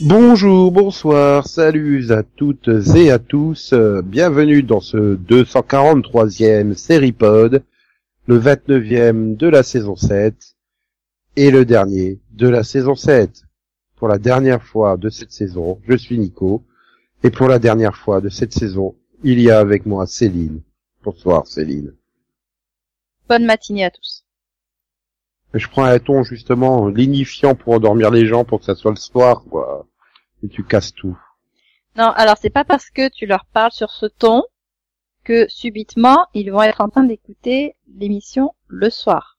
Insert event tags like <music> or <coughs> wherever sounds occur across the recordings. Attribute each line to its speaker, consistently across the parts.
Speaker 1: Bonjour, bonsoir, salut à toutes et à tous. euh, bienvenue dans ce 243e Séripod, le 29e de la saison 7 et le dernier de la saison 7. Pour la dernière fois de cette saison, je suis Nico. Et pour la dernière fois de cette saison, il y a avec moi Céline. Bonsoir Céline.
Speaker 2: Bonne matinée à tous.
Speaker 1: Je prends un ton justement lignifiant pour endormir les gens pour que ça soit le soir, quoi. Et tu casses tout.
Speaker 2: Non, alors c'est pas parce que tu leur parles sur ce ton que subitement ils vont être en train d'écouter l'émission le soir.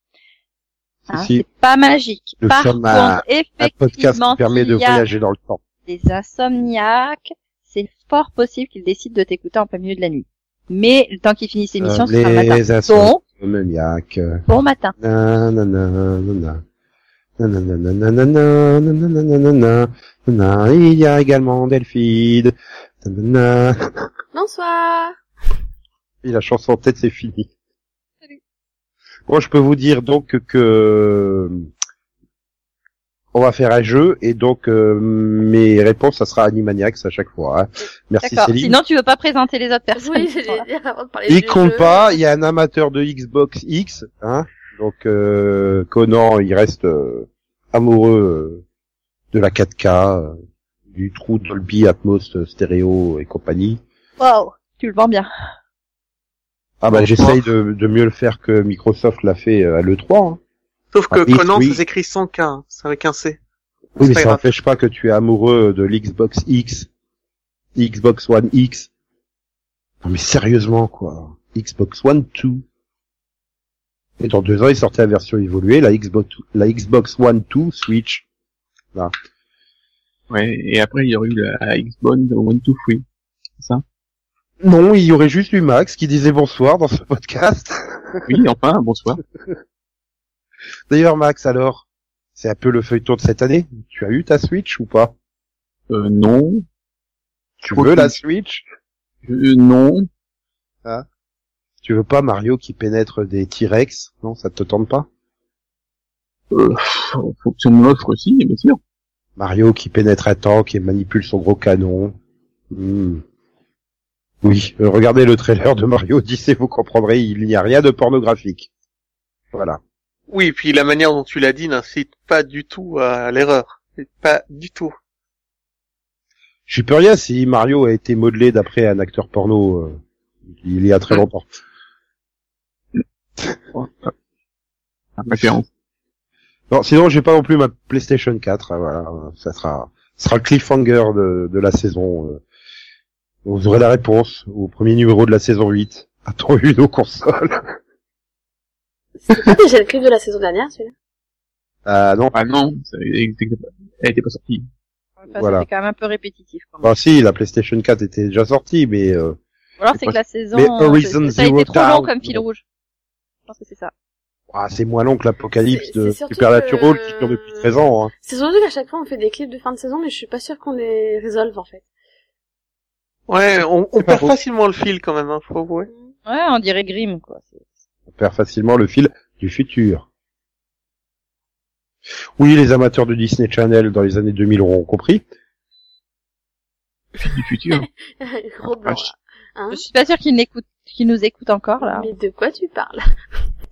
Speaker 2: Hein,
Speaker 1: Si, si.
Speaker 2: C'est pas magique.
Speaker 1: Nous
Speaker 2: Par
Speaker 1: sommes
Speaker 2: contre,
Speaker 1: un- Un podcast
Speaker 2: effectivement,
Speaker 1: qui permet de
Speaker 2: s'il y a
Speaker 1: voyager dans le temps.
Speaker 2: des insomniaques, c'est fort possible qu'ils décident de t'écouter en plein milieu de la nuit. Mais le temps qu'ils finissent l'émission,
Speaker 1: Euh,
Speaker 2: ce sera le
Speaker 1: les
Speaker 2: matin.
Speaker 1: insomniaques.
Speaker 2: Donc,
Speaker 1: Maniaque.
Speaker 2: bon matin.
Speaker 1: Nanananana. Nanananana, nanananana, nanana. Il y a également Delphine. Nanana.
Speaker 3: Bonsoir
Speaker 1: Et la chanson en tête, c'est fini.
Speaker 2: Salut.
Speaker 1: Bon, je peux vous dire donc que on va faire un jeu et donc euh, mes réponses, ça sera Animaniacs à chaque fois. hein. Merci
Speaker 2: D'accord.
Speaker 1: Céline.
Speaker 2: Sinon, tu veux pas présenter les autres personnes.
Speaker 3: <laughs> Oui,
Speaker 2: qui sont là.
Speaker 3: j'allais dire avant de parler
Speaker 1: Il
Speaker 3: du
Speaker 1: compte
Speaker 3: jeu.
Speaker 1: pas, il y a un amateur de Xbox X, hein. Donc euh, Conan, il reste euh, amoureux euh, de la 4K, euh, du trou Dolby Atmos euh, stéréo et compagnie.
Speaker 2: Wow, tu le vends bien.
Speaker 1: Ah bah j'essaye de, de mieux le faire que Microsoft l'a fait euh, à l'E3. hein.
Speaker 4: Sauf que
Speaker 1: Ah, oui,
Speaker 4: Conan,
Speaker 1: oui.
Speaker 4: ça s'écrit sans K, hein, c'est avec un C.
Speaker 1: Oui,
Speaker 4: C'est
Speaker 1: mais
Speaker 4: pas
Speaker 1: ça
Speaker 4: grave.
Speaker 1: n'empêche pas que tu es amoureux de l'Xbox X, Xbox One X. Non mais sérieusement quoi, Xbox One 2. Et dans deux ans, il sortait la version évoluée, la Xbox, la Xbox One 2 Switch.
Speaker 5: Ouais, et après il y aurait eu la, la Xbox One Two Free.
Speaker 1: Non, il y aurait juste eu Max qui disait bonsoir dans ce podcast. <laughs>
Speaker 5: Oui, <laughs> enfin, bonsoir.
Speaker 1: D'ailleurs, Max, alors, c'est un peu le feuilleton de cette année. Tu as eu ta Switch ou pas
Speaker 5: Euh, non,
Speaker 1: Tu
Speaker 5: Ok.
Speaker 1: veux la Switch
Speaker 5: Euh, non,
Speaker 1: Tu veux pas Mario qui pénètre des T-Rex Non, ça te tente pas
Speaker 5: euh, pff, en fonction de l'offre aussi, bien sûr.
Speaker 1: Mario qui pénètre un tank et manipule son gros canon. Hmm. Oui, euh, regardez le trailer de Mario Odyssey, vous comprendrez, il n'y a rien de pornographique. Voilà.
Speaker 4: Oui, et puis la manière dont tu l'as dit n'incite pas du tout à l'erreur. Et Pas du tout.
Speaker 1: Je peux rien si Mario a été modelé d'après un acteur porno euh, il y a très longtemps.
Speaker 5: La référence.
Speaker 1: Non, sinon j'ai pas non plus ma PlayStation 4, hein, voilà, euh, ça sera, ça sera le cliffhanger de, de la saison. euh. Vous aurez la réponse au premier numéro de la saison 8. Attendu nos consoles.
Speaker 3: C'est pas déjà le clip de la saison dernière, celui-là
Speaker 1: Ah non,
Speaker 5: Ah non, ça- elle n'était pas sortie.
Speaker 2: Enfin,
Speaker 1: Voilà.
Speaker 2: C'est quand même un peu répétitif. Quand même.
Speaker 1: bah si, la PlayStation 4 était déjà sortie, mais euh,
Speaker 2: Ou alors
Speaker 5: c'est
Speaker 2: c'est
Speaker 5: pas-
Speaker 2: que la saison,
Speaker 1: Mais
Speaker 2: euh, c'est-
Speaker 1: Horizon
Speaker 2: ça a été
Speaker 1: Zero
Speaker 2: trop long
Speaker 1: Dawn.
Speaker 2: comme fil rouge. Je pense que c'est ça.
Speaker 1: Ah, c'est moins long que l'apocalypse
Speaker 3: C'est-
Speaker 1: de
Speaker 3: c'est surtout
Speaker 1: Supernatural
Speaker 3: que- euh,
Speaker 1: qui dure depuis 13 ans. Hein.
Speaker 3: C'est surtout qu'à chaque fois on fait des clips de fin de saison, mais je suis pas sûre qu'on les résolve en fait. <laughs>
Speaker 4: Ouais, on, on
Speaker 1: pas
Speaker 4: perd
Speaker 1: faux.
Speaker 4: facilement le fil quand même, hein, faut avouer.
Speaker 2: Ouais, on dirait Grimm, quoi. C'est-
Speaker 1: On perd facilement le fil du futur. Oui, les amateurs de Disney Channel dans les années 2000 auront compris.
Speaker 5: Du futur.
Speaker 3: Gros blanc,
Speaker 1: Ah,
Speaker 3: là. Hein
Speaker 2: Je suis pas sûre qu'ils n'écoutent, qu'ils nous écoutent encore, là.
Speaker 3: Mais de quoi tu parles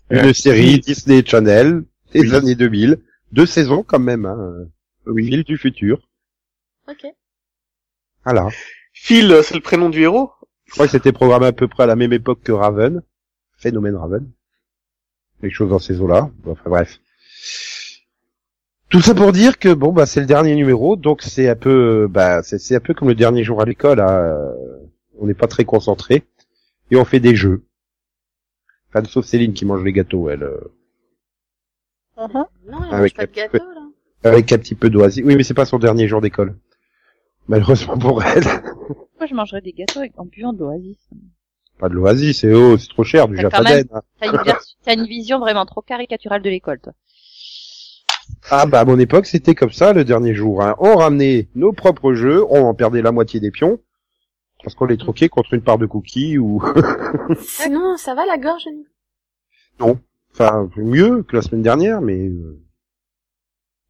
Speaker 1: Une
Speaker 5: Euh,
Speaker 1: série
Speaker 5: oui.
Speaker 1: Disney Channel des
Speaker 5: Oui.
Speaker 1: années 2000. Deux saisons quand même. Hein.
Speaker 5: Oui.
Speaker 1: Fil du futur.
Speaker 3: Ok.
Speaker 1: Voilà.
Speaker 4: Phil, euh, c'est le prénom du héros
Speaker 1: Je crois que c'était programmé à peu près à la même époque que Raven. Phénomène Raven. Quelque chose dans ces eaux-là. Bon, Enfin bref. Tout ça pour dire que bon bah c'est le dernier numéro, donc c'est un peu euh, bah c'est c'est un peu comme le dernier jour à l'école. hein, euh, On n'est pas très concentré et on fait des jeux. Enfin, sauf Céline qui mange les gâteaux, elle, euh,
Speaker 2: uh-huh.
Speaker 3: Non, il
Speaker 1: Ah,
Speaker 3: mange
Speaker 1: avec
Speaker 3: pas de
Speaker 1: la-
Speaker 3: gâteau là.
Speaker 1: avec un petit peu d'oisiveté. Oui, mais c'est pas son dernier jour d'école. Malheureusement pour elle, <laughs>
Speaker 2: Pourquoi je mangerais des gâteaux avec- en buvant de l'oasis?
Speaker 1: pas de l'oasis, c'est oh, c'est trop cher, du
Speaker 2: Ah, quand
Speaker 1: japonais.
Speaker 2: T'as une, vers-
Speaker 1: <laughs>
Speaker 2: t'as une vision vraiment trop caricaturale de l'école, toi.
Speaker 1: Ah bah à mon époque c'était comme ça le dernier jour. Hein. On ramenait nos propres jeux, on en perdait la moitié des pions. parce qu'on les troquait contre une part de cookies ou <laughs>
Speaker 3: <laughs> Sinon, ça va la gorge Annie
Speaker 1: enfin mieux que la semaine dernière, mais euh,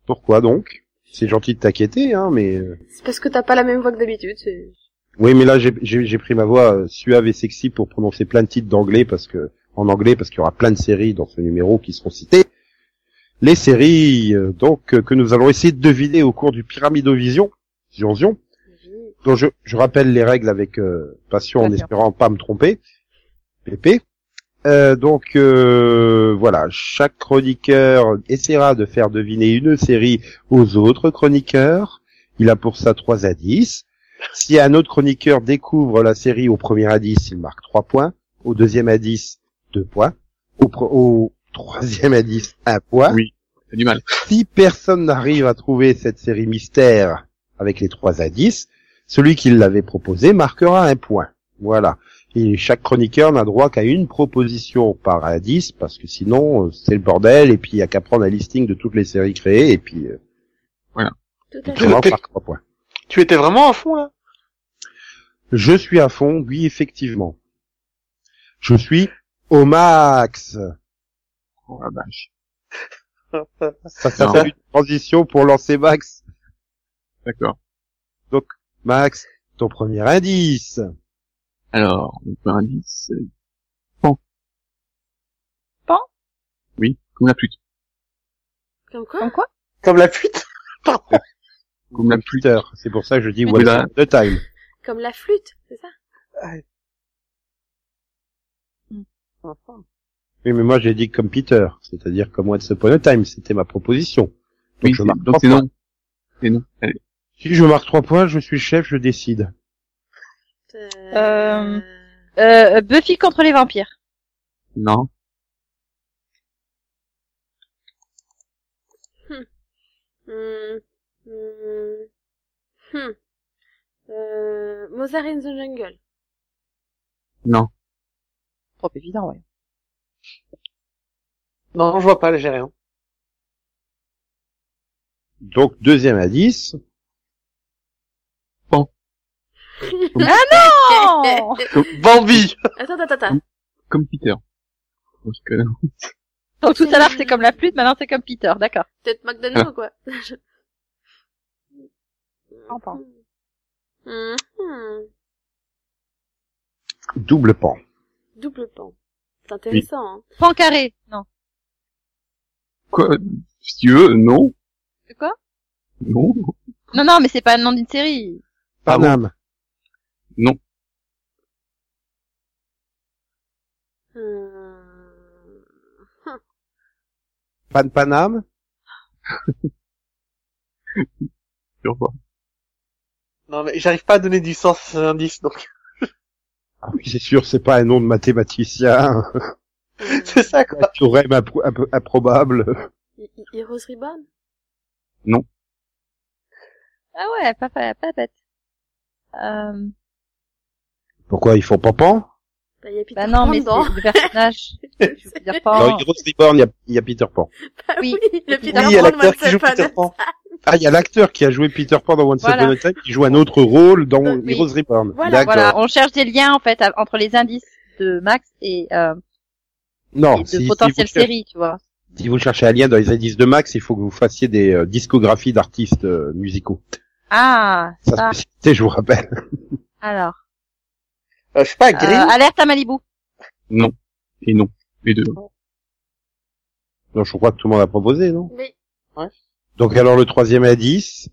Speaker 1: pourquoi donc C'est gentil de t'inquiéter, hein, mais euh,
Speaker 3: C'est parce que t'as pas la même voix que d'habitude. c'est-
Speaker 1: oui, mais là j'ai- j'ai j'ai pris ma voix euh, suave et sexy pour prononcer plein de titres d'anglais parce que en anglais parce qu'il y aura plein de séries dans ce numéro qui seront citées. Les séries euh, donc euh, que nous allons essayer de deviner au cours du Pyramidovision, Zion Zion,
Speaker 3: Oui.
Speaker 1: dont je, je rappelle les règles avec euh, passion en
Speaker 2: Passion.
Speaker 1: espérant pas me tromper. Pépé. Euh, donc euh, voilà, chaque chroniqueur essaiera de faire deviner une série aux autres chroniqueurs. Il a pour ça trois indices. Si un autre chroniqueur découvre la série au premier indice, il marque trois points. Au deuxième indice, deux points. Au, pro- au troisième indice, un point.
Speaker 5: Oui. T'as du mal.
Speaker 1: Si personne n'arrive à trouver cette série mystère avec les trois indices, celui qui l'avait proposé marquera un point. Voilà. Et chaque chroniqueur n'a droit qu'à une proposition par indice, parce que sinon euh, c'est le bordel, et puis il n'y a qu'à prendre un listing de toutes les séries créées, et puis euh,
Speaker 3: Tout à
Speaker 1: tu
Speaker 3: fait.
Speaker 1: marques par trois points.
Speaker 4: Tu étais vraiment
Speaker 1: <laughs>
Speaker 4: à fond, là
Speaker 1: Je suis à fond, oui effectivement. Je suis au max.
Speaker 5: Oh la vache.
Speaker 1: Ça, ça
Speaker 5: Non.
Speaker 1: fait une transition pour lancer Max.
Speaker 5: D'accord.
Speaker 1: Max, ton premier indice.
Speaker 5: Alors, on peut indice. euh, Pan.
Speaker 2: Pan
Speaker 5: Oui, comme la flûte.
Speaker 3: Comme quoi
Speaker 2: Comme quoi
Speaker 4: Comme la fuite Pardon.
Speaker 5: Comme la flûte.
Speaker 1: Peter, c'est pour ça que je dis
Speaker 5: Oui,
Speaker 1: What's
Speaker 5: là.
Speaker 1: the time.
Speaker 3: Comme la flûte, c'est ça
Speaker 1: Oui, mais moi j'ai dit comme Peter, c'est-à-dire comme Once Upon a Time, c'était ma proposition. Donc
Speaker 5: Oui,
Speaker 1: je
Speaker 5: c'est-
Speaker 1: marque
Speaker 5: donc
Speaker 1: trois
Speaker 5: c'est
Speaker 1: points.
Speaker 5: non. C'est non. Allez.
Speaker 1: Si je marque trois points, je suis chef, je décide.
Speaker 2: Euh, euh, Buffy contre les vampires.
Speaker 5: Non.
Speaker 3: hmm, hmm, hmm. Euh, Mozart in the Jungle.
Speaker 5: Non.
Speaker 2: Trop évident, ouais.
Speaker 4: <laughs> Non, je vois pas, là, j'ai rien.
Speaker 1: Donc deuxième indice,
Speaker 2: Non
Speaker 4: Bambi
Speaker 3: Eh,
Speaker 4: <laughs>
Speaker 3: Attends, attends, attends.
Speaker 5: Comme Peter. Parce que,
Speaker 2: <laughs> Donc tout à l'heure c'est comme la flûte, maintenant c'est comme Peter, d'accord.
Speaker 3: Peut-être McDonald's ou quoi
Speaker 2: Ah, pardon.
Speaker 3: Hmm, hmm.
Speaker 1: double pan.
Speaker 3: Double pan. C'est intéressant, hein.
Speaker 2: Pan carré, non.
Speaker 5: quoi, si tu veux, non.
Speaker 2: C'est quoi
Speaker 5: Non.
Speaker 2: Non, non, mais c'est pas le nom d'une série.
Speaker 5: Pardon.
Speaker 1: Paname.
Speaker 3: Euh,
Speaker 1: Pan Paname.
Speaker 5: Tu vois.
Speaker 4: Non, mais j'arrive pas à donner du sens à ces indices, donc <laughs>
Speaker 1: Ah oui, c'est sûr, c'est pas un nom de mathématicien.
Speaker 3: euh,
Speaker 4: <laughs> c'est ça, quoi.
Speaker 1: Théorème appro- appro- improbable.
Speaker 3: Hi- Hi- Heroes Reborn
Speaker 2: Ah ouais, pas, pas, pas bête. Euh,
Speaker 1: Pourquoi ils font pan-pan
Speaker 3: Bah, il y a Peter
Speaker 2: bah non,
Speaker 3: Pan
Speaker 2: mais
Speaker 3: dedans.
Speaker 2: c'est le <laughs> personnage. Je veux dire pas.
Speaker 1: Dans Heroes Reborn, il y a- il y, a Peter Pan.
Speaker 3: Bah <laughs>
Speaker 2: oui.
Speaker 3: le
Speaker 2: Oui,
Speaker 3: Peter
Speaker 2: Dans
Speaker 4: Oui, il y a
Speaker 3: Pan de
Speaker 4: l'acteur qui
Speaker 3: Once
Speaker 4: joue
Speaker 3: Upon a
Speaker 4: Peter Pan.
Speaker 1: Ah, il y a l'acteur qui a joué Peter Pan dans Once
Speaker 2: Voilà.
Speaker 1: Upon a Time qui joue un autre rôle dans
Speaker 2: Oui.
Speaker 1: Heroes Reborn.
Speaker 3: Voilà,
Speaker 1: D'accord.
Speaker 2: Voilà, on cherche des liens en fait à- entre les indices de Max et, euh,
Speaker 1: Non,
Speaker 2: et de
Speaker 1: Oh, si- si vous
Speaker 2: potentielles
Speaker 1: cherchez-
Speaker 2: séries, tu vois.
Speaker 1: Si vous cherchez Alien dans les indices de Max, il faut que vous fassiez des euh, discographies d'artistes euh, musicaux.
Speaker 2: Ah,
Speaker 1: Sa
Speaker 2: ça.
Speaker 1: spécialité, <laughs> je vous rappelle.
Speaker 2: Alors,
Speaker 4: Euh, je sais pas,
Speaker 2: euh,
Speaker 4: Green
Speaker 2: alerte à Malibu.
Speaker 5: Et non. Les deux.
Speaker 2: Oh.
Speaker 1: Non, je crois que tout le monde a proposé, non
Speaker 3: Oui.
Speaker 1: Donc alors le troisième indice,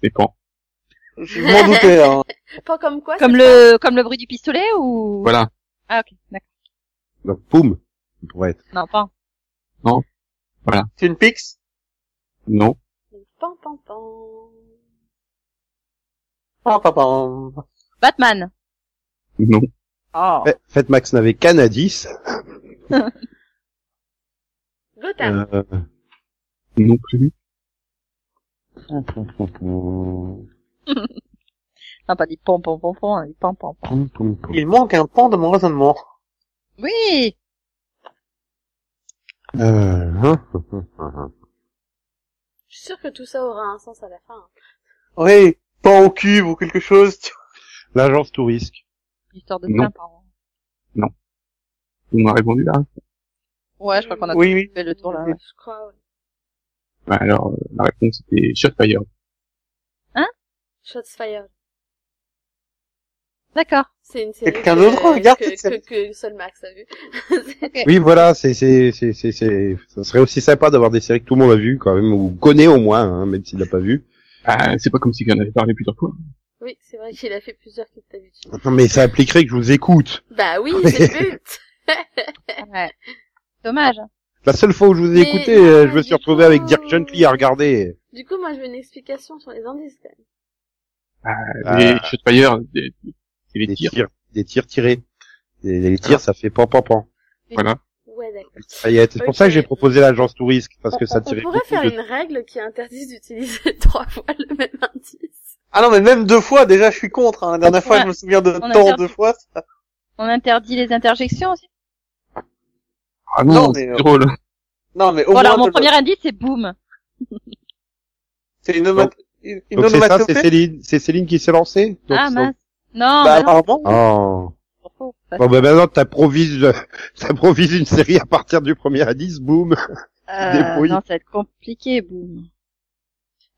Speaker 5: C'est pan.
Speaker 4: Je m'en doutais, hein.
Speaker 3: Pas comme quoi
Speaker 2: Comme
Speaker 3: c'est
Speaker 2: le, comme le bruit du pistolet ou
Speaker 5: Voilà.
Speaker 2: Ah ok, d'accord.
Speaker 1: donc poum, il pourrait être.
Speaker 2: Non, pas.
Speaker 4: Twin Peaks
Speaker 5: Non.
Speaker 3: Pan, pan, pan.
Speaker 4: Pam, pam, pam.
Speaker 2: Batman.
Speaker 5: Non.
Speaker 2: Oh.
Speaker 1: Fait- Faites Max n'avait qu'un indice.
Speaker 3: Gotham.
Speaker 1: Euh, <laughs>
Speaker 5: Non plus.
Speaker 2: Non, pas des pom pom pom pom, hein, des pom pom. pom.
Speaker 4: Il manque un pan de mon raisonnement.
Speaker 2: Oui.
Speaker 1: euh, hein
Speaker 3: Je suis sûre que tout ça aura un sens à la fin.
Speaker 4: Oui, pan au cube ou quelque chose. tu-
Speaker 1: L'agence tout risque.
Speaker 2: Histoire de
Speaker 5: Non.
Speaker 2: plein par an.
Speaker 5: On m'a répondu là.
Speaker 2: Ouais, je crois qu'on a
Speaker 4: Oui, oui.
Speaker 2: fait le tour là. ouais.
Speaker 3: Je crois, ouais.
Speaker 5: Bah, alors, euh, la réponse était Shotfire.
Speaker 3: Shots Fire.
Speaker 2: D'accord.
Speaker 3: C'est une série
Speaker 4: Quelqu'un
Speaker 3: que-
Speaker 4: d'autre regarde
Speaker 3: que,
Speaker 4: cette série.
Speaker 3: que, que seul Max a <laughs> vu.
Speaker 1: Oui, voilà, c'est, c'est, c'est, c'est, c'est, ça serait aussi sympa d'avoir des séries que tout le monde a vues, quand même, ou connaît au moins, hein, même s'il l'a pas vu.
Speaker 5: Ah, c'est pas comme si on en avait parlé plusieurs fois.
Speaker 3: Oui, c'est vrai qu'il a fait plusieurs clips d'habitude.
Speaker 1: Non, mais ça impliquerait que je vous écoute.
Speaker 3: Bah oui,
Speaker 1: Ah,
Speaker 3: c'est le but.
Speaker 2: Ouais. Dommage.
Speaker 1: La seule fois où je vous ai
Speaker 3: Mais
Speaker 1: écouté,
Speaker 3: non,
Speaker 1: euh, je me
Speaker 3: du
Speaker 1: suis retrouvé avec
Speaker 3: coup-
Speaker 1: Dirk Gently à regarder.
Speaker 3: <laughs> Du coup, moi, je veux une explication sur les indices, quand même.
Speaker 1: Ah.
Speaker 5: Les Shotfire, des- c'est les
Speaker 1: Des
Speaker 5: tirs. Ah.
Speaker 1: tirs, des tirs tirés. Et les tirs, ça fait pan pan pan.
Speaker 5: Voilà.
Speaker 3: Ouais, d'accord.
Speaker 1: Ça y est, c'est pour
Speaker 3: Ok.
Speaker 1: ça que j'ai proposé l'agence tout risque, parce que
Speaker 3: On-
Speaker 1: ça
Speaker 3: on, on
Speaker 1: tirait
Speaker 3: pourrait
Speaker 1: beaucoup
Speaker 3: faire
Speaker 1: de-
Speaker 3: une règle qui interdise d'utiliser <laughs> trois fois le même indice.
Speaker 4: Ah non, mais même deux fois, déjà, je suis contre. Hein. La dernière fois,
Speaker 2: Ouais.
Speaker 4: je me souviens de
Speaker 2: a
Speaker 4: tant
Speaker 2: bien-
Speaker 4: deux fois. ça-
Speaker 2: On interdit les interjections aussi.
Speaker 5: Ah non,
Speaker 4: Non, mais,
Speaker 5: c'est
Speaker 4: euh,
Speaker 5: drôle.
Speaker 4: Non, mais au
Speaker 2: voilà,
Speaker 4: moins,
Speaker 2: mon
Speaker 4: de-
Speaker 2: premier indice, c'est boum.
Speaker 4: c'est une, onomat... une
Speaker 1: Donc c'est ça, c'est
Speaker 4: onomatopée.
Speaker 1: Céline, c'est Céline qui s'est lancée. Donc,
Speaker 2: Ah
Speaker 1: ça-
Speaker 2: mince. Non,
Speaker 4: Bah,
Speaker 2: bah, non,
Speaker 4: apparemment,
Speaker 1: Oh.
Speaker 2: c'est faux. Ça,
Speaker 1: Bon, ben maintenant, t'improvises, <laughs> t'improvises une série à partir du premier indice, boum.
Speaker 2: euh,
Speaker 1: débrouille.
Speaker 2: non, ça va être compliqué, boum.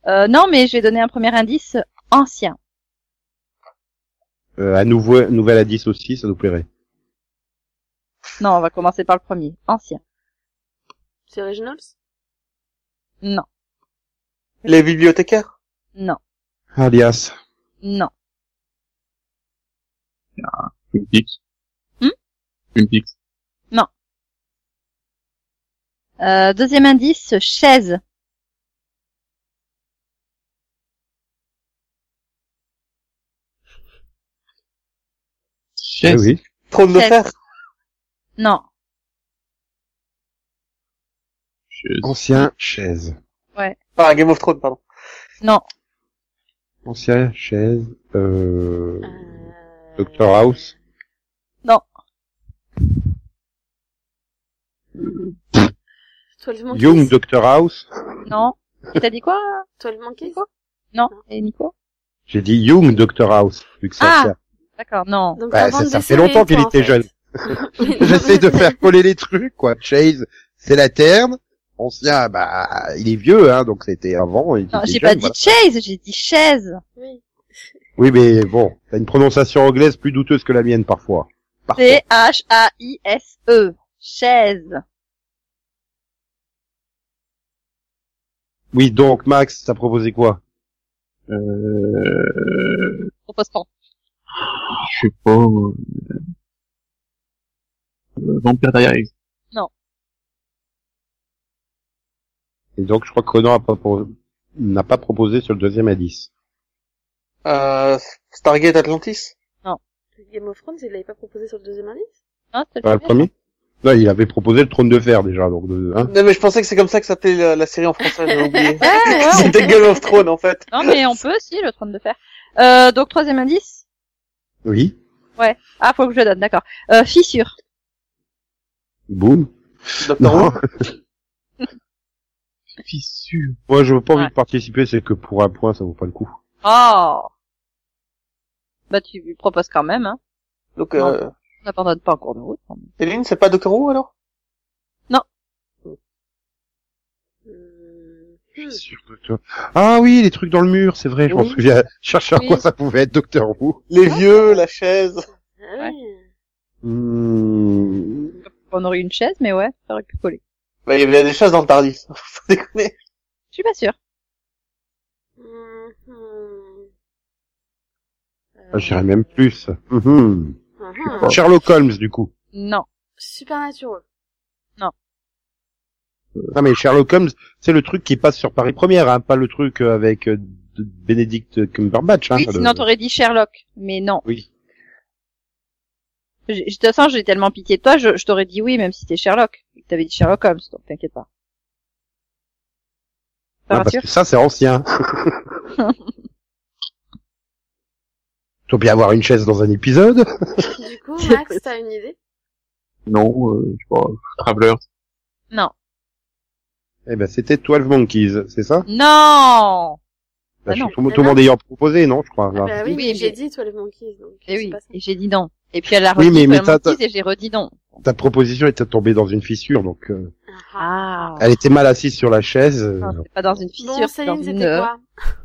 Speaker 2: Euh, non, mais je vais donner un premier indice ancien.
Speaker 1: Euh, à nouveau, nouvel indice aussi, ça nous plairait.
Speaker 2: Non, on va commencer par le premier. Ancien.
Speaker 3: C'est originals
Speaker 2: Non,
Speaker 4: les bibliothécaires.
Speaker 2: non,
Speaker 1: Alias.
Speaker 2: non.
Speaker 5: Twin Peaks.
Speaker 2: Hmm
Speaker 5: Twin Peaks.
Speaker 2: Euh, deuxième indice, chaise.
Speaker 1: Eh
Speaker 4: Ah
Speaker 5: Chaise.
Speaker 1: Eh oui.
Speaker 4: Trône de
Speaker 2: Sept.
Speaker 4: fer.
Speaker 2: Non.
Speaker 5: Chaise.
Speaker 1: Ancien chaise.
Speaker 4: Enfin, Game of Thrones, pardon.
Speaker 1: Ancien chaise. Euh...
Speaker 3: Euh...
Speaker 1: Doctor House.
Speaker 3: Twelve Monkeys.
Speaker 1: Young Doctor House.
Speaker 2: Non. Et T'as dit quoi
Speaker 3: Twelve Monkeys.
Speaker 2: Non. Et Nico
Speaker 1: J'ai dit Young Doctor House. Vu que ça
Speaker 2: Ah.
Speaker 1: sert. <laughs>
Speaker 2: D'accord, non.
Speaker 3: Donc,
Speaker 1: Bah,
Speaker 3: t'inventes
Speaker 1: ça-
Speaker 3: des
Speaker 1: ça fait
Speaker 3: séries,
Speaker 1: longtemps
Speaker 3: toi,
Speaker 1: qu'il
Speaker 3: en
Speaker 1: était
Speaker 3: fait. <laughs> Oui,
Speaker 1: <laughs>
Speaker 3: non,
Speaker 1: J'essaie de
Speaker 3: mais-
Speaker 1: faire coller les trucs, quoi. Chase, c'est la terne. Ancien, bah, il est vieux, hein, donc c'était avant. Il
Speaker 2: Non,
Speaker 1: était jeune,
Speaker 2: j'ai pas dit
Speaker 1: voilà.
Speaker 2: chaise, j'ai dit chaise.
Speaker 3: Oui.
Speaker 1: Oui, mais bon, t'as une prononciation anglaise plus douteuse que la mienne, parfois. Par contre.
Speaker 2: C-H-A-I-S-E. E. Chaise.
Speaker 1: Oui, donc, Max, t'as proposé quoi?
Speaker 5: Euh,
Speaker 2: Propose pas.
Speaker 5: je sais pas. euh, euh, Vampire Diaries.
Speaker 1: Et donc, je crois que Conan a pas pro- n'a pas proposé sur le deuxième indice.
Speaker 4: Euh, Stargate Atlantis.
Speaker 3: Game of Thrones, il l'avait pas proposé sur le deuxième indice
Speaker 2: Non, Hein, c'est
Speaker 1: Pas
Speaker 2: le
Speaker 1: le
Speaker 2: premier.
Speaker 1: premier? Non, il avait proposé le trône de fer, déjà, donc, de, hein.
Speaker 4: Non, mais je pensais que c'est comme ça que s'appelait la, la série en français,
Speaker 3: <laughs>
Speaker 4: j'ai
Speaker 2: <laughs>
Speaker 4: oublié.
Speaker 3: Ah,
Speaker 2: Ouais, ouais, on
Speaker 4: C'était
Speaker 2: peut.
Speaker 4: Game of Thrones, en fait.
Speaker 2: Non, mais on peut, si, le train de faire. Euh, donc, troisième indice.
Speaker 1: Oui.
Speaker 2: Ah, faut que je le donne, d'accord. Euh, fissure.
Speaker 1: Boum.
Speaker 4: Doctor Who.
Speaker 5: Fissure.
Speaker 1: <laughs> Moi, je veux pas envie
Speaker 2: Ouais.
Speaker 1: de participer, c'est que pour un point, ça vaut pas le coup.
Speaker 2: Oh. Bah, tu lui proposes quand même, hein.
Speaker 4: Donc, euh,
Speaker 2: On n'abandonne pas en cours de route. quand même.
Speaker 4: Céline, c'est pas Doctor Who, alors?
Speaker 3: Hum,
Speaker 1: Sûr de toi. Ah oui, les trucs dans le mur, c'est vrai, je m'en
Speaker 4: Oui.
Speaker 1: souviens. Je cherchais à
Speaker 2: Oui.
Speaker 1: quoi ça pouvait être, Docteur Who.
Speaker 4: Les vieux, la chaise.
Speaker 3: ah oui.
Speaker 1: Hmm.
Speaker 2: On aurait eu une chaise, mais ouais, ça aurait pu coller.
Speaker 4: Bah, il y avait des chaises dans le Tardis. <laughs> Faut déconner.
Speaker 2: Je suis pas sûre.
Speaker 3: Hum, hum.
Speaker 1: Ah, J'irais même plus. Mhm.
Speaker 3: Hum,
Speaker 5: Oh.
Speaker 3: hum.
Speaker 1: Sherlock Holmes, du coup.
Speaker 2: Non.
Speaker 3: Supernatural.
Speaker 1: Non mais Sherlock Holmes, c'est le truc qui passe sur Paris Première, hein, pas le truc euh, avec euh, de- Benedict Cumberbatch. Hein,
Speaker 2: Oui,
Speaker 1: le-
Speaker 2: sinon t'aurais dit Sherlock, mais non.
Speaker 1: Oui.
Speaker 2: J'ai- De toute façon, j'ai tellement pitié de toi, je, je t'aurais dit oui, même si t'es Sherlock. Et que T'avais dit Sherlock Holmes, donc t'inquiète pas. Ça
Speaker 1: Ah, parce
Speaker 2: rassure
Speaker 1: que ça, c'est
Speaker 2: <laughs>
Speaker 1: ancien. Faut bien avoir une chaise dans un épisode.
Speaker 3: Du
Speaker 1: <laughs>
Speaker 3: coup, Max, t'as une idée
Speaker 5: Non, euh, je sais pas. Traveler.
Speaker 2: Non.
Speaker 1: Eh ben, c'était 12 Monkeys, c'est ça
Speaker 2: Non
Speaker 1: Bah,
Speaker 2: Bah non.
Speaker 1: tout, le monde-
Speaker 3: Bah
Speaker 1: tout le
Speaker 3: non.
Speaker 1: monde ayant proposé, non, je crois. là.
Speaker 3: Bah oui,
Speaker 2: Oui,
Speaker 3: mais j'ai
Speaker 2: mais-
Speaker 3: dit Twelve Monkeys, donc
Speaker 2: Et
Speaker 3: c'est
Speaker 2: Eh oui,
Speaker 3: pas ça.
Speaker 2: et j'ai dit non. Et puis elle l'a
Speaker 1: Oui,
Speaker 2: redit,
Speaker 1: mais-
Speaker 2: sur
Speaker 1: mais
Speaker 2: la
Speaker 1: t'as-
Speaker 2: banquise et j'ai redit non.
Speaker 1: Ta proposition était tombée dans une fissure, donc euh,
Speaker 3: Ah.
Speaker 2: Ah,
Speaker 1: elle était mal assise sur la chaise. euh,
Speaker 2: Non, c'est pas dans une fissure,
Speaker 3: Bon,
Speaker 2: c'est dans
Speaker 3: Céline,
Speaker 2: une...
Speaker 3: c'était quoi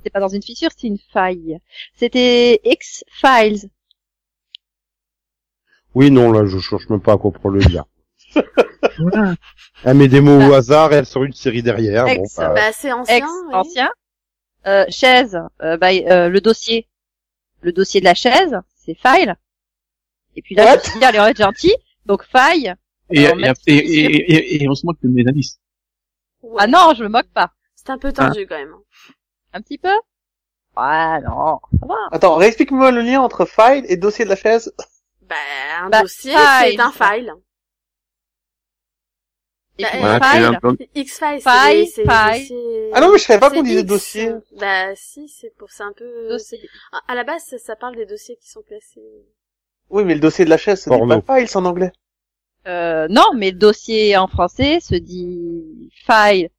Speaker 2: c'est pas dans une fissure, c'est une faille. C'était X-Files.
Speaker 1: Oui, non, là, je cherche même pas à comprendre le lien. Elle met des mots au hasard et elle sort une série derrière. Bon,
Speaker 2: Ex-
Speaker 1: bah,
Speaker 3: Bah c'est ancien,
Speaker 2: Euh, Ex,
Speaker 3: oui.
Speaker 2: ancien. Euh, chaise, euh, bah, euh, le dossier. Le dossier de la chaise, c'est file. Et puis là,
Speaker 6: What
Speaker 2: je me suis dit, allez, on va être gentil. Donc file.
Speaker 5: Et,
Speaker 2: Alors,
Speaker 5: et,
Speaker 2: merci,
Speaker 5: et,
Speaker 2: monsieur.
Speaker 5: et, et- et on se moque des indices.
Speaker 3: Ouais.
Speaker 2: Ah non, je me moque pas.
Speaker 3: C'est un peu tendu quand même. hein.
Speaker 2: Un petit peu Ah non, ça va.
Speaker 4: Attends, réexplique-moi le lien entre file et dossier de la chaise.
Speaker 3: Bah un
Speaker 2: Bah,
Speaker 3: dossier,
Speaker 2: file.
Speaker 3: c'est un file.
Speaker 2: Et
Speaker 3: Bah,
Speaker 2: puis,
Speaker 3: euh,
Speaker 5: c'est
Speaker 2: Eh, file,
Speaker 5: un peu-
Speaker 2: File,
Speaker 3: X-Files, c'est c'est
Speaker 2: file.
Speaker 3: dossier-
Speaker 4: Ah non, mais je savais pas
Speaker 3: c'est
Speaker 4: qu'on disait
Speaker 3: X.
Speaker 4: dossier.
Speaker 3: Bah si, c'est pour c'est un peu
Speaker 2: dossier.
Speaker 3: Ah, À la base, ça, ça parle des dossiers qui sont classés.
Speaker 4: Oui, mais le dossier de la chaise, c'est
Speaker 1: Porno.
Speaker 4: pas files en anglais.
Speaker 2: Euh, non, mais le dossier en français se dit file,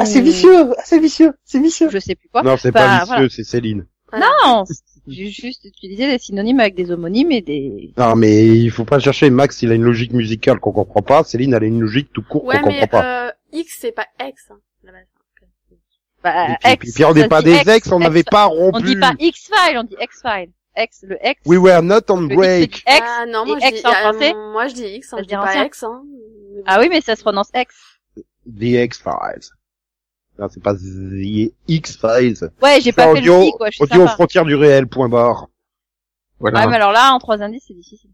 Speaker 4: Ah, c'est
Speaker 2: Mmh.
Speaker 4: vicieux, ah, c'est vicieux, c'est vicieux.
Speaker 2: je sais plus quoi.
Speaker 1: non, c'est
Speaker 2: Bah,
Speaker 1: pas vicieux,
Speaker 2: voilà.
Speaker 1: c'est Céline.
Speaker 2: Non, j'ai juste utilisé des synonymes avec des homonymes et des...
Speaker 1: Non, mais il faut pas chercher. Max, il a une logique musicale qu'on comprend pas. Céline, elle a une logique tout court
Speaker 3: Ouais,
Speaker 1: qu'on
Speaker 3: mais
Speaker 1: comprend pas.
Speaker 3: euh, X, c'est pas X. hein, à la base.
Speaker 2: Bah,
Speaker 1: et puis,
Speaker 2: ex,
Speaker 1: puis- puis on n'est
Speaker 2: ça
Speaker 1: pas
Speaker 2: dit
Speaker 1: des
Speaker 2: ex,
Speaker 1: ex, on n'avait pas rompu.
Speaker 2: On dit pas X-File, on dit X-File. X, le X.
Speaker 1: We were not on
Speaker 2: le
Speaker 1: break.
Speaker 2: X, c'est dit X.
Speaker 3: ah non, moi
Speaker 2: et
Speaker 3: je
Speaker 2: X
Speaker 3: dis
Speaker 2: en
Speaker 3: ah,
Speaker 2: français
Speaker 3: Moi je dis X,
Speaker 2: Ça
Speaker 3: hein, je
Speaker 2: se
Speaker 3: dis
Speaker 2: dit
Speaker 3: pas
Speaker 2: ancien.
Speaker 3: X. Hein.
Speaker 2: Ah oui, mais ça se prononce X.
Speaker 1: The X-Files. Non, c'est pas The X-Files.
Speaker 2: Ouais, j'ai pas fait le
Speaker 1: audio,
Speaker 2: petit, quoi, je suis
Speaker 1: audio aux
Speaker 2: sympa.
Speaker 1: frontières du réel, point barre.
Speaker 5: Voilà.
Speaker 2: Ouais, mais alors là, en trois indices, c'est difficile.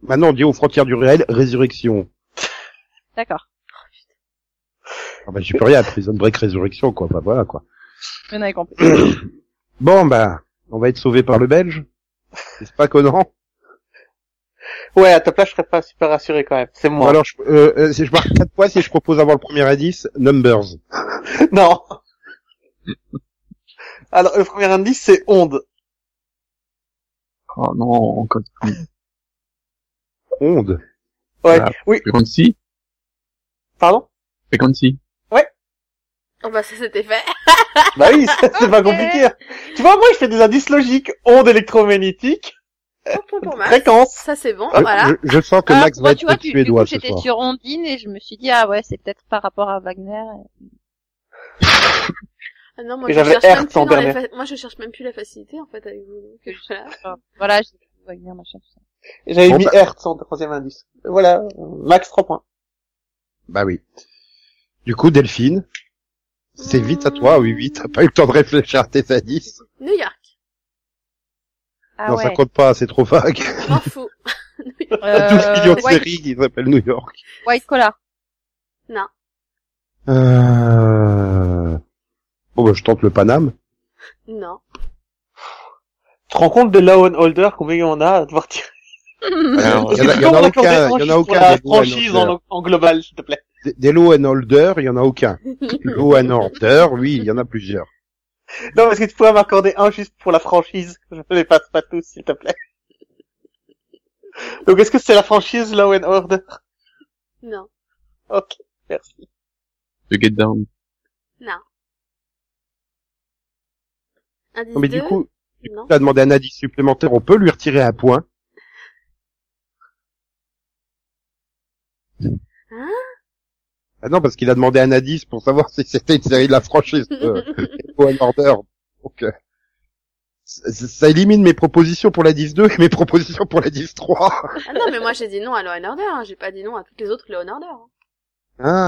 Speaker 1: Maintenant, audio aux frontières du réel, résurrection.
Speaker 2: D'accord.
Speaker 1: Ah bah, j'y peux rien, Prison Break, résurrection, quoi. Bah, voilà, quoi.
Speaker 2: Vous en avez compris.
Speaker 1: Bon, bah, on va être sauvé par le Belge. C'est pas Conan.
Speaker 4: Ouais, à ta place, je serais pas super rassuré quand même. C'est
Speaker 1: Bon,
Speaker 4: moi.
Speaker 1: alors, je, euh, euh, si je marque 4 points si je propose avant le premier indice, Numbers.
Speaker 4: <laughs> Non. alors, le premier indice, c'est onde.
Speaker 5: Oh non, encore.
Speaker 1: Onde.
Speaker 4: Ouais.
Speaker 5: Voilà.
Speaker 4: Oui,
Speaker 5: Frequency,
Speaker 4: pardon?
Speaker 5: frequency.
Speaker 3: Oh bah ça c'était fait.
Speaker 4: bah oui, <laughs> c'est c'est pas compliqué. hein. Tu vois, moi, je fais des indices logiques. Onde électromagnétique,
Speaker 3: Bon, bon, bon, Max.
Speaker 4: fréquence.
Speaker 3: Ça c'est bon,
Speaker 1: Je-
Speaker 3: voilà.
Speaker 1: je, je sens que
Speaker 2: Oh, Ah,
Speaker 1: Max
Speaker 2: moi,
Speaker 1: va être
Speaker 2: tu vois,
Speaker 1: suédois
Speaker 2: tu, du coup,
Speaker 1: ce
Speaker 2: j'étais
Speaker 1: soir.
Speaker 2: sur Ondine et je me suis dit, ah ouais, c'est peut-être par rapport à Wagner.
Speaker 3: Ah non, moi
Speaker 4: Et
Speaker 3: je
Speaker 4: j'avais
Speaker 3: cherche
Speaker 4: R
Speaker 3: même plus
Speaker 4: en
Speaker 3: dans les
Speaker 4: dernier.
Speaker 3: fa- moi je cherche même plus la facilité en fait avec vous. euh,
Speaker 2: Que je-
Speaker 3: Voilà. <laughs>
Speaker 2: Enfin, voilà, j'ai dit Wagner, machin, tout ça.
Speaker 4: J'avais
Speaker 1: Bon,
Speaker 4: mis
Speaker 1: bah.
Speaker 4: Hertz en troisième indice. Voilà. Max 3 points.
Speaker 1: Bah oui. Du coup, Delphine, c'est
Speaker 2: Hmm.
Speaker 1: vite à toi. Oui, oui, t'as pas eu le temps de réfléchir à tes indices.
Speaker 3: New York,
Speaker 2: Ah
Speaker 1: non, ça
Speaker 2: ouais. Euh,
Speaker 1: compte pas, c'est trop vague.
Speaker 3: je m'en fous.
Speaker 1: <laughs> T'as 12 millions de
Speaker 2: White,
Speaker 1: séries qui s'appellent New York.
Speaker 2: White Collar.
Speaker 1: Euh... Bon, bah, je tente le Paname.
Speaker 3: <laughs> Non. <laughs>
Speaker 4: Tu te rends compte de Lawn Holder, combien il y en a à devoir tirer?
Speaker 5: Alors,
Speaker 1: Il y en a-
Speaker 4: Tu
Speaker 1: il y en a
Speaker 4: peux me
Speaker 1: aucun,
Speaker 4: raconter
Speaker 1: il y en a
Speaker 4: franchise pour
Speaker 1: aucun,
Speaker 4: La
Speaker 1: des Law and
Speaker 4: franchise
Speaker 1: Order.
Speaker 4: en, en global, s'il te plaît.
Speaker 1: Des- Des Law and Order, il y en a aucun.
Speaker 4: Hmm.
Speaker 1: Law and Order, oui, il y en a plusieurs.
Speaker 4: Non, est-ce que tu pourrais m'accorder un juste pour la franchise <laughs> Je ne les passe pas tous, s'il te plaît. Donc, est-ce que c'est la franchise Law and Order <laughs>
Speaker 3: Non.
Speaker 4: Ok, merci.
Speaker 5: The Get Down.
Speaker 3: Indice
Speaker 1: Non, mais du
Speaker 3: deux,
Speaker 1: coup, <laughs>
Speaker 3: non.
Speaker 1: tu as demandé un indice supplémentaire, on peut lui retirer un point.
Speaker 3: Hein
Speaker 1: Ah non, parce qu'il a demandé un indice pour savoir si c'était une série de la franchise
Speaker 3: <laughs>
Speaker 1: euh, Law and Order. Donc, euh, ça, ça élimine mes propositions pour la 10-2 et mes propositions pour la 10-3.
Speaker 3: Ah non, mais moi j'ai dit non à Law and Order, hein. j'ai pas dit non à toutes les autres Law and Order. hein.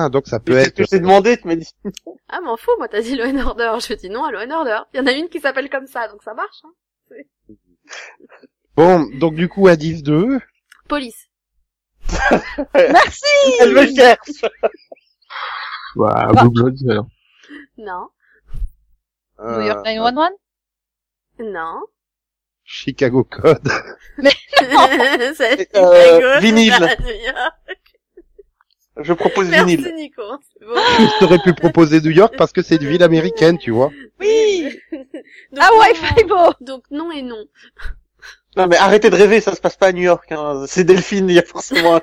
Speaker 1: Ah, donc ça peut
Speaker 4: C'est ce
Speaker 1: être...
Speaker 4: que je t'ai demandé, tu m'as dit. <laughs>
Speaker 3: Ah m'en fous, moi t'as dit Law and Order, je dis non à Law and Order. Il y en a une qui s'appelle comme ça, donc ça marche. Hein.
Speaker 1: Bon, donc du coup, à 10-2...
Speaker 3: Police.
Speaker 2: Merci!
Speaker 4: Elle me cherche
Speaker 5: Voilà,
Speaker 2: Ah.
Speaker 5: Blue Bloods, alors.
Speaker 3: Non.
Speaker 2: New York
Speaker 1: euh,
Speaker 2: 911?
Speaker 3: Non. <laughs>
Speaker 1: Chicago Code. <laughs>
Speaker 3: C'est
Speaker 4: Euh,
Speaker 3: Chicago,
Speaker 4: vinyle.
Speaker 3: c'est pas New York.
Speaker 4: Euh, Je propose
Speaker 3: Merci
Speaker 4: vinyle.
Speaker 3: Nico. C'est bon.
Speaker 1: Je t'aurais pu proposer New York parce que c'est une ville américaine, tu vois.
Speaker 2: Oui!
Speaker 3: <laughs> Donc,
Speaker 2: Ah
Speaker 3: non.
Speaker 2: ouais, Fibo!
Speaker 3: Donc non et non.
Speaker 4: Non, mais arrêtez de rêver, ça se passe pas à New York. Hein. C'est Delphine, il y a forcément un...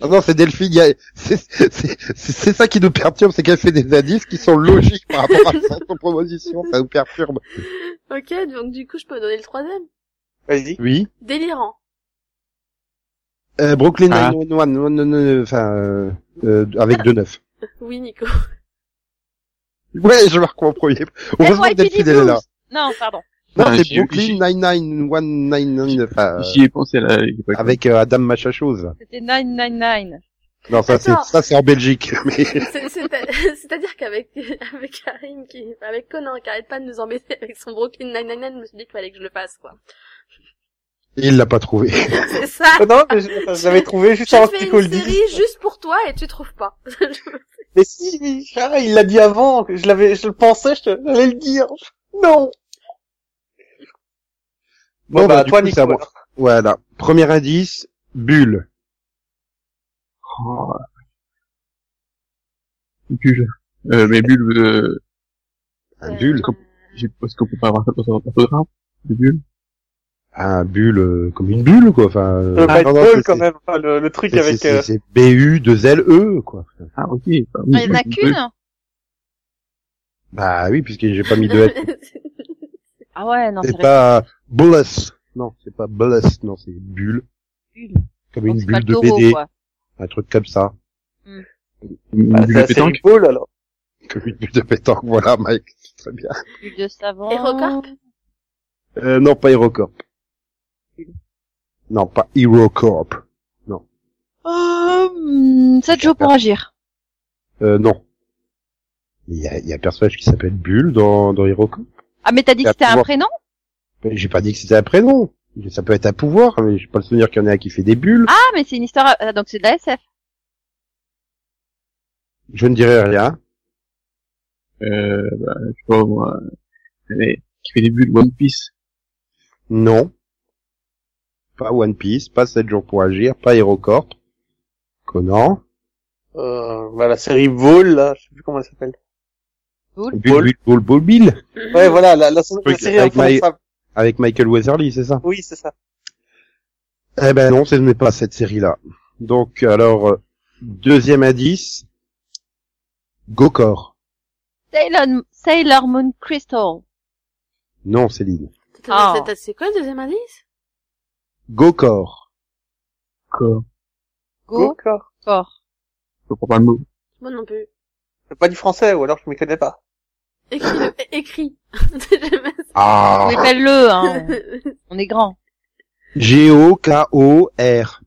Speaker 1: Ah non, c'est Delphine, il y a- c'est c'est- c'est- c'est ça qui nous perturbe, c'est qu'elle fait des indices qui sont logiques par rapport à son son proposition, ça nous perturbe.
Speaker 3: Ok, donc du coup, je peux donner le troisième.
Speaker 4: Vas-y.
Speaker 1: Oui.
Speaker 3: Délirant.
Speaker 1: Euh, Brooklyn
Speaker 5: Ah.
Speaker 1: 911, non, non, non, enfin, euh, euh, avec deux neufs.
Speaker 3: Oui, Nico.
Speaker 1: <laughs>
Speaker 4: <laughs>
Speaker 1: Ouais, je marque mon premier. Heureusement que Delphine, elle est là.
Speaker 2: Non, pardon.
Speaker 1: Non,
Speaker 5: Ouais,
Speaker 1: c'est
Speaker 5: j'ai- j'ai-
Speaker 1: Brooklyn 99199,
Speaker 4: Euh,
Speaker 1: enfin,
Speaker 5: J'y ai pensé là. il est pas con.
Speaker 1: avec euh, Adam Machachose.
Speaker 2: C'était 999.
Speaker 1: Non, ça c'est
Speaker 3: Attends.
Speaker 1: ça c'est en Belgique. <laughs> Mais...
Speaker 3: C'est- c'est- <laughs> C'est-à-dire qu'avec <laughs> avec Karim, qui, avec Conan, qui arrête pas de nous embêter avec son Brooklyn Nine-Nine, je me suis dit qu'il fallait que je le fasse,
Speaker 4: <laughs>
Speaker 3: quoi.
Speaker 1: Il l'a pas trouvé.
Speaker 3: C'est ça.
Speaker 4: Oh, non, mais je- j'avais trouvé juste
Speaker 3: J'ai
Speaker 4: avant
Speaker 3: fait
Speaker 4: qu'il
Speaker 3: une
Speaker 4: le dise.
Speaker 3: série juste pour toi et tu trouves pas. <laughs>
Speaker 4: Mais si, ah, il l'a dit avant. que Je l'avais, je le pensais, je te- j'allais le dire. Non. Bon, bah,
Speaker 1: du
Speaker 4: toi,
Speaker 1: coup,
Speaker 4: Nico.
Speaker 1: c'est à moi.
Speaker 4: alors.
Speaker 1: Voilà. Premier indice, bulle.
Speaker 5: Oh. Bulle. Euh, mais bulle, euh,
Speaker 1: Un
Speaker 3: Euh,
Speaker 1: bulle.
Speaker 5: j'ai- est-ce qu'on peut pas avoir ça dans un orthographe? Des bulles?
Speaker 1: Un bulle, euh, comme une bulle, quoi. Enfin, euh,
Speaker 4: Le
Speaker 1: non,
Speaker 4: Bible,
Speaker 1: non, c'est-
Speaker 4: quand
Speaker 1: c'est-
Speaker 4: même, enfin, le, le truc
Speaker 1: c'est-
Speaker 4: avec.
Speaker 1: c'est-
Speaker 4: euh,
Speaker 1: C'est B-U-2-L-E, E, quoi.
Speaker 5: Ah, ok. Bah, oui,
Speaker 2: Il y en a
Speaker 5: bulle.
Speaker 2: qu'une
Speaker 1: Bah oui, puisque j'ai pas mis <laughs> de L.
Speaker 2: Ah ouais, non,
Speaker 1: C'est
Speaker 2: c'est
Speaker 1: pas bolus. Non, c'est pas bolus. Non, c'est bulle.
Speaker 2: Bulle.
Speaker 1: Comme
Speaker 2: Donc,
Speaker 1: une
Speaker 2: c'est
Speaker 1: bulle
Speaker 2: pas le
Speaker 1: de
Speaker 2: taureau,
Speaker 1: BD.
Speaker 2: quoi.
Speaker 1: Un truc comme ça.
Speaker 5: Une
Speaker 4: bah,
Speaker 5: bulle
Speaker 4: c'est
Speaker 5: de
Speaker 4: assez
Speaker 5: pétanque.
Speaker 4: football, alors.
Speaker 1: Comme une bulle de pétanque. <laughs> Voilà, Mike. C'est Très bien.
Speaker 2: Bulle de savon.
Speaker 3: Hérocorp
Speaker 1: Euh, non, pas HeroCorp. Non, pas HeroCorp.
Speaker 2: Euh, hmm, sept jours pour agir.
Speaker 1: Euh, non. Il y a, il y a un personnage qui s'appelle Bulle dans, dans HeroCorp.
Speaker 2: Ah, mais t'as dit
Speaker 1: Il y
Speaker 2: que
Speaker 1: a
Speaker 2: c'était un
Speaker 1: pouvoir.
Speaker 2: prénom
Speaker 1: Mais J'ai pas dit que c'était un prénom. Ça peut être un pouvoir, mais j'ai pas le souvenir qu'il y en ait un qui fait des bulles.
Speaker 2: Ah, mais c'est une histoire... ah, donc c'est de la SF.
Speaker 1: Je ne dirai rien.
Speaker 5: Euh, bah, je sais pas, moi. Allez, qui fait des bulles One Piece.
Speaker 1: Non. Pas One Piece, pas 7 jours pour agir, pas HeroCorp. Conan.
Speaker 4: Euh, bah, la série Ball, là, je sais plus comment elle s'appelle.
Speaker 2: Bulle.
Speaker 1: Bull, Bull, Bull, Bull Bill.
Speaker 4: Ouais, voilà, la, la, la
Speaker 1: Truc
Speaker 4: série
Speaker 1: avec Maï-
Speaker 4: imprononçable.
Speaker 1: Avec Michael Weatherly, c'est ça
Speaker 4: Oui, c'est ça.
Speaker 1: Eh ben non, ce n'est pas cette série-là. Donc, alors, euh, deuxième indice. Gokor.
Speaker 2: Sailor, Sailor Moon Crystal.
Speaker 1: Non, Céline.
Speaker 3: Attends,
Speaker 2: Ah.
Speaker 3: c'est- C'est quoi le deuxième indice
Speaker 1: Gokor.
Speaker 5: Encore.
Speaker 2: Go.
Speaker 4: D'accord.
Speaker 2: Corps.
Speaker 5: Je comprends pas le mot.
Speaker 3: Moi non plus.
Speaker 4: C'est pas du français, ou alors je m'y connais pas. <laughs>
Speaker 3: Écris. le- é- Écris. <laughs>
Speaker 1: Ah
Speaker 2: On appelle-le, hein. On est grand.
Speaker 1: G-O-K-O-R.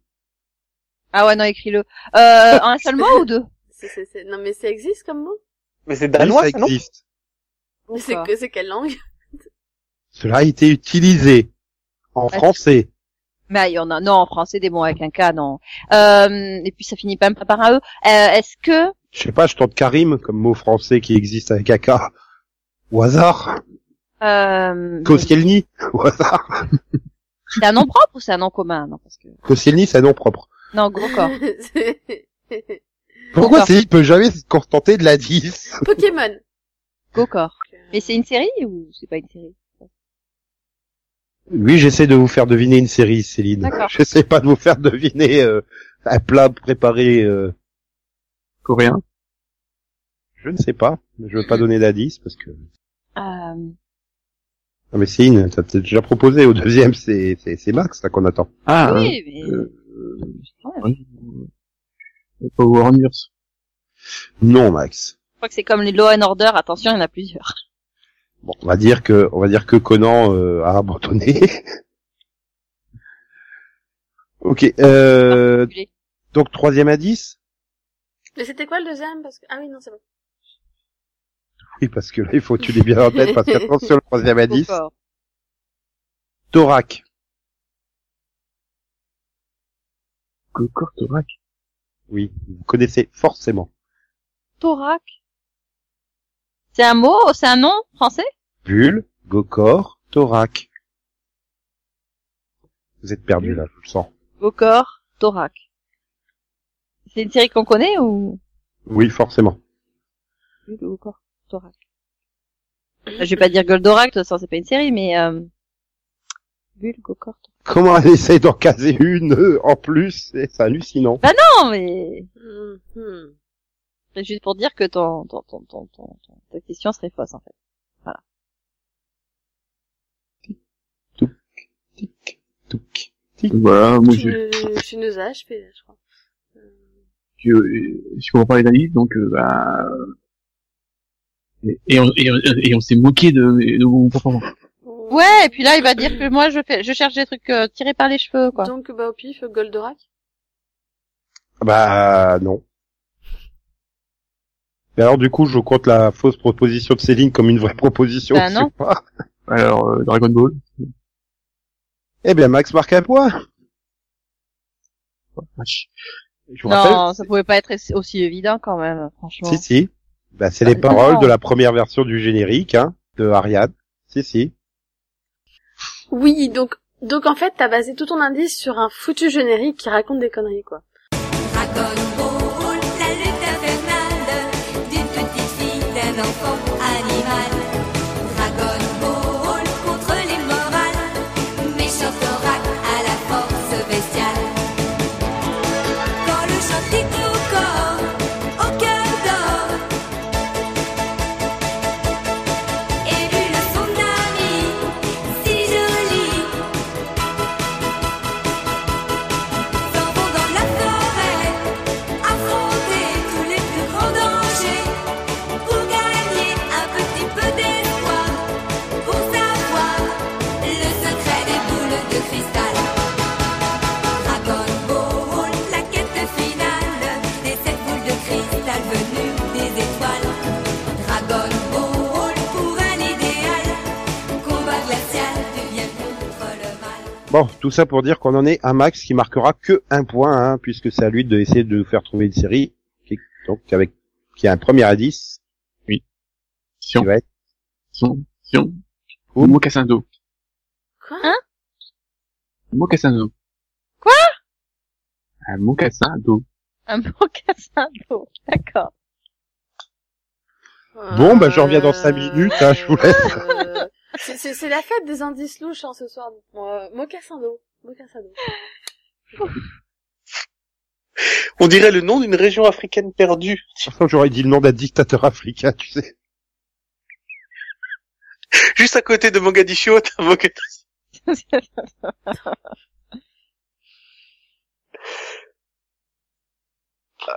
Speaker 2: Ah ouais, non, écris-le. Euh, en un seul mot ou deux
Speaker 3: <laughs> C'est- c'est- c'est- Non mais ça existe comme mot
Speaker 4: Mais c'est
Speaker 1: Oui,
Speaker 4: danois,
Speaker 1: ça
Speaker 4: ça, non
Speaker 1: existe.
Speaker 3: Mais <laughs> c'est
Speaker 2: D'accord.
Speaker 3: que c'est quelle langue
Speaker 1: Cela a été utilisé en
Speaker 2: Ah.
Speaker 1: français.
Speaker 2: Mais il y en a, non, en français, des mots avec un K, non. Euh, et puis ça finit même pas par un E. Euh, est-ce que...
Speaker 1: Je sais pas, je tente Karim comme mot français qui existe avec AK. Au hasard.
Speaker 2: Euh,
Speaker 1: Koscielny. Au hasard.
Speaker 2: c'est un nom propre ou c'est un nom commun non, parce que...
Speaker 1: Koscielny, c'est un nom propre.
Speaker 2: non, gros corps.
Speaker 3: <laughs>
Speaker 4: <laughs>
Speaker 3: C'est-
Speaker 1: Pourquoi
Speaker 2: D'accord.
Speaker 1: c'est, il peut jamais se contenter de la 10?
Speaker 3: Pokémon.
Speaker 2: Gokor. Mais c'est une série ou c'est pas une série
Speaker 1: Oui, j'essaie de vous faire deviner une série, Céline.
Speaker 2: D'accord.
Speaker 1: J'essaie pas de vous faire deviner euh, un plat préparé, euh,
Speaker 5: Coréen.
Speaker 1: je ne sais pas. Je veux pas donner d'indice parce que...
Speaker 2: euh,
Speaker 1: Non mais Céline, t'as peut-être déjà proposé au deuxième, c'est, c'est, c'est Max là qu'on attend.
Speaker 5: Ah,
Speaker 2: Oui, mais...
Speaker 5: euh, oui. Euh, Power Rangers.
Speaker 1: Non Max.
Speaker 2: Je crois que c'est comme les Law and Order. Attention, il y en a plusieurs.
Speaker 1: Bon, on va dire que, on va dire que Conan euh, a abandonné. <laughs> ok, euh, donc troisième indice.
Speaker 3: Mais c'était quoi le deuxième Parce que ah oui non c'est bon.
Speaker 1: Oui, parce que là, il faut que tu l'aies bien en tête, parce qu'attention, le troisième indice.
Speaker 2: Gokor.
Speaker 1: Thorac.
Speaker 5: Cocor, Thorac.
Speaker 1: Oui, vous connaissez forcément.
Speaker 2: Thorac. C'est un mot, c'est un nom français
Speaker 1: Bulle, Gokor, Thorac. Vous êtes perdu là, je le sens.
Speaker 2: Gokor, Thorac. C'est une série qu'on connaît ou
Speaker 1: Oui, forcément.
Speaker 2: Oui, Gokor, Thorac. Je vais pas dire Goldorak, de toute façon c'est pas une série, mais euh... Bulle, Gokor, Thorac.
Speaker 1: comment elle essaie d'en caser une euh, en plus, c'est c'est hallucinant.
Speaker 2: Non, mais
Speaker 3: Hum, hum.
Speaker 2: c'est juste pour dire que ton, ton, ton, ton, ton- ton- ta question serait fausse, en fait.
Speaker 1: Tic, touc.
Speaker 5: Voilà, moi,
Speaker 3: Je
Speaker 5: je,
Speaker 3: suis- je suis une HP, je crois.
Speaker 5: je, euh, je comprends pas les analyses, donc, euh, bah, et, et on, et, on- et on s'est moqué de, de mon performance.
Speaker 2: Ouais, et puis là, il va dire que moi, je fais, je cherche des trucs euh, tirés par les cheveux, quoi.
Speaker 3: Donc, bah, au pif, Goldorak.
Speaker 1: Bah non. Mais alors du coup, je compte la fausse proposition de Céline comme une vraie proposition.
Speaker 2: Bah,
Speaker 1: je
Speaker 2: non.
Speaker 1: sais pas.
Speaker 5: Alors, euh, Dragon Ball.
Speaker 1: Eh bien, Max marque un point.
Speaker 5: Wesh.
Speaker 1: Je vous rappelle.
Speaker 2: Non, ça pouvait pas être aussi- aussi évident, quand même, franchement.
Speaker 1: Si si. Bah, c'est
Speaker 2: Ah,
Speaker 1: les
Speaker 2: mais
Speaker 1: paroles
Speaker 2: non.
Speaker 1: de la première version du générique, hein, de Ariane. Si si.
Speaker 3: Oui, donc, donc en fait, t'as basé tout ton indice sur un foutu générique qui raconte des conneries, quoi.
Speaker 6: Dragon Ball, la lutte infernale d'une petite fille, d'un enfant animal. Dragon Ball contre les morales, méchant oracle à la force bestiale. Quand le chant pique au corps, au cœur d'or, élu le son ami, si joli. S'en vont dans la forêt, affronter tous les plus grands dangers Pour gagner un petit peu d'espoir, pour savoir le secret des boules de cristal Dragon Ball, la quête finale des sept boules de cristal venues des étoiles Dragon Ball, pour un idéal, combat glacial du bien contre le mal
Speaker 1: Bon, tout ça pour dire qu'on en est à Max qui marquera que un point, hein, puisque c'est à lui de essayer de nous faire trouver une série, qui, donc avec qui a un premier indice,
Speaker 5: Sion,
Speaker 1: qui va être
Speaker 5: Sion, Sion.
Speaker 1: Ouh.
Speaker 5: Momo Cassando.
Speaker 3: Quoi
Speaker 2: Hein
Speaker 5: Momo Cassando.
Speaker 2: Quoi
Speaker 5: Un Momo Cassando.
Speaker 2: Un <laughs> bon cassin d'eau. D'accord. <laughs>
Speaker 1: Bon, bah, je reviens dans cinq minutes, hein, je vous laisse.
Speaker 3: Euh, c'est- C'est c'est la fête des indices louches, hein, ce soir. Bon, euh, mocassin d'eau. Mocassin d'eau.
Speaker 4: On dirait le nom d'une région africaine perdue.
Speaker 1: De toute façon, j'aurais dit le nom d'un dictateur africain, tu sais.
Speaker 4: Juste à côté de Mogadiscio, <laughs> t'as Mogadiscio.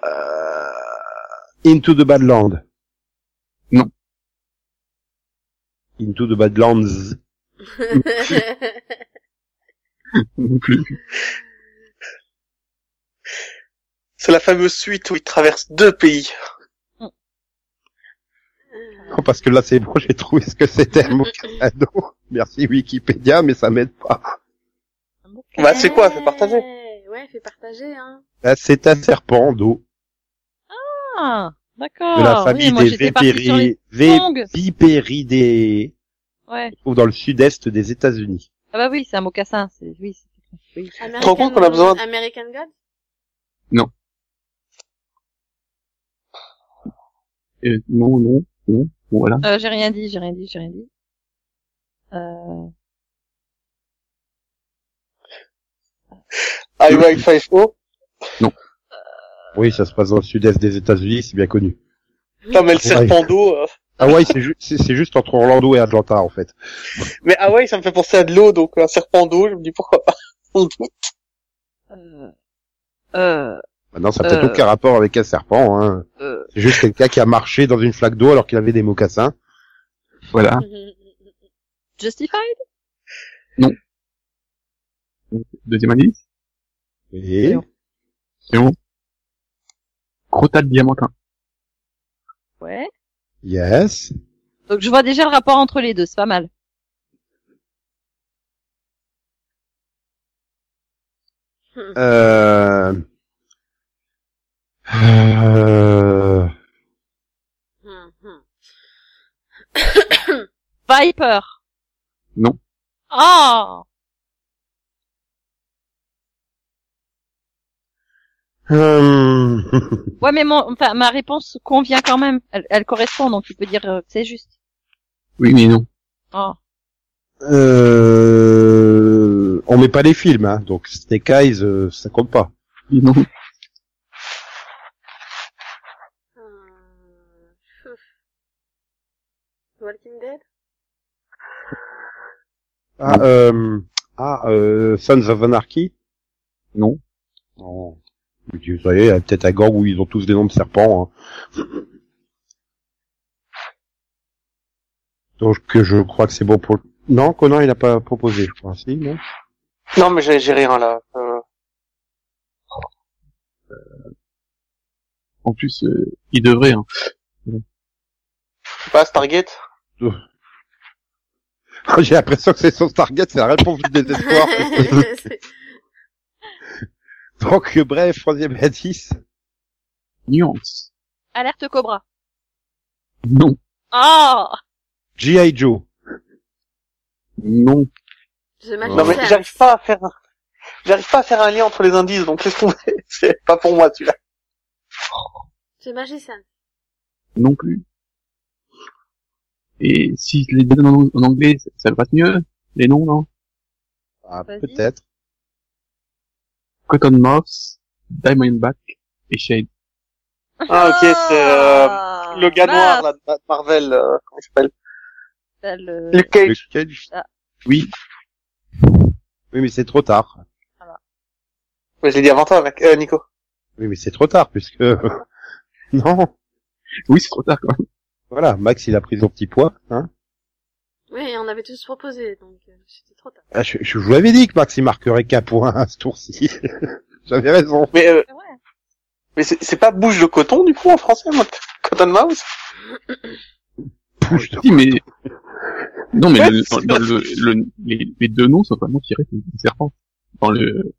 Speaker 4: Euh,
Speaker 1: Into the Badland.
Speaker 5: Non.
Speaker 1: Into the Badlands.
Speaker 5: Non plus.
Speaker 4: C'est la fameuse suite où il traverse deux pays.
Speaker 1: Non, parce que là, c'est bon, j'ai trouvé ce que c'était un mot cadeau. Merci Wikipédia, mais ça m'aide pas. Ah,
Speaker 4: Bah, c'est quoi? Fais partager.
Speaker 3: Ouais, Ouais, fait partager, hein.
Speaker 1: Là, c'est un serpent d'eau
Speaker 2: Ah, d'accord.
Speaker 1: de la famille
Speaker 2: oui, moi,
Speaker 1: des
Speaker 2: j'étais partie sur les
Speaker 1: vipéri... vé-
Speaker 2: tongs.
Speaker 1: vipéridés,
Speaker 2: Ouais.
Speaker 1: ou dans le sud-est des États-Unis.
Speaker 2: Ah bah oui, c'est un mocassin. C'est, oui, c'est-
Speaker 3: American,
Speaker 4: rends compte qu'on a besoin de-
Speaker 3: American God?
Speaker 5: Euh, non, non, non. Voilà.
Speaker 2: Euh, j'ai rien dit, j'ai rien dit, j'ai rien dit. Euh,
Speaker 4: Highway 5O.
Speaker 1: Oui, ça se passe dans le sud-est des États-Unis, c'est bien connu.
Speaker 4: Non, mais le serpent d'eau. euh.
Speaker 1: Hawaï, c'est ju- c'est- c'est juste entre Orlando et Atlanta, en fait.
Speaker 4: Mais Hawaï, ça me fait penser à de l'eau, donc un serpent d'eau, je me dis pourquoi pas. <laughs>
Speaker 2: euh, euh,
Speaker 1: Maintenant, ça n'a peut-être
Speaker 2: Euh.
Speaker 1: aucun rapport avec un serpent, hein.
Speaker 2: euh,
Speaker 1: C'est juste quelqu'un qui a marché dans une flaque d'eau alors qu'il avait des mocassins.
Speaker 5: Voilà.
Speaker 2: euh, Justified?
Speaker 5: Deuxième indice.
Speaker 1: Et...
Speaker 5: Crotale diamantin.
Speaker 2: Ouais.
Speaker 1: Yes.
Speaker 2: Donc je vois déjà le rapport entre les deux, c'est pas mal.
Speaker 1: Euh... Euh...
Speaker 3: Hum, hum.
Speaker 2: Viper.
Speaker 5: Non.
Speaker 2: Ah!
Speaker 1: hum,
Speaker 2: Ouais, mais mon, enfin, ma réponse convient quand même. Elle, elle correspond, donc tu peux dire euh, que c'est juste.
Speaker 5: Oui, mais non.
Speaker 2: Ah.
Speaker 1: euh... on met pas les films, hein, donc Snake Eyes, euh, ça compte pas.
Speaker 5: Et non.
Speaker 3: Euh, pff. Walking Dead
Speaker 1: Ah, euh, ah euh, Sons of Anarchy
Speaker 5: Non.
Speaker 1: Non. Vous dites, vous savez, peut-être à Gorg où ils ont tous des noms de serpents. hein. Donc euh, je crois que c'est bon pour... Non, Conan, il n'a pas proposé, je crois. Si, non
Speaker 4: Non, mais j'ai j'ai rien là. Euh,
Speaker 5: En plus, euh, il devrait. Hein.
Speaker 4: je sais pas Stargate
Speaker 1: <laughs> J'ai l'impression que c'est son Stargate, c'est la réponse du <laughs> désespoir.
Speaker 3: <laughs> C'est-
Speaker 1: Donc euh, bref, troisième indice.
Speaker 5: Nuance.
Speaker 2: Alerte Cobra.
Speaker 5: Non.
Speaker 2: Oh
Speaker 1: G.I. Joe.
Speaker 5: Non.
Speaker 3: J'ai mal
Speaker 4: Non, mais
Speaker 3: compris.
Speaker 4: j'arrive pas à faire. un- J'arrive pas à faire un lien entre les indices, donc laisse tomber. <laughs> C'est pas pour moi, celui-là.
Speaker 3: J'ai magicien.
Speaker 5: Non plus. Et si je les donne en, en anglais, ça, ça passe mieux Les noms, non
Speaker 1: Ah,
Speaker 2: Vas-y.
Speaker 1: peut-être.
Speaker 5: Cottonmouth, Diamondback et Shade.
Speaker 4: Ah, ok, c'est euh,
Speaker 2: Ah,
Speaker 4: le gars noir
Speaker 2: mince.
Speaker 4: là, de Marvel. euh, comment il s'appelle
Speaker 2: T'as le-
Speaker 4: Luke Cage.
Speaker 1: Le Cage.
Speaker 2: Ah.
Speaker 1: Oui. Oui, mais c'est trop tard.
Speaker 4: Ouais, je l'ai dit avant toi, mec. Euh, Nico.
Speaker 1: Oui, mais c'est trop tard, puisque... <laughs> non.
Speaker 5: Oui, c'est trop tard quand même.
Speaker 1: Voilà, Max, il a pris son petit poids. Hein
Speaker 3: Oui, on avait tous proposé, donc euh, c'était trop tard.
Speaker 1: Ah, je, je vous l'avais dit que Max, il marquerait qu'un point à ce tour-ci. <laughs> J'avais raison.
Speaker 4: Mais euh,
Speaker 2: Ouais.
Speaker 4: mais c'est c'est pas bouche de coton du coup en français, moi. Cotton Mouse.
Speaker 1: Bouche de-
Speaker 4: <laughs>
Speaker 5: Si, mais... Non, mais
Speaker 4: Ouais,
Speaker 5: le-
Speaker 4: c'est
Speaker 5: dans, dans
Speaker 4: pas-
Speaker 5: le, le- les, les deux noms sont vraiment tirés des serpents. Dans le,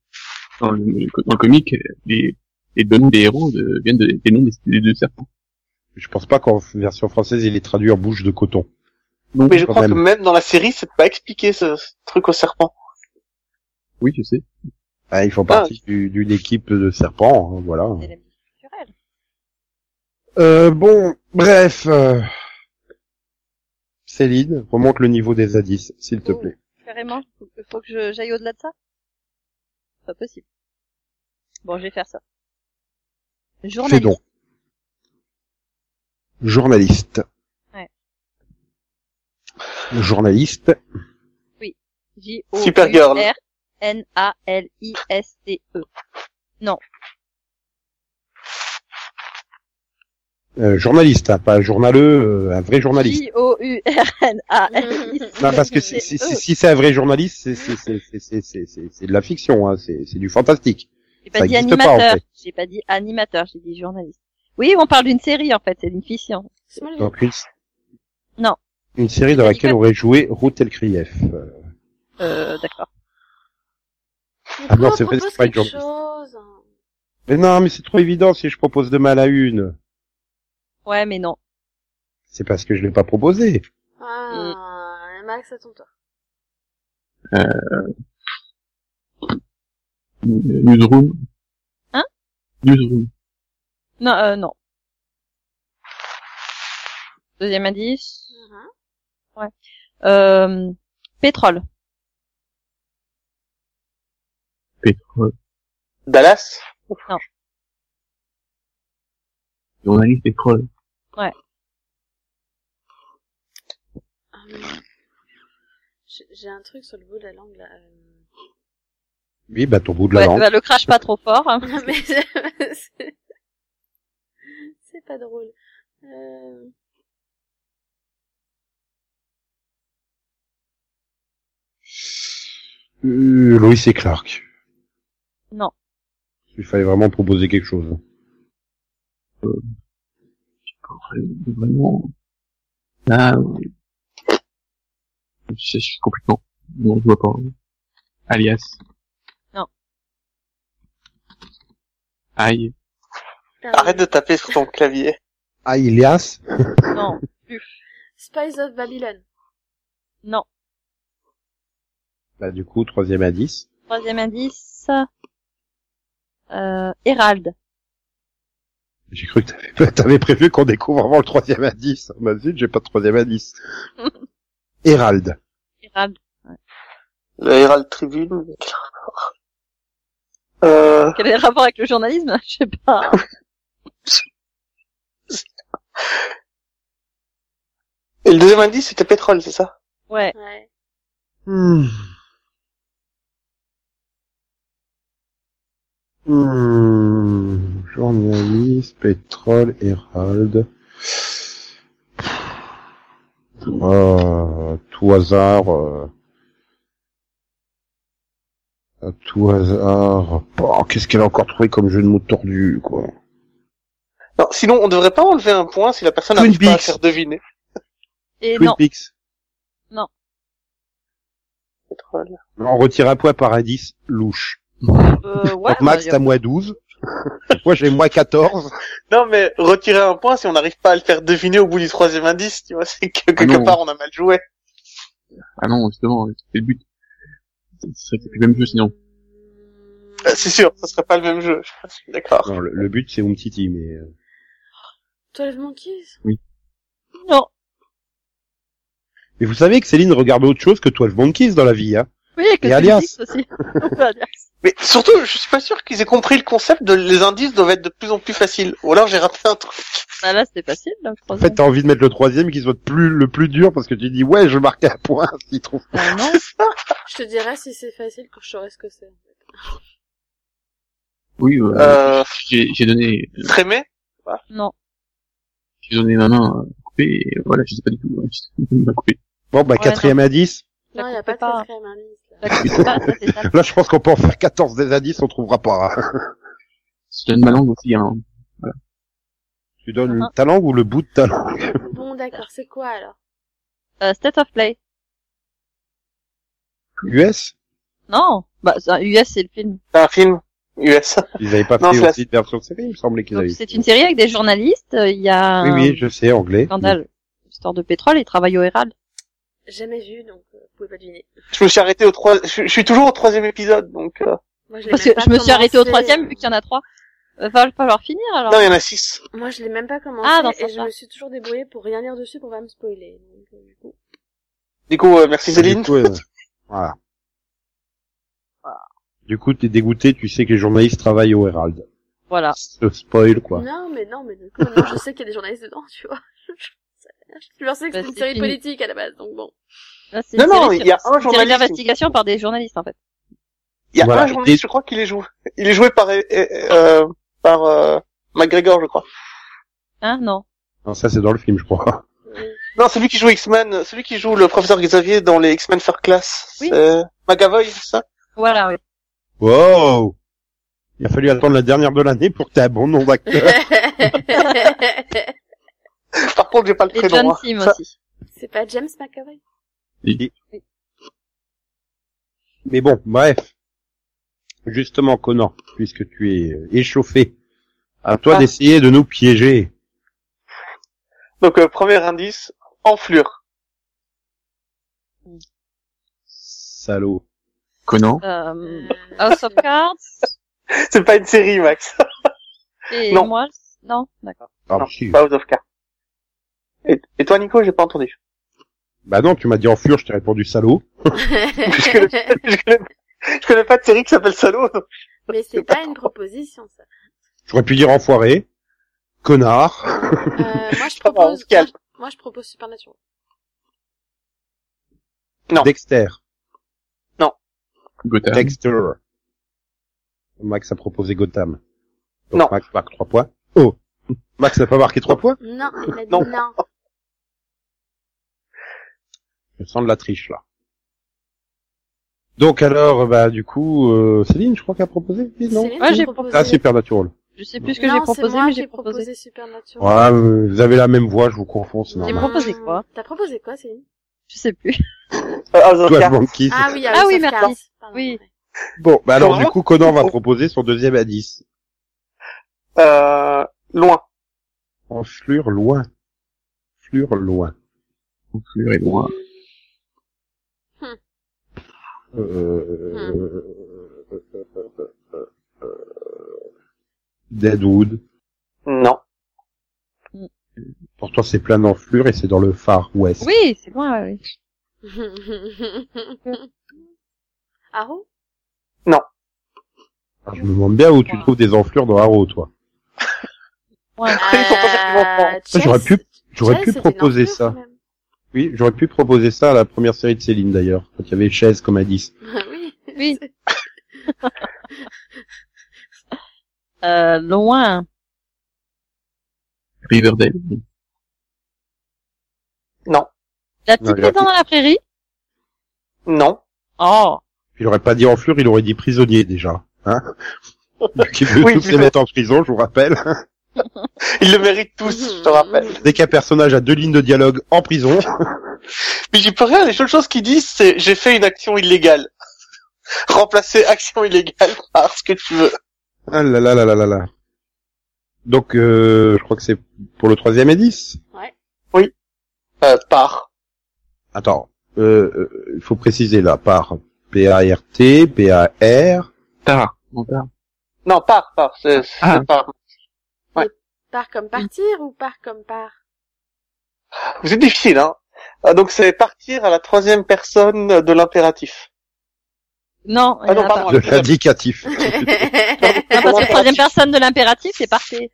Speaker 5: dans le, dans le comic, les, les deux noms des héros de- viennent de- des noms des, des deux serpents.
Speaker 1: Je pense pas qu'en version française, il est traduit en bouche de coton.
Speaker 5: Donc,
Speaker 4: Mais je
Speaker 1: Quand
Speaker 4: crois
Speaker 1: même.
Speaker 4: que même dans la série, c'est pas expliqué ce, ce truc au serpent.
Speaker 5: oui, je sais.
Speaker 1: Ah, ils font partie du- d'une équipe de serpents, hein, voilà.
Speaker 2: C'est la musique culturelle.
Speaker 1: Euh, bon, bref. euh, Céline, remonte le niveau des indices, s'il te
Speaker 2: Oh.
Speaker 1: plaît.
Speaker 2: Carrément, faut, que- faut que je- j'aille au-delà de ça C'est Pas possible. Bon, je vais faire ça.
Speaker 1: Fais
Speaker 2: Journaliste.
Speaker 1: donc. Journaliste.
Speaker 2: Ouais.
Speaker 1: Journaliste.
Speaker 2: J O
Speaker 4: Supergirl.
Speaker 2: U R N A L I S T E.
Speaker 1: Euh, journaliste, hein, pas journaleux, euh, un vrai journaliste.
Speaker 2: J O U R N A L I <laughs> S T E.
Speaker 1: Non, parce que si, si, oh. si, si c'est un vrai journaliste, c'est c'est c'est c'est c'est c'est c'est- c'est de la fiction, hein, c'est c'est du fantastique.
Speaker 2: J'ai pas
Speaker 1: ça
Speaker 2: dit
Speaker 1: existe pas, en
Speaker 2: animateur.
Speaker 1: fait.
Speaker 2: J'ai pas dit animateur, j'ai dit journaliste. Oui, on parle d'une série en fait, c'est d'une fiction.
Speaker 3: C'est moi le-
Speaker 1: Donc une
Speaker 2: Non.
Speaker 1: une série dans
Speaker 2: J'ai dit
Speaker 1: laquelle
Speaker 2: pas-
Speaker 1: aurait joué Ruth Elkrief. Euh,
Speaker 2: Euh, d'accord.
Speaker 3: Mais
Speaker 1: Ah non,
Speaker 3: pourquoi
Speaker 1: c'est vrai,
Speaker 3: on
Speaker 1: c'est pas
Speaker 3: propose
Speaker 1: une
Speaker 3: quelque chose. hein
Speaker 1: Mais non, mais c'est trop évident si je propose de mal à une.
Speaker 2: Ouais, mais non.
Speaker 1: C'est parce que je l'ai pas proposé.
Speaker 2: Mm.
Speaker 3: Ah, Max, à ton tour.
Speaker 5: Newsroom.
Speaker 2: Hein
Speaker 5: Newsroom.
Speaker 2: Non, euh, non. Deuxième indice.
Speaker 3: Mhm.
Speaker 2: Euh, pétrole.
Speaker 5: Pétrole.
Speaker 4: Dallas.
Speaker 5: Journaliste pétrole.
Speaker 3: Ah, merde. J'ai- J'ai un truc sur le bout de la langue, là. euh. <laughs>
Speaker 1: Oui, bah ton bout de la
Speaker 2: Ouais,
Speaker 1: langue.
Speaker 2: bah, le crash pas trop fort. hein.
Speaker 3: Mais c'est- c'est pas drôle. Euh...
Speaker 1: Euh, Lois et Clark.
Speaker 2: Non.
Speaker 1: Il fallait vraiment proposer quelque chose.
Speaker 5: Vraiment. Là, euh, je suis complètement. Non, je vois pas. Alias.
Speaker 2: Non.
Speaker 5: Aïe.
Speaker 2: Ah.
Speaker 3: pardon.
Speaker 4: Arrête de taper sur ton clavier.
Speaker 1: Ah, Ilias
Speaker 2: Non,
Speaker 3: Spies of Babylon.
Speaker 2: non.
Speaker 1: Bah du coup, troisième indice.
Speaker 2: Troisième indice. Euh, Hérald.
Speaker 1: J'ai cru que t'avais, t'avais prévu qu'on découvre avant le troisième indice.
Speaker 2: <laughs>
Speaker 1: Bah zut, j'ai pas de troisième indice. Hérald.
Speaker 2: Hérald.
Speaker 4: La Herald Tribune. Euh,
Speaker 2: Quel est le rapport avec le journalisme <laughs> Je sais pas.
Speaker 4: et le deuxième indice, c'était pétrole, c'est ça
Speaker 2: Ouais.
Speaker 3: Ouais.
Speaker 1: Hmm. Hmm. Journaliste, pétrole, Hérald. Ah, tout hasard. euh, à tout hasard. Oh, Qu'est-ce qu'elle a encore trouvé comme jeu de mots tordu, quoi.
Speaker 4: Non, sinon, on devrait pas enlever un point si la personne
Speaker 1: Twin
Speaker 4: n'arrive pas à
Speaker 1: Peaks.
Speaker 4: faire deviner.
Speaker 2: Et
Speaker 1: Twin
Speaker 2: non,
Speaker 1: Peaks.
Speaker 4: Pétrole.
Speaker 1: On retire un point par indice louche.
Speaker 2: euh, ouais,
Speaker 1: Donc Max,
Speaker 2: bah,
Speaker 1: t'as moins <laughs> 12. Moi, j'ai moins 14.
Speaker 4: Non, mais retirer un point si on n'arrive pas à le faire deviner au bout du troisième indice, tu vois, <laughs> c'est que quelque
Speaker 5: non.
Speaker 4: part on a mal joué.
Speaker 5: Ah non, justement, c'est le but. Ce serait plus le même jeu sinon.
Speaker 4: Euh, C'est sûr, ce serait pas le même jeu. Je suis D'accord.
Speaker 1: Non, le, le but, c'est Umtiti, mais... euh,
Speaker 3: Twelve Monkeys.
Speaker 2: non.
Speaker 1: Mais vous savez que Céline regarde autre chose que Twelve Monkeys dans la vie, hein
Speaker 2: Oui, avec
Speaker 1: Et
Speaker 2: le
Speaker 1: Alias.
Speaker 2: Twin Peaks aussi. <laughs> On peut Alias.
Speaker 4: Mais surtout, je suis pas sûr qu'ils aient compris le concept de les indices doivent être de plus en plus faciles. Ou alors j'ai raté un truc.
Speaker 2: Bah, là, c'était facile, là, je
Speaker 1: En fait, t'as envie de mettre le troisième qui soit plus, le plus dur parce que tu dis, ouais, je marque un point <laughs> s'il trouve.
Speaker 2: Bah, non.
Speaker 3: Je te dirai si c'est facile quand je saurai ce que c'est.
Speaker 5: Oui, euh,
Speaker 4: Euh,
Speaker 5: j'ai j'ai donné,
Speaker 4: Trémé
Speaker 2: Non.
Speaker 5: j'ai donné ma main à couper, et voilà, je sais pas du tout, ouais, je sais pas du tout à couper.
Speaker 1: Bon, bah,
Speaker 2: Ouais,
Speaker 1: quatrième indice.
Speaker 3: Non, il y
Speaker 2: La
Speaker 3: a pas de
Speaker 2: coupez pas.
Speaker 3: quatrième indice. là.
Speaker 2: La coupe pas, ça, Bah,
Speaker 1: <laughs>
Speaker 2: c'est ça.
Speaker 1: Là, je pense qu'on peut en faire 14 des indices, on trouvera pas. hein.
Speaker 5: Je donne ma langue aussi, hein.
Speaker 1: Tu
Speaker 2: Ah.
Speaker 1: donnes le- ta langue ou le bout de ta langue
Speaker 3: Bon, d'accord. C'est quoi alors
Speaker 2: Euh, state of play.
Speaker 1: US
Speaker 2: Non. Bah, c'est un US, c'est le film.
Speaker 4: C'est un film US.
Speaker 1: Ils avaient pas
Speaker 4: Non,
Speaker 1: fait
Speaker 4: c'est la-
Speaker 1: aussi de version série, il me semblait qu'ils
Speaker 2: Donc,
Speaker 1: avaient.
Speaker 2: c'est une série avec des journalistes. euh, Il y a
Speaker 1: Oui,
Speaker 2: un
Speaker 1: oui, je sais, anglais.
Speaker 2: scandale, histoire de pétrole, ils travaillent au Herald.
Speaker 3: Jamais vu, donc euh, vous pouvez pas deviner.
Speaker 4: Je me suis arrêté au trois. Je, je suis toujours au troisième épisode, donc. euh,
Speaker 3: Moi, je l'ai
Speaker 2: Parce que
Speaker 3: même pas
Speaker 2: je me suis arrêtée au
Speaker 3: commencé.
Speaker 2: troisième, vu qu'il y en a trois. Euh, Va falloir finir, alors.
Speaker 4: Non, il y en a six.
Speaker 3: Moi, je l'ai même pas commencé
Speaker 2: Ah, dans ce
Speaker 3: et je
Speaker 2: sens-là.
Speaker 3: me suis toujours débrouillée pour rien lire dessus pour pas me spoiler. Donc, euh, du coup,
Speaker 4: Du coup, euh, merci
Speaker 1: Du
Speaker 4: Céline.
Speaker 1: coup, euh, voilà. Du coup, t'es dégoûté, tu sais que les journalistes travaillent au Herald.
Speaker 2: Voilà.
Speaker 1: Ce spoil, quoi.
Speaker 3: Non, mais non, mais du coup, maintenant, je sais qu'il y a des journalistes dedans, tu vois. <laughs> Je leur sais que
Speaker 2: Bah,
Speaker 3: c'est une
Speaker 2: c'est
Speaker 3: série
Speaker 2: fini.
Speaker 3: politique à la base, donc bon.
Speaker 2: Là, c'est
Speaker 4: Non,
Speaker 2: une
Speaker 4: non,
Speaker 2: série
Speaker 4: il y a
Speaker 2: sur-
Speaker 4: un
Speaker 2: une série
Speaker 4: journaliste.
Speaker 2: d'investigation par des journalistes, en fait.
Speaker 4: Il y a
Speaker 1: Voilà.
Speaker 4: un journaliste, je crois qu'il est joué. Il est joué par euh, euh, par euh, McGregor, je crois.
Speaker 2: Hein, non.
Speaker 1: Non, ça, c'est dans le film, je crois.
Speaker 4: Non, celui qui joue X-Men, celui qui joue le professeur Xavier dans les X-Men First Class.
Speaker 2: Oui.
Speaker 4: C'est McAvoy, c'est ça <laughs>
Speaker 2: Voilà, oui.
Speaker 1: Wow Il a fallu attendre la dernière de l'année pour que t'aies un bon nom d'acteur.
Speaker 4: Par contre, j'ai pas le
Speaker 2: Et
Speaker 4: prénom.
Speaker 2: John
Speaker 4: hein.
Speaker 2: Sim
Speaker 4: Ça-
Speaker 2: aussi.
Speaker 3: c'est pas James McAvoy.
Speaker 1: <laughs> Mais bon, bref. Justement, Conan, puisque tu es euh, échauffé, à toi
Speaker 4: Ah.
Speaker 1: d'essayer de nous piéger.
Speaker 4: Donc, euh, premier indice, enflure. <laughs>
Speaker 1: Salaud.
Speaker 5: Conan,
Speaker 2: Euh, House of Cards.
Speaker 4: C'est pas une
Speaker 1: <laughs>
Speaker 4: série, Max.
Speaker 2: Et
Speaker 4: Non.
Speaker 2: moi, non, d'accord.
Speaker 1: Ah,
Speaker 4: Non,
Speaker 1: si.
Speaker 4: pas House of Cards. Et, et toi, Nico, j'ai pas entendu. <laughs>
Speaker 1: Bah non, tu m'as dit en fur, je t'ai répondu salaud.
Speaker 4: je, connais, <laughs> je connais- je connais pas de série qui s'appelle Salaud. donc.
Speaker 3: <laughs> mais c'est pas une proposition, ça.
Speaker 1: J'aurais pu dire enfoiré. Connard.
Speaker 3: Euh, moi, je
Speaker 4: Ça va, on
Speaker 3: propose.
Speaker 4: se calme.
Speaker 3: Moi, je propose Supernatural.
Speaker 4: Non.
Speaker 1: Dexter.
Speaker 5: Gotha,
Speaker 1: Dexter. Max a proposé Gotham. Donc
Speaker 4: Non.
Speaker 1: Max marque trois points. Oh. Max n'a pas marqué trois points?
Speaker 3: Non, il a dit
Speaker 4: Non.
Speaker 3: non.
Speaker 1: Je sens de la triche, là. Donc alors, bah, du coup, euh, Céline, je crois qu'elle a proposé, non?
Speaker 3: Céline,
Speaker 2: Moi,
Speaker 3: tu
Speaker 2: j'ai
Speaker 3: proposes-
Speaker 1: Ah, Supernatural.
Speaker 2: Je sais plus ce que
Speaker 3: Non,
Speaker 2: j'ai
Speaker 3: c'est
Speaker 2: proposé,
Speaker 3: moi
Speaker 2: mais
Speaker 3: qui ai
Speaker 2: j'ai proposé.
Speaker 3: Supernatural.
Speaker 1: Ouais, mais vous avez la même voix, je vous confonds, c'est
Speaker 3: Non.
Speaker 2: J'ai
Speaker 1: normal.
Speaker 2: proposé quoi
Speaker 3: T'as proposé quoi, Céline
Speaker 2: Je sais plus. <laughs>
Speaker 4: Euh, House of
Speaker 1: Toi,
Speaker 4: Cards.
Speaker 1: Monkeys.
Speaker 3: Ah oui,
Speaker 2: Ah oui, merci. Oui.
Speaker 3: Oui.
Speaker 1: Bon, bah alors du
Speaker 4: Comment
Speaker 1: coup, Conan va proposer son deuxième à 10.
Speaker 4: Euh, loin.
Speaker 1: Enflure loin. Enflure loin.
Speaker 5: Fleur et moi.
Speaker 1: Euh, euh, euh, euh, euh, euh, euh, Deadwood.
Speaker 4: Non.
Speaker 1: Pourtant, c'est plein d'enflures et c'est dans le Far West.
Speaker 3: <laughs>
Speaker 2: Oui, c'est moi, oui.
Speaker 3: Arrow
Speaker 1: Alors, Ah, je me demande bien où tu trouves des enflures dans Haro, toi.
Speaker 2: Ouais.
Speaker 4: Ils sont pas facilement
Speaker 3: Euh,
Speaker 1: Ça, J'aurais pu,
Speaker 3: Chess-
Speaker 1: j'aurais
Speaker 3: Chess,
Speaker 1: pu
Speaker 3: c'était une
Speaker 1: proposer
Speaker 3: enflure,
Speaker 1: ça.
Speaker 3: quand même. <laughs>
Speaker 1: Oui, j'aurais pu proposer ça à la première série de Céline d'ailleurs, quand il y avait chaise comme indice.
Speaker 3: oui. <laughs>
Speaker 2: Oui. Euh, loin.
Speaker 5: Riverdale.
Speaker 2: La
Speaker 1: Non,
Speaker 2: petite
Speaker 1: il y a-
Speaker 2: maison dans la prairie.
Speaker 4: Non.
Speaker 2: Oh.
Speaker 1: Il aurait pas dit enflure, il aurait dit prisonnier déjà. Hein Qui veut
Speaker 4: Oui,
Speaker 1: tous les
Speaker 4: mais-
Speaker 1: mettre en prison, je vous rappelle.
Speaker 4: Ils le méritent tous, je
Speaker 3: <laughs>
Speaker 4: te rappelle.
Speaker 1: Dès qu'un personnage a deux lignes de dialogue en prison,
Speaker 4: Mais j'y peux rien, les seules choses qu'ils disent, c'est j'ai fait une action illégale. <laughs> Remplacer action illégale par ce que tu veux.
Speaker 1: ah là là là là là là. Donc, euh, je crois que c'est pour le troisième indice.
Speaker 4: Euh, par.
Speaker 1: Attends, euh, euh, il faut préciser là, par P-A-R-T, P-A-R,
Speaker 5: Tard. En tard.
Speaker 4: Non, par, par, c'est c'est
Speaker 5: Ah.
Speaker 4: par.
Speaker 3: Part comme partir ou part comme part
Speaker 4: Vous êtes difficile, hein. Ah, Donc c'est partir à la troisième personne de l'impératif.
Speaker 2: Non. il y
Speaker 4: Ah non,
Speaker 2: en a
Speaker 4: pardon.
Speaker 1: de l'indicatif.
Speaker 2: pas. <laughs> Non, parce que la troisième personne de l'impératif, c'est parti.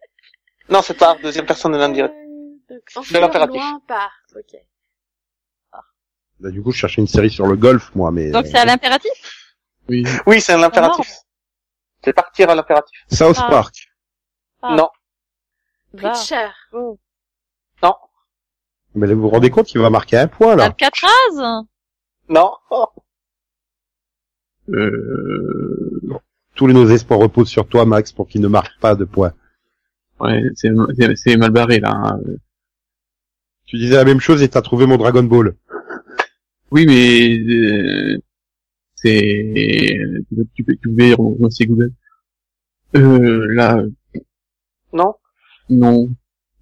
Speaker 4: Non, c'est par deuxième personne de l'indicatif.
Speaker 3: C'est
Speaker 4: l'impératif.
Speaker 3: Euh, Loin, part. Ok.
Speaker 1: Bah, du coup, je cherchais une série sur le golf, moi, mais...
Speaker 2: Donc c'est à l'impératif.
Speaker 5: Oui.
Speaker 4: Oui, c'est l'impératif. C'est partir à l'impératif.
Speaker 1: South
Speaker 2: Ah.
Speaker 1: Park.
Speaker 2: Ah.
Speaker 4: Non.
Speaker 2: Bah.
Speaker 3: Preacher.
Speaker 1: Mais là, vous vous rendez compte qu'il va marquer un point, là
Speaker 2: <laughs> Alcatraz.
Speaker 4: Non. Oh.
Speaker 5: Euh,
Speaker 1: Tous nos espoirs reposent sur toi, Max, pour qu'il ne marque pas de points.
Speaker 5: ouais, c'est, c'est, c'est mal barré, là. hein.
Speaker 1: Tu disais la même chose et t'as trouvé mon Dragon Ball.
Speaker 5: Oui, mais, euh, c'est, tu peux, tu peux, tu peux y renoncer, Google. Euh, là,
Speaker 4: Non.
Speaker 5: non.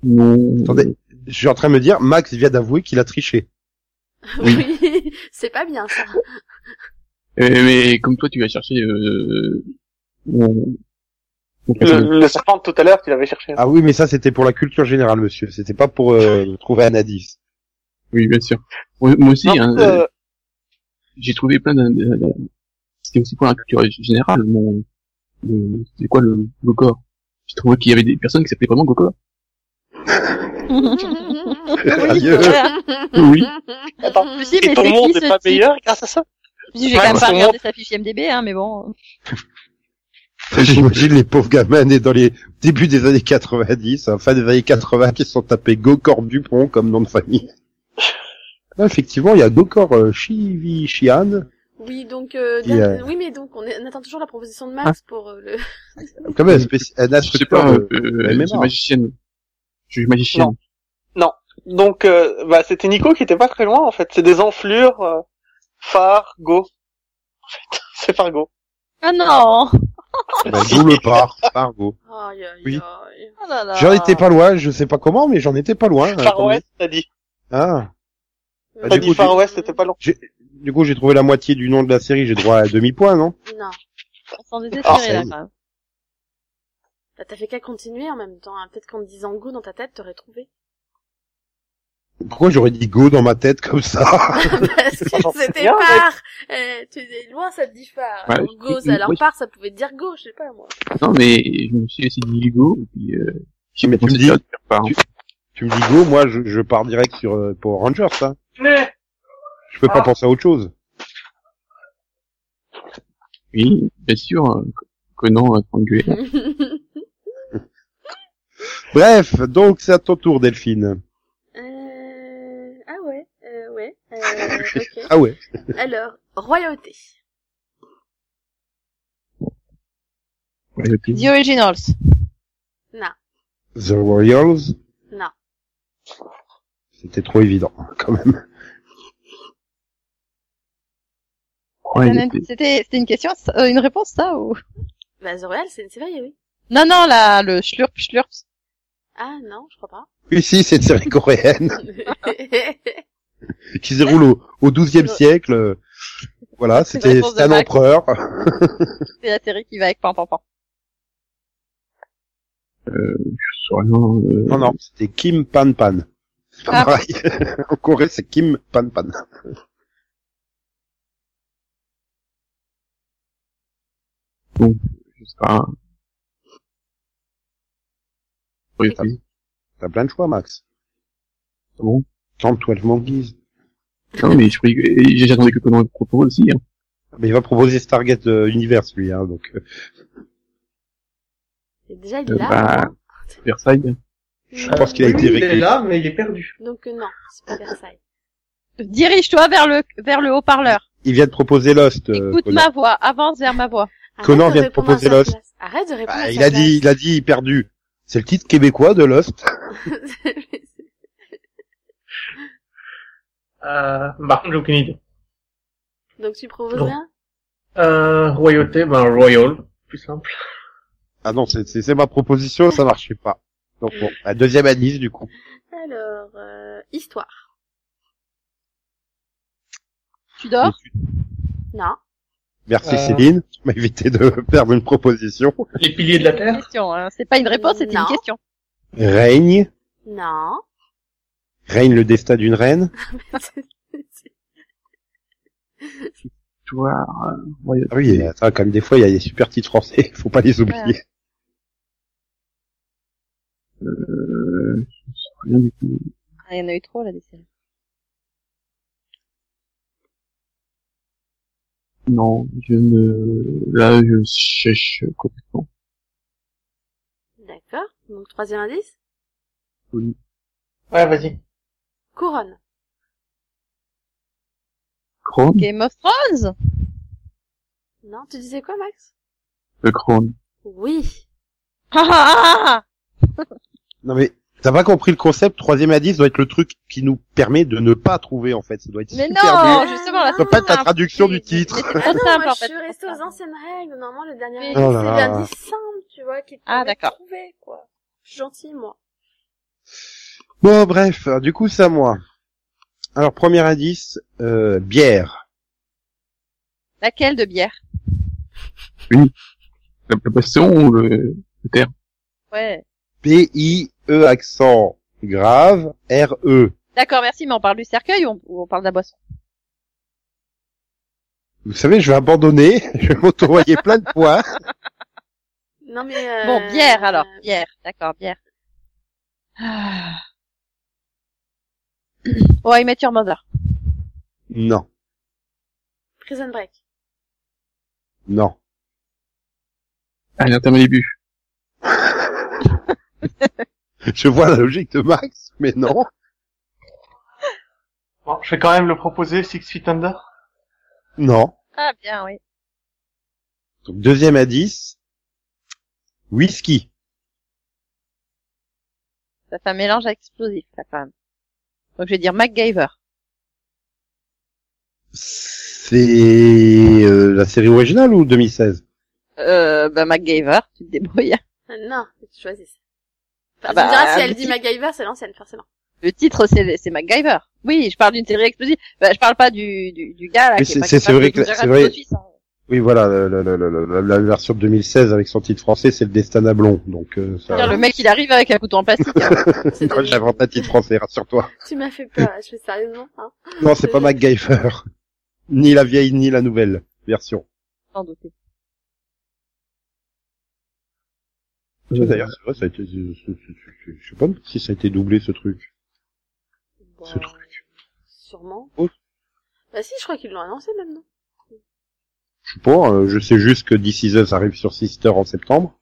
Speaker 5: Non.
Speaker 1: Attendez. Je suis en train de me dire, Max vient d'avouer qu'il a triché.
Speaker 5: Oui.
Speaker 3: <laughs> Oui. C'est pas bien ça.
Speaker 5: Euh, mais comme toi, tu vas chercher, euh, mon- mon personnage.
Speaker 4: Le, le serpent de tout à l'heure, tu l'avais cherché.
Speaker 1: Ah oui, mais ça, c'était pour la culture générale, monsieur. C'était pas pour
Speaker 5: <laughs>
Speaker 1: euh, trouver un indice.
Speaker 5: Oui, bien sûr. Moi, moi aussi,
Speaker 4: Non,
Speaker 5: hein,
Speaker 4: euh,
Speaker 5: j'ai trouvé plein d'un- d'un- d'un- c'était aussi pour la culture générale mon le- c'était quoi le Gokor j'ai trouvé qu'il y avait des personnes qui s'appelaient vraiment
Speaker 4: <laughs>
Speaker 5: Gokor Ah
Speaker 1: Adieu. <laughs>
Speaker 3: <laughs>
Speaker 5: oui
Speaker 4: Attends.
Speaker 2: Si,
Speaker 4: Et
Speaker 2: mais
Speaker 4: ton
Speaker 2: c'est
Speaker 4: monde
Speaker 2: qui
Speaker 4: n'est
Speaker 2: ce
Speaker 4: pas
Speaker 2: type
Speaker 4: meilleur grâce à ça
Speaker 2: J'ai quand même
Speaker 4: Ouais,
Speaker 2: pas
Speaker 4: c'est
Speaker 2: regardé sa fiche MDB, hein, mais bon.
Speaker 1: J'imagine les pauvres gamins nés dans les débuts des années 90, hein, fin des années 80, qui se sont tapés Gokor Dupont comme nom de
Speaker 5: <laughs>
Speaker 1: famille. Là, effectivement, il y a Gokor euh, Chivichian.
Speaker 3: Oui, donc, euh,
Speaker 1: Qui, euh,
Speaker 3: oui, mais donc, on, est- on attend toujours la proposition de
Speaker 5: Ah.
Speaker 3: Max pour euh, le. <laughs>
Speaker 1: Comme un, spéci- un
Speaker 5: je sais
Speaker 1: instructeur
Speaker 5: pas euh,
Speaker 1: de-
Speaker 5: euh,
Speaker 1: MMA.
Speaker 5: je suis magicienne je suis magicienne
Speaker 4: Non. Donc, euh, bah, c'était Nico qui était pas très loin, en fait. C'est des enflures, euh, Fargo. En fait, <laughs> c'est Fargo.
Speaker 2: Ah non.
Speaker 1: bah, d'où le par, Fargo.
Speaker 3: Aïe, aïe,
Speaker 1: Oui.
Speaker 3: aïe.
Speaker 2: Oh là là.
Speaker 1: J'en étais pas loin, je sais pas comment, mais j'en étais pas
Speaker 4: <laughs>
Speaker 1: loin. hein,
Speaker 4: Far
Speaker 1: quand même.
Speaker 4: West, t'as dit.
Speaker 1: Ah. Bah,
Speaker 4: T'as
Speaker 1: du coup,
Speaker 4: dit Far West, c'était pas long.
Speaker 1: Du coup, j'ai trouvé la moitié du nom de la série, j'ai droit à un demi-point, non
Speaker 3: Non.
Speaker 2: On s'en
Speaker 1: Ah,
Speaker 2: désespérait
Speaker 1: c'est-
Speaker 2: là, quand même.
Speaker 3: Bah, t'as fait qu'à continuer en même temps. hein. Peut-être qu'en disant go dans ta tête, t'aurais trouvé.
Speaker 1: Pourquoi j'aurais dit go dans ma tête comme ça <laughs>
Speaker 3: Parce
Speaker 4: J'en
Speaker 3: que
Speaker 4: sais
Speaker 3: c'était
Speaker 4: rien, mec.
Speaker 3: part. Euh, tu es loin, ça te dit phare.
Speaker 5: Ouais,
Speaker 3: Alors, go,
Speaker 5: oui,
Speaker 3: ça, alors
Speaker 5: oui.
Speaker 3: part, ça pouvait te dire go, je sais pas, moi.
Speaker 5: non mais je me suis aussi dit Hugo et puis euh, j'ai
Speaker 1: Mais tu me
Speaker 5: pensé
Speaker 1: dis-
Speaker 5: faire du part, hein.
Speaker 1: Tu me dis go, moi je, je pars direct sur euh, Power Rangers, hein.
Speaker 4: Mais,
Speaker 1: Je peux pas
Speaker 4: Ah.
Speaker 1: penser à autre chose.
Speaker 5: oui bien sûr euh, Conan euh, triangulaire
Speaker 1: Bref, donc c'est à ton tour, Delphine.
Speaker 3: Euh... Ah ouais, euh, ouais. Euh,
Speaker 1: <laughs>
Speaker 3: ok.
Speaker 1: Ah ouais.
Speaker 3: Alors, royauté.
Speaker 5: Ouais, ok.
Speaker 2: The Originals.
Speaker 3: Non,
Speaker 1: The Royals,
Speaker 3: non.
Speaker 1: c'était trop évident, <laughs> quand même. Ah,
Speaker 5: Ouais,
Speaker 2: C'était c'était une question, ça- euh, une réponse ça ou
Speaker 3: Bah, The Royal, c'est une série, oui.
Speaker 2: Non non là le schlurp schlurp.
Speaker 3: Ah non, je crois pas. <laughs>
Speaker 1: Oui, si, c'est une série coréenne <laughs> qui se déroule au, au 12e
Speaker 2: C'est-
Speaker 1: siècle. euh, Voilà,
Speaker 2: C'est une
Speaker 1: c'était
Speaker 2: réponse
Speaker 1: c'était
Speaker 2: de
Speaker 1: un
Speaker 2: Max.
Speaker 1: empereur.
Speaker 2: C'est la série qui va avec Pan Pan Pan.
Speaker 5: sur un an, euh,
Speaker 1: Non, non, c'était Kim Pan Pan. C'est pas
Speaker 2: Ah.
Speaker 1: pareil. <laughs> en Corée, c'est Kim Pan Pan.
Speaker 5: Donc, je sais pas. Oui, oui.
Speaker 1: T'as plein de choix, Max.
Speaker 5: Ah bon
Speaker 1: Tente-toi le manguise.
Speaker 5: Non, mais je prie- et j'attendais que Conan le propose aussi. Hein.
Speaker 1: Mais il va proposer Stargate euh, Universe, lui, hein, donc... euh,
Speaker 3: Et déjà, il est
Speaker 5: Euh,
Speaker 3: là.
Speaker 5: bah, Versailles.
Speaker 1: Je pense qu'il a été
Speaker 4: Ah Il est
Speaker 1: réglé.
Speaker 4: là, mais il est perdu.
Speaker 3: Donc euh, non, c'est pas Versailles.
Speaker 2: Dirige-toi vers le, vers le haut-parleur.
Speaker 1: Il vient de proposer Lost. euh,
Speaker 2: Écoute
Speaker 1: Conan.
Speaker 2: ma voix, avance vers ma voix.
Speaker 3: Arrête
Speaker 1: Conan
Speaker 3: de
Speaker 1: vient de
Speaker 3: répondre à
Speaker 1: proposer
Speaker 3: sa
Speaker 1: Lost.
Speaker 3: place. Arrête de répondre
Speaker 1: Ah,
Speaker 3: à
Speaker 1: il
Speaker 3: sa
Speaker 1: a dit, il a dit, perdu. C'est le titre québécois de Lost.
Speaker 3: place.
Speaker 7: Euh, bah, j'ai aucune idée.
Speaker 3: <laughs> Donc tu proposes
Speaker 7: Non.
Speaker 3: rien
Speaker 7: Euh, royauté,
Speaker 4: bah,
Speaker 7: ben, royal. Plus simple.
Speaker 1: Ah non, c'est- c'est c'est ma proposition, ça marchait pas. Donc bon, la deuxième analyse, du coup.
Speaker 3: Alors, euh, histoire.
Speaker 2: Tu dors
Speaker 3: Non.
Speaker 1: Merci
Speaker 7: Euh.
Speaker 1: Céline, tu m'as évité de <laughs> perdre une proposition.
Speaker 7: Les piliers de la
Speaker 2: une
Speaker 7: Terre.
Speaker 2: question, hein. C'est pas une réponse, c'était une
Speaker 3: Non.
Speaker 2: question.
Speaker 1: Règne,
Speaker 3: Non. <laughs>
Speaker 1: règne le destin d'une reine.
Speaker 5: Toi, euh,
Speaker 1: Ah oui, et attends, comme des fois, il y a des super titres français, <laughs> faut pas les oublier.
Speaker 2: Ouais.
Speaker 5: euh, je sais rien du tout.
Speaker 2: Ah, il y en a eu trop, là, des séries.
Speaker 5: Non, je ne, là, je cherche complètement.
Speaker 3: D'accord. Donc troisième indice.
Speaker 4: Ouais, vas-y.
Speaker 3: Couronne.
Speaker 5: Crohn?
Speaker 2: Game of Thrones
Speaker 3: Non, tu disais quoi, Max
Speaker 5: Le Crohn.
Speaker 3: Oui.
Speaker 2: Ah, ah, ah,
Speaker 1: Non mais, t'as pas compris le concept, troisième indice doit être le truc qui nous permet de ne pas trouver, en fait. Ça doit être
Speaker 2: Mais
Speaker 1: super
Speaker 2: non,
Speaker 1: dur.
Speaker 2: justement, là,
Speaker 1: Ça doit pas être la
Speaker 2: un-
Speaker 1: traduction
Speaker 2: mais-
Speaker 1: du titre.
Speaker 2: mais c'est trop
Speaker 3: non,
Speaker 2: simple,
Speaker 3: moi,
Speaker 2: Ah en
Speaker 3: je
Speaker 2: fait.
Speaker 3: suis restée aux anciennes règles. Normalement, le dernier
Speaker 2: Oui.
Speaker 3: indice,
Speaker 1: Oh là
Speaker 3: c'est
Speaker 1: là.
Speaker 3: l'indice simple, tu vois, qui te
Speaker 2: Ah, d'accord.
Speaker 3: trouver, quoi. Je suis gentille, moi.
Speaker 1: Bon, bref, du coup, c'est à moi. Alors, premier indice, euh, bière.
Speaker 2: Laquelle de bière
Speaker 5: La, la passion ou le, le terre?
Speaker 2: Ouais.
Speaker 1: P-I-E accent grave, R-E.
Speaker 2: D'accord, merci, mais on parle du cercueil ou on, ou on parle de la boisson
Speaker 1: Vous savez, je vais abandonner, <laughs> je vais m'auto-envoyer plein de points.
Speaker 3: Non, mais... euh,
Speaker 2: Bon, bière, alors. Bière, d'accord, bière. Ah. ouais, Met Your Mother.
Speaker 1: Non,
Speaker 3: Prison Break.
Speaker 1: non.
Speaker 5: Ah, l'intermédibu.
Speaker 1: Je vois la logique de Max, mais non.
Speaker 4: Bon, je vais quand même le proposer, Six Feet Under.
Speaker 1: Non.
Speaker 2: Ah, bien, oui.
Speaker 1: Donc, deuxième indice, whisky.
Speaker 2: Ça fait un mélange explosif, là, quand même. Donc, je vais dire MacGyver.
Speaker 1: C'est euh, la série originale ou 2016
Speaker 2: Euh, bah, MacGyver, tu te débrouilles.
Speaker 3: Euh, Non, faut que tu choisisses. Enfin,
Speaker 2: Ah bah,
Speaker 3: tu me diras, si
Speaker 2: un
Speaker 3: elle dit
Speaker 2: petit-
Speaker 3: MacGyver, c'est l'ancienne,
Speaker 1: <laughs>
Speaker 3: forcément.
Speaker 2: Le titre, c'est, c'est MacGyver. Oui, je parle d'une série explosive. Bah, je parle pas du, du, du gars, là,
Speaker 1: Mais
Speaker 2: qui
Speaker 1: c'est-
Speaker 2: est pas
Speaker 1: c'est- c'est vrai que-
Speaker 2: capable de
Speaker 1: c'est
Speaker 2: gérer
Speaker 1: vrai.
Speaker 2: un petit office, hein.
Speaker 1: Oui, voilà, le- le- le- le- la, la version de 2016 avec son titre français, c'est le Destin à Blond. Donc, euh, ça...
Speaker 2: C'est-à-dire, Le mec, il arrive avec un couteau en plastique. hein.
Speaker 3: C'est
Speaker 1: Moi,
Speaker 3: de-
Speaker 1: j'invente un titre français, rassure-toi.
Speaker 3: Tu m'as fait peur, je fais sérieusement, hein.
Speaker 1: Non, c'est pas MacGyver. Ni la vieille, ni la nouvelle version.
Speaker 2: Sans douter.
Speaker 1: Tu sais, D'ailleurs, c'est vrai, ça a été, je je- je sais pas si ça a été doublé, ce truc. Ce
Speaker 3: Bah, Sûrement.
Speaker 1: Oh.
Speaker 3: Bah si, je crois qu'ils l'ont annoncé, même, non
Speaker 1: Je sais pas, euh, je sais juste que This Is Us arrive sur Sister en septembre.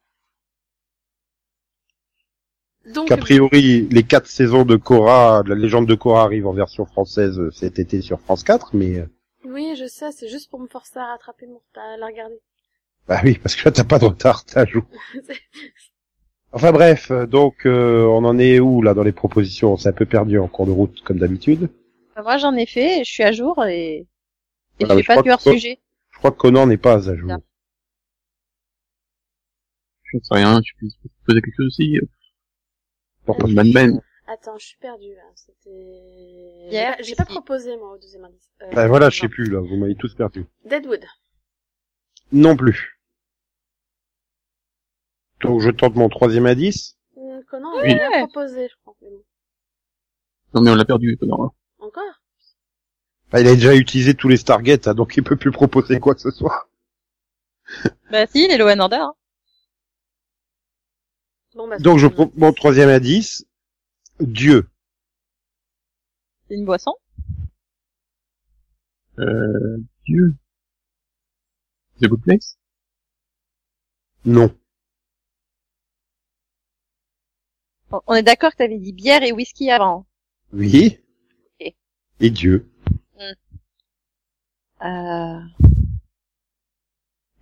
Speaker 3: Donc,
Speaker 1: Qu'a priori, les quatre saisons de Cora, de la légende de Cora arrive en version française euh, cet été sur France 4, mais, euh,
Speaker 3: oui, je sais, c'est juste pour me forcer à rattraper mon retard, à la regarder.
Speaker 1: bah oui, parce que <laughs> là, t'as pas de retard, t'as
Speaker 2: <laughs>
Speaker 1: joué.
Speaker 3: C'est-
Speaker 1: Enfin bref, euh, donc, euh, on en est où, là, dans les propositions? On s'est un peu perdu en cours de route, comme d'habitude.
Speaker 2: Bah, moi, j'en ai fait, je suis à jour et, et
Speaker 1: Voilà, mais je
Speaker 2: je suis pas
Speaker 1: crois
Speaker 2: du hors
Speaker 1: que-
Speaker 2: sujet.
Speaker 1: Je crois que Conan n'est pas à jour.
Speaker 2: Non.
Speaker 5: Je ne sais rien, je peux je peux poser quelque chose aussi. euh,
Speaker 1: Pourtant,
Speaker 5: Comme Mad Men.
Speaker 3: Ah, Attends, je suis perdue, là. C'était...
Speaker 2: Hier,
Speaker 3: J'ai pas
Speaker 2: si.
Speaker 3: proposé, moi, au deuxième indice. Euh,
Speaker 1: Bah voilà, je sais
Speaker 3: non.
Speaker 1: plus, là, vous m'avez tous perdu.
Speaker 3: Deadwood.
Speaker 1: Non plus. Donc je tente mon troisième indice.
Speaker 3: Hum, Conan, on
Speaker 2: Oui.
Speaker 3: l'a
Speaker 2: Ouais.
Speaker 3: proposé, je crois. mais bon.
Speaker 5: Non, mais on l'a perdu, Conan. hein.
Speaker 3: Encore
Speaker 1: Bah, Enfin, il a déjà utilisé tous les Stargate, hein, donc il peut plus proposer quoi que ce soit.
Speaker 2: Bah si, les Law and Order. hein.
Speaker 3: Bon, bah,
Speaker 1: Donc je pro- mon troisième indice, Dieu.
Speaker 2: C'est une boisson.
Speaker 5: Euh, Dieu. The Good Place?
Speaker 1: Non.
Speaker 2: On- On est d'accord que t'avais dit bière et whisky avant.
Speaker 1: Oui.
Speaker 2: Ok.
Speaker 1: Et Dieu.
Speaker 2: Euh...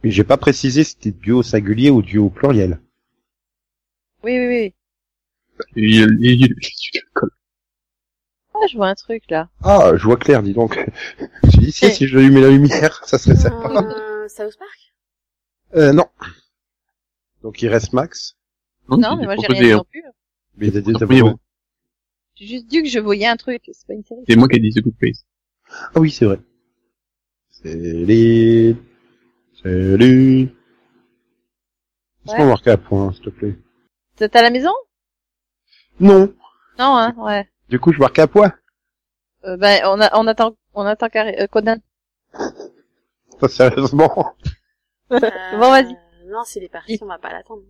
Speaker 1: Mais j'ai pas précisé si c'était Dieu au singulier ou Dieu au pluriel.
Speaker 2: Oui, oui, oui.
Speaker 5: Et, et, et, et, et-
Speaker 2: Ah, je vois un truc là.
Speaker 1: Ah, je vois clair, dis <laughs> donc. Je me suis dit, si,
Speaker 2: Eh.
Speaker 1: si je mets la lumière, ça serait ça.
Speaker 3: euh, South <laughs> Park
Speaker 1: Euh, non. Donc il reste Max.
Speaker 2: Non,
Speaker 5: j'ai
Speaker 2: mais moi j'ai
Speaker 5: proposé,
Speaker 2: rien dit
Speaker 5: hein.
Speaker 2: non plus.
Speaker 1: Mais il a dit-
Speaker 5: T'as proposé, ouais.
Speaker 2: J'ai juste dit que je voyais un truc. C'est pas une série.
Speaker 5: C'est moi qui ai dit The Good Place.
Speaker 1: Ah oui, c'est vrai. C'est les... C'est les... Est-ce
Speaker 2: Ouais.
Speaker 1: qu'on marque un point, s'il te plaît
Speaker 2: T'es à la maison
Speaker 1: Non.
Speaker 2: Non, hein, ouais.
Speaker 1: Du coup, je marque un point. <laughs>
Speaker 2: Euh, ben, on, a, on attend, on attend carré, euh, Conan.
Speaker 1: Ça, sérieusement.
Speaker 3: Euh,
Speaker 2: Bon, vas-y.
Speaker 3: Non, s'il est parti, on va pas l'attendre.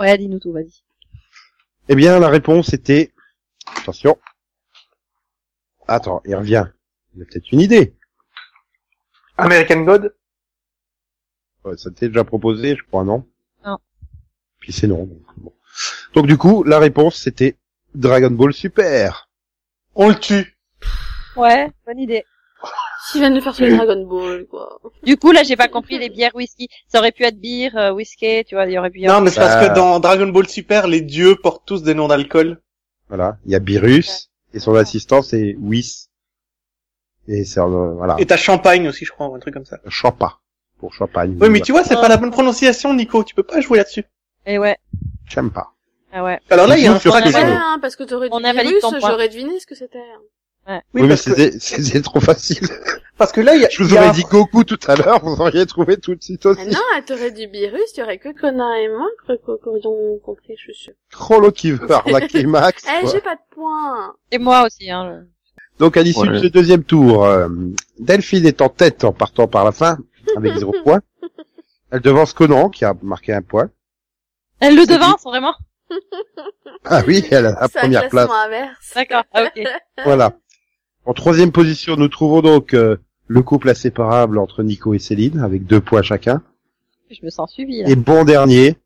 Speaker 2: Ouais, dis-nous tout, vas-y.
Speaker 1: Eh bien, la réponse était... Attention. Attends, il revient. Il a peut-être une idée.
Speaker 4: American God
Speaker 1: Ouais, ça t'est déjà proposé, je crois, non
Speaker 2: Non.
Speaker 1: Puis c'est non. Donc, bon. Donc, du coup, la réponse, c'était Dragon Ball Super.
Speaker 4: On le tue.
Speaker 2: Ouais, bonne idée.
Speaker 3: S'il vient de
Speaker 1: <coughs>
Speaker 3: faire sur les Dragon Ball, quoi.
Speaker 2: Du coup, là, j'ai pas compris les bières whisky. Ça aurait pu être bière, euh, whisky, tu vois, il y aurait pu y avoir-
Speaker 4: Non, mais c'est
Speaker 1: Bah.
Speaker 4: parce que dans Dragon Ball Super, les dieux portent tous des noms d'alcool.
Speaker 1: Voilà. Il y a Beerus, et son assistant, c'est Whis. Et c'est... euh, voilà.
Speaker 4: Et t'as champagne aussi, je crois, ou un truc comme ça.
Speaker 1: Champa. Pour Champagne.
Speaker 4: Oui, mais tu vois, c'est pas la bonne prononciation, Nico. Tu peux pas jouer là-dessus.
Speaker 2: Eh ouais,
Speaker 1: Champa.
Speaker 2: ah ouais.
Speaker 4: Alors là, il y a
Speaker 1: Joue
Speaker 4: un
Speaker 1: sur ce
Speaker 4: frac-
Speaker 1: que
Speaker 3: Ouais,
Speaker 1: je veux.
Speaker 3: hein, parce que t'aurais dit
Speaker 2: On invalide
Speaker 3: virus,
Speaker 2: ton point.
Speaker 3: j'aurais deviné ce que c'était. hein.
Speaker 1: Oui,
Speaker 4: Oui,
Speaker 1: mais
Speaker 4: parce que,
Speaker 1: c'était c'était trop facile.
Speaker 4: parce que là, il y a,
Speaker 1: Je vous
Speaker 4: il y a
Speaker 1: aurais
Speaker 4: un-
Speaker 1: dit Goku tout à l'heure, vous auriez trouvé tout de suite
Speaker 3: Ah
Speaker 1: aussi.
Speaker 3: non, elle t'aurait dit virus, il y aurait que Conan et moi que- que- qu'aurions compris, je suis sûre.
Speaker 1: Trollo qui veut arnaquer Max.
Speaker 3: Eh,
Speaker 1: quoi.
Speaker 3: j'ai pas de points
Speaker 2: Et moi aussi, hein.
Speaker 1: Donc à l'issue
Speaker 5: Ouais.
Speaker 1: de ce deuxième tour, euh, Delphine est en tête en partant par la fin, avec zéro point. Elle devance Conan, qui a marqué un point.
Speaker 2: Elle le devance, vraiment?
Speaker 1: Ah oui, elle a la
Speaker 3: C'est un
Speaker 1: première
Speaker 3: classement
Speaker 1: place.
Speaker 3: inverse.
Speaker 2: D'accord, ah, ok.
Speaker 1: Voilà. En troisième position, nous trouvons donc euh, le couple inséparable entre Nico et Céline, avec deux points chacun.
Speaker 2: <laughs> Je me sens suivi, là.
Speaker 1: Et bon dernier,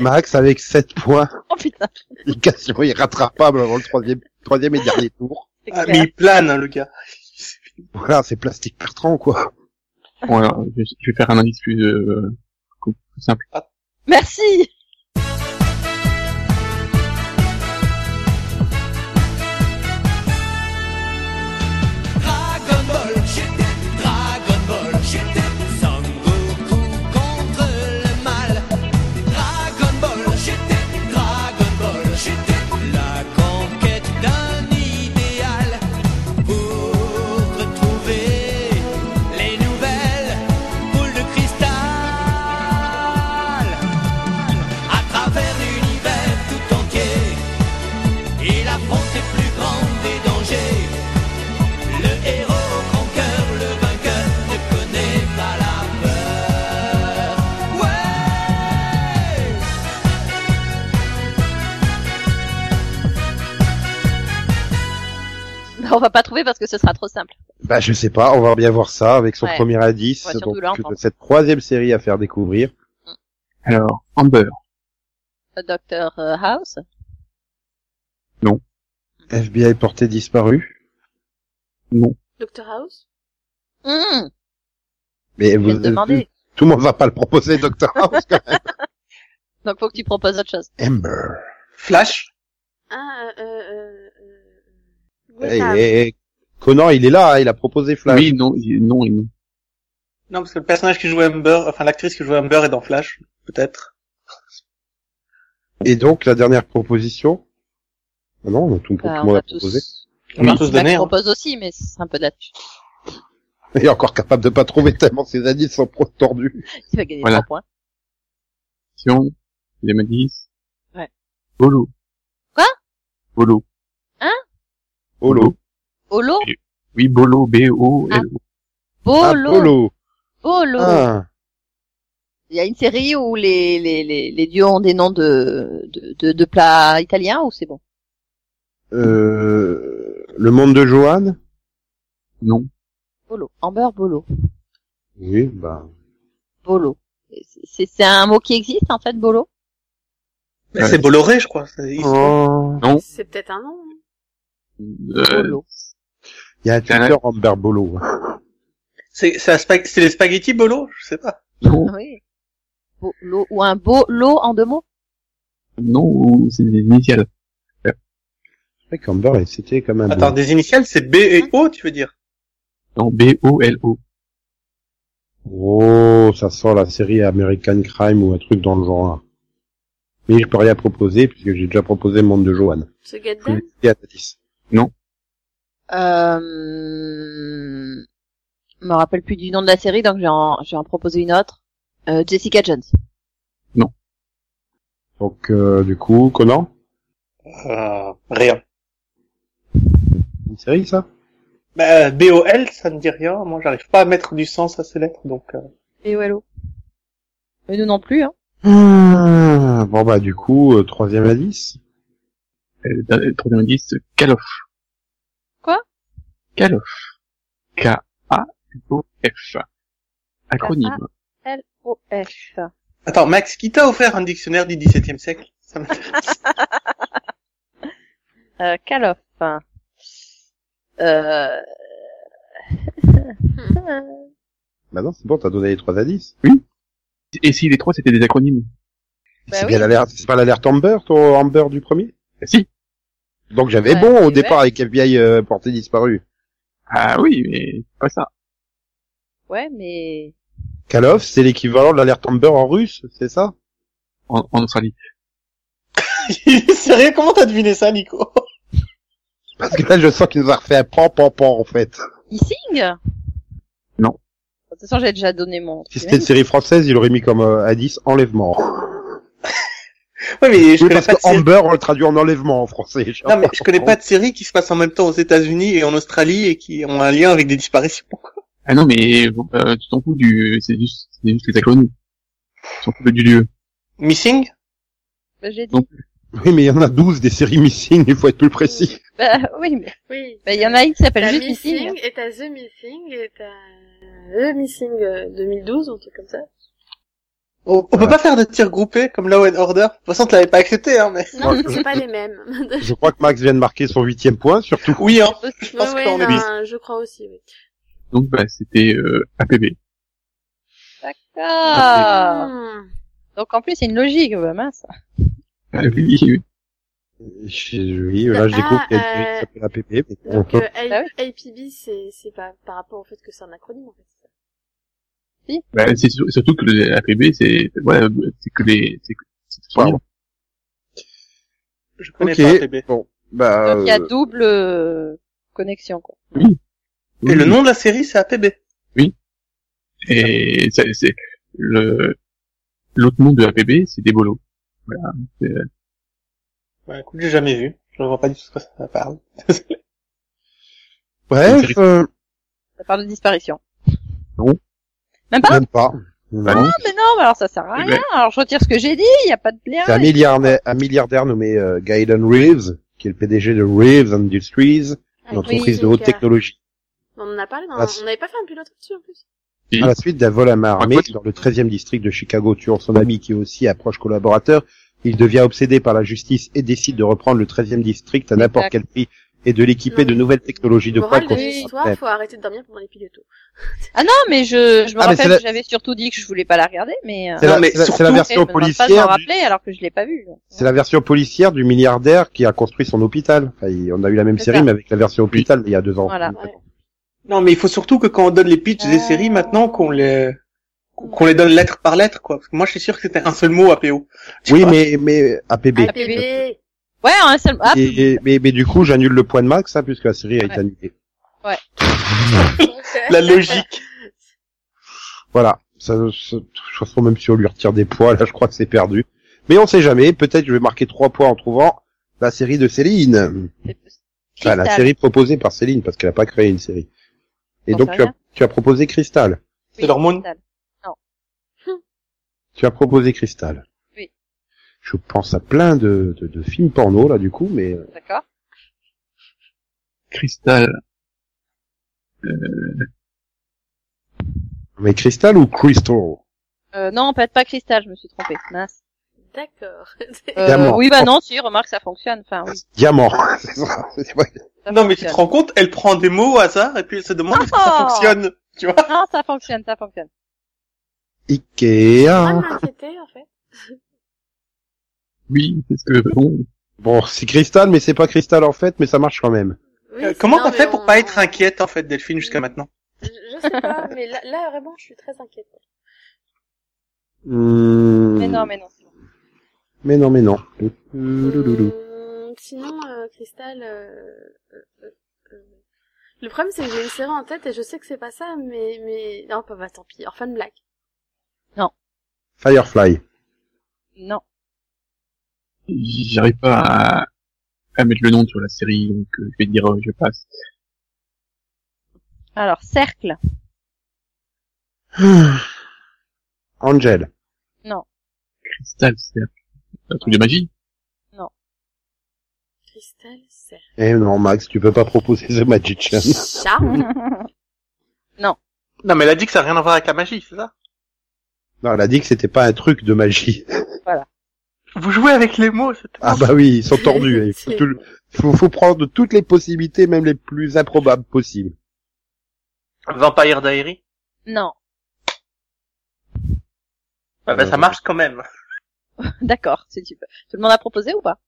Speaker 1: Max avec sept points.
Speaker 2: Oh putain,
Speaker 1: Il est quasiment irrattrapable avant le troisième, troisième et dernier tour.
Speaker 2: c'est
Speaker 4: Ah, mais
Speaker 2: clair.
Speaker 4: il plane, hein, le gars.
Speaker 1: Voilà, c'est plastique Bertrand, quoi.
Speaker 5: Bon, alors, je, je vais faire un indice plus, euh, plus simple.
Speaker 2: <laughs> Merci!
Speaker 8: Dragon Ball GT, Dragon Ball GT, Son Goku contre le mal. Dragon Ball GT, Dragon Ball GT, la conquête d'un idéal. Pour retrouver les nouvelles boules de cristal. À travers l'univers tout entier, il affronte les plus grands des dangers. Le héros au grand cœur, le vainqueur ne connaît pas la peur. Ouais!
Speaker 2: Bah, on va pas trouver parce que ce sera trop simple.
Speaker 1: Bah, je sais pas, on va bien voir ça avec son
Speaker 2: Ouais. hein.
Speaker 1: premier indice,
Speaker 2: On va surtout
Speaker 1: donc
Speaker 2: l'entendre.
Speaker 1: de cette troisième série à faire découvrir.
Speaker 5: Alors, Amber.
Speaker 2: Euh, Docteur House? Mm.
Speaker 1: FBI porté disparu.
Speaker 3: Doctor House
Speaker 2: Hum,
Speaker 1: Mais vous, euh,
Speaker 2: me demander.
Speaker 1: tout le monde va pas le proposer, Dr House, quand même.
Speaker 2: Donc faut que tu proposes autre chose.
Speaker 1: <laughs> Amber.
Speaker 4: Flash.
Speaker 3: Ah, euh, euh, euh, euh...
Speaker 1: Eh,
Speaker 3: Gotham.
Speaker 1: eh, eh, Conan, il est là, hein, il a proposé Flash.
Speaker 5: Oui, non, il- non, et non.
Speaker 4: Non, parce que le personnage qui jouait Amber, enfin, l'actrice qui jouait Amber est dans Flash, peut-être.
Speaker 1: Et donc, la dernière proposition? Ah Non, on a tout, tout
Speaker 2: Bah,
Speaker 1: le
Speaker 2: on
Speaker 1: monde
Speaker 2: va
Speaker 1: a proposé.
Speaker 2: tous.
Speaker 4: On a tous donné,
Speaker 2: Max
Speaker 4: hein.
Speaker 2: propose aussi, mais c'est un peu de la pute.
Speaker 1: Il est encore capable de pas trouver tellement ses indices sont trop tordus.
Speaker 2: Il va gagner
Speaker 5: Voilà.
Speaker 2: 3 points.
Speaker 5: Sion, deuxième indice.
Speaker 2: Ouais.
Speaker 5: Bolo.
Speaker 2: Quoi
Speaker 5: Bolo.
Speaker 1: Holo.
Speaker 2: Olo?
Speaker 5: Oui, Bolo, B-O,
Speaker 2: Ah.
Speaker 5: L-O.
Speaker 1: Ah,
Speaker 2: Bolo!
Speaker 1: Polo.
Speaker 2: Bolo!
Speaker 1: Ah.
Speaker 2: Il y a une série où les, les, les, les dieux ont des noms de, de, de, de plats italiens ou c'est bon
Speaker 1: Euh, le monde de Johan
Speaker 5: Non.
Speaker 2: Bolo. Amber Bolo.
Speaker 1: Oui, bah.
Speaker 2: Bolo. C'est c'est un mot qui existe en fait, Bolo
Speaker 5: Ouais.
Speaker 4: C'est Bolloré, je crois. C'est- ils-
Speaker 1: Oh.
Speaker 3: C'est peut-être un nom. hein.
Speaker 5: Euh,
Speaker 2: Bolo.
Speaker 1: Il y a un tuteur Amber Bolo. hein.
Speaker 4: C'est c'est un spa- c'est les spaghettis Bolo Je sais pas.
Speaker 5: non,
Speaker 2: Ah Oui. Bolo ou un beau lot en deux mots.
Speaker 5: non, ou c'est des initiales.
Speaker 1: C'est vrai qu'Amber, c'était comme un
Speaker 4: Attends,
Speaker 1: bolo.
Speaker 4: des initiales, c'est B et O, tu veux dire
Speaker 5: Non, B-O-L-O.
Speaker 1: Oh, ça sent la série American Crime ou un truc dans le genre. Mais je peux rien proposer puisque j'ai déjà proposé le monde de Johan.
Speaker 3: Ce Get
Speaker 1: Je
Speaker 2: Ah.
Speaker 3: Them.
Speaker 1: l'ai dit à Tatis.
Speaker 2: Euh... Je me rappelle plus du nom de la série, donc je vais en, je vais en proposer une autre. Euh, Jessica Jones.
Speaker 1: Donc, euh, du coup, Conan
Speaker 4: euh, Rien.
Speaker 1: Une série, ça
Speaker 4: Bah, B-O-L, ça ne dit rien. Moi, j'arrive pas à mettre du sens à ces lettres, donc... euh,
Speaker 2: Et Wallo. Mais nous non plus, hein.
Speaker 1: Ah, Bon, bah, du coup, euh, troisième à 10.
Speaker 5: Euh, dans le troisième indice, Kalof.
Speaker 2: Quoi
Speaker 5: Kalof. K-A-O-F. Acronyme.
Speaker 2: L-O-F.
Speaker 4: Attends, Max, qui t'a offert un dictionnaire du XVIIe siècle Ça <laughs> m'intéresse.
Speaker 2: Euh, Calof. Euh...
Speaker 1: Bah non, c'est bon, t'as donné les trois à 10.
Speaker 5: Et si les trois c'était des acronymes
Speaker 2: Bah
Speaker 1: c'est
Speaker 2: oui.
Speaker 1: bien l'alerte, c'est pas l'alerte Amber, ton Amber du premier
Speaker 5: Bah Si.
Speaker 1: Donc j'avais
Speaker 2: Ouais,
Speaker 1: bon au
Speaker 2: ouais.
Speaker 1: départ avec FBI euh, portée disparue.
Speaker 5: Ah oui, mais c'est pas ça.
Speaker 2: Ouais, mais...
Speaker 1: Kalov, c'est l'équivalent de l'alerte Amber en russe, c'est ça
Speaker 5: En, en Australie.
Speaker 4: Sérieux, comment t'as deviné ça, Nico <laughs>
Speaker 1: Parce que là, je sens qu'il nous a refait un pan pan pan en fait.
Speaker 2: Issing
Speaker 5: Non.
Speaker 2: De toute façon, j'ai déjà donné mon...
Speaker 1: Si c'était une série française, il aurait mis comme euh, à 10 enlèvement.
Speaker 4: Ouais, mais je
Speaker 1: Oui,
Speaker 4: connais
Speaker 1: parce
Speaker 4: pas de
Speaker 1: que
Speaker 4: série...
Speaker 1: Amber, on le traduit en enlèvement en français. <laughs>
Speaker 4: Non, mais je connais pas de série qui se passe en même temps aux États-Unis et en Australie et qui ont un lien avec des disparitions. <laughs>
Speaker 5: Ah non, mais euh, tu t'en fous du... C'est juste, c'est juste les acronymes. Tu t'en fous du lieu.
Speaker 4: Missing
Speaker 2: Bah, j'ai dit.
Speaker 5: Donc-
Speaker 1: Oui, mais il y en a 12 des séries missing, il faut être plus
Speaker 2: <laughs>
Speaker 1: précis.
Speaker 2: <laughs> Bah, oui, mais
Speaker 3: Oui.
Speaker 2: bah, il y en a une qui s'appelle
Speaker 3: T'as
Speaker 2: juste
Speaker 3: Missing
Speaker 2: Issing.
Speaker 3: et t'as The Missing et t'as The Missing euh, 2012 ou un truc comme ça.
Speaker 4: On, on peut pas faire de tir groupé comme Law and Order. De toute façon, tu l'avais pas accepté, hein,
Speaker 1: <laughs>
Speaker 4: mais...
Speaker 3: Non,
Speaker 1: Ouais.
Speaker 3: c'est pas les mêmes.
Speaker 1: Je crois que Max vient de marquer son huitième point, surtout.
Speaker 4: Oui, hein. Je pense
Speaker 3: Ouais,
Speaker 4: qu'on est
Speaker 3: ouais,
Speaker 4: bien.
Speaker 3: non, je crois aussi, oui.
Speaker 5: Donc bah, c'était euh, APB.
Speaker 2: D'accord.
Speaker 3: Hmm.
Speaker 2: Ah. Donc, en plus, il y a une logique, bah, mince.
Speaker 5: Ah oui, oui.
Speaker 1: Je- Oui, là, je
Speaker 3: Ah,
Speaker 1: découvre qu'il y a une série
Speaker 3: euh,
Speaker 1: qui s'appelle APP. mais bon.
Speaker 3: Donc, euh, A-
Speaker 2: Bah
Speaker 3: APB, c'est, c'est pas par rapport au fait que c'est un acronyme, en fait. c'est ça.
Speaker 5: Bah, c'est sur- surtout que les APB, c'est... Voilà, c'est que les... C'est que... c'est des acronymes.
Speaker 4: Je connais
Speaker 1: Ok.
Speaker 4: pas APB.
Speaker 1: Bon, bah,
Speaker 2: Donc, il y a
Speaker 1: euh,
Speaker 2: double euh, connexion, quoi.
Speaker 4: Et le nom de la série, c'est APB.
Speaker 5: Et ça, c'est le l'autre nom de APB, c'est des bolos. Voilà. c'est-
Speaker 4: Bah, écoute, j'ai jamais vu. Je vois pas du tout ce que ça parle.
Speaker 1: bref, euh,
Speaker 2: Ça parle de disparition.
Speaker 1: Ah
Speaker 5: Non.
Speaker 2: Même pas
Speaker 1: même pas.
Speaker 5: Ah
Speaker 1: Non.
Speaker 2: Ah, mais non, mais alors ça sert à
Speaker 5: Eh
Speaker 2: rien.
Speaker 5: ben.
Speaker 2: Alors, je retire ce que j'ai dit, il n'y a pas de lien.
Speaker 1: C'est un milliardaire, un milliardaire nommé euh, Guyton Reeves, qui est le PDG de Reeves Industries,
Speaker 3: Ah
Speaker 2: Ah
Speaker 1: une entreprise de haute
Speaker 2: euh,
Speaker 3: Car-
Speaker 1: technologie.
Speaker 3: euh, On en a parlé, dans...
Speaker 1: Ah, si.
Speaker 3: on n'avait pas fait un pilote là-dessus, en plus.
Speaker 1: À la suite d'un vol à main armée
Speaker 5: Ah, quoi
Speaker 1: dans le 13e district de Chicago tuant son ami qui est aussi approche collaborateur, il devient obsédé par la justice et décide de reprendre le 13e district à n'importe
Speaker 2: Exact.
Speaker 1: quel prix et de l'équiper
Speaker 3: Non,
Speaker 1: de
Speaker 3: mais-
Speaker 1: nouvelles technologies de pointe
Speaker 3: Moral de
Speaker 1: contre
Speaker 3: l'histoire, faut arrêter de dormir pendant les pilotes.
Speaker 2: Ah non, mais je, je me
Speaker 1: Ah, mais c'est
Speaker 2: rappelle
Speaker 1: la-
Speaker 2: que j'avais surtout dit que je voulais pas la regarder, mais... euh,
Speaker 1: C'est la,
Speaker 4: Non, mais
Speaker 1: c'est la- c'est la
Speaker 4: surtout-
Speaker 2: après, je
Speaker 1: version
Speaker 2: me demande pas de
Speaker 1: policière,
Speaker 2: m'en
Speaker 1: du-
Speaker 2: rappeler alors que je l'ai pas vue. donc.
Speaker 1: c'est la version policière du milliardaire qui a construit son hôpital. Enfin, il- on a eu la même
Speaker 2: C'est
Speaker 1: série,
Speaker 2: ça.
Speaker 1: mais avec la version hôpital il y a deux ans.
Speaker 2: Voilà.
Speaker 3: Ouais.
Speaker 4: Non, mais il faut surtout que quand on donne les pitchs des
Speaker 2: Euh.
Speaker 4: séries, maintenant, qu'on les, qu'on les donne lettre par lettre, quoi. Parce que moi, je suis sûr que c'était un seul mot, APO.
Speaker 1: Oui, mais, mais, APB. <laughs>
Speaker 3: APB.
Speaker 2: Ouais, un seul... Ah,
Speaker 1: Et, et- mais, mais du coup, j'annule le point de Max, hein, puisque la série a été
Speaker 2: Ouais.
Speaker 1: annulée.
Speaker 4: <laughs> La logique.
Speaker 1: Voilà. Ça, ça- de toute façon, même si on lui retire des points, là, je crois que c'est perdu. Mais on sait jamais. Peut-être je vais marquer trois points en trouvant la série de Céline.
Speaker 2: c'est-
Speaker 1: Enfin, Ah, la
Speaker 2: Crystal.
Speaker 1: série proposée par Céline, parce qu'elle n'a pas créé une série. Et
Speaker 2: J'en
Speaker 1: donc,
Speaker 2: sais
Speaker 1: tu as,
Speaker 2: rien.
Speaker 1: tu as proposé Crystal.
Speaker 4: C'est l'hormone.
Speaker 2: Crystal. Non.
Speaker 1: Tu as proposé Cristal.
Speaker 2: Oui.
Speaker 1: Je pense à plein de, de, de films porno, là, du coup, mais euh,
Speaker 2: D'accord.
Speaker 5: Cristal.
Speaker 1: mais Cristal ou Crystal
Speaker 2: Euh, non, peut-être pas Cristal, je me suis trompée. Mince.
Speaker 3: D'accord. <laughs>
Speaker 2: Euh,
Speaker 1: Diamant.
Speaker 2: oui, bah non, si, remarque, ça fonctionne. Enfin, oui.
Speaker 1: Diamant. <laughs> C'est ça. C'est vrai.
Speaker 2: ça
Speaker 4: Non, mais tu te
Speaker 2: fonctionne.
Speaker 4: rends compte, elle prend des mots au hasard et puis elle se demande si
Speaker 2: Oh
Speaker 4: ça fonctionne. Tu vois
Speaker 2: Non, ça fonctionne, ça fonctionne.
Speaker 3: Pas de
Speaker 1: Ikea.
Speaker 3: m'inquiéter, en fait.
Speaker 5: Oui, c'est ce que bon.
Speaker 1: Bon, c'est Cristal, mais c'est pas Cristal en fait, mais ça marche quand même.
Speaker 3: Oui,
Speaker 4: Euh,
Speaker 3: c'est-
Speaker 4: Comment
Speaker 3: non,
Speaker 4: t'as
Speaker 3: mais
Speaker 4: fait pour
Speaker 3: on-
Speaker 4: pas être inquiète en fait, Delphine, jusqu'à maintenant
Speaker 3: Je, je sais pas, mais là, là, vraiment, je suis très inquiète.
Speaker 1: Hmm.
Speaker 2: Mais non, mais non. c'est bon.
Speaker 1: Mais non, mais non.
Speaker 3: Hum, sinon, euh, Cristal, euh, euh, euh, euh, le problème c'est que j'ai une série en tête et je sais que c'est pas ça, mais mais non, bah, bah tant pis. Orphan Black.
Speaker 1: Firefly. <sighs>
Speaker 2: Non.
Speaker 5: J'arrive pas à, à mettre le nom sur la série, donc euh, je vais dire euh, je passe.
Speaker 2: Alors, cercle.
Speaker 1: Angel.
Speaker 5: Cristal, c'est un truc de magie.
Speaker 3: Cristal, c'est
Speaker 1: Eh non, Max, tu peux pas proposer The Magician.
Speaker 3: <laughs> chat.
Speaker 4: Non, mais elle a dit que ça n'a rien à voir avec la magie, c'est ça
Speaker 1: Non, elle a dit que c'était pas un truc de
Speaker 3: <laughs>
Speaker 1: magie.
Speaker 4: Vous jouez avec les mots, c'est
Speaker 1: Ah bah oui, ils sont tordus. hein. Il faut, tout le- faut- faut prendre toutes les possibilités, même les plus improbables possibles.
Speaker 4: Vampire Diary
Speaker 2: Non.
Speaker 4: Ah bah
Speaker 1: Euh.
Speaker 4: ça marche quand même.
Speaker 2: D'accord, si tu peux. Tout le monde a proposé ou pas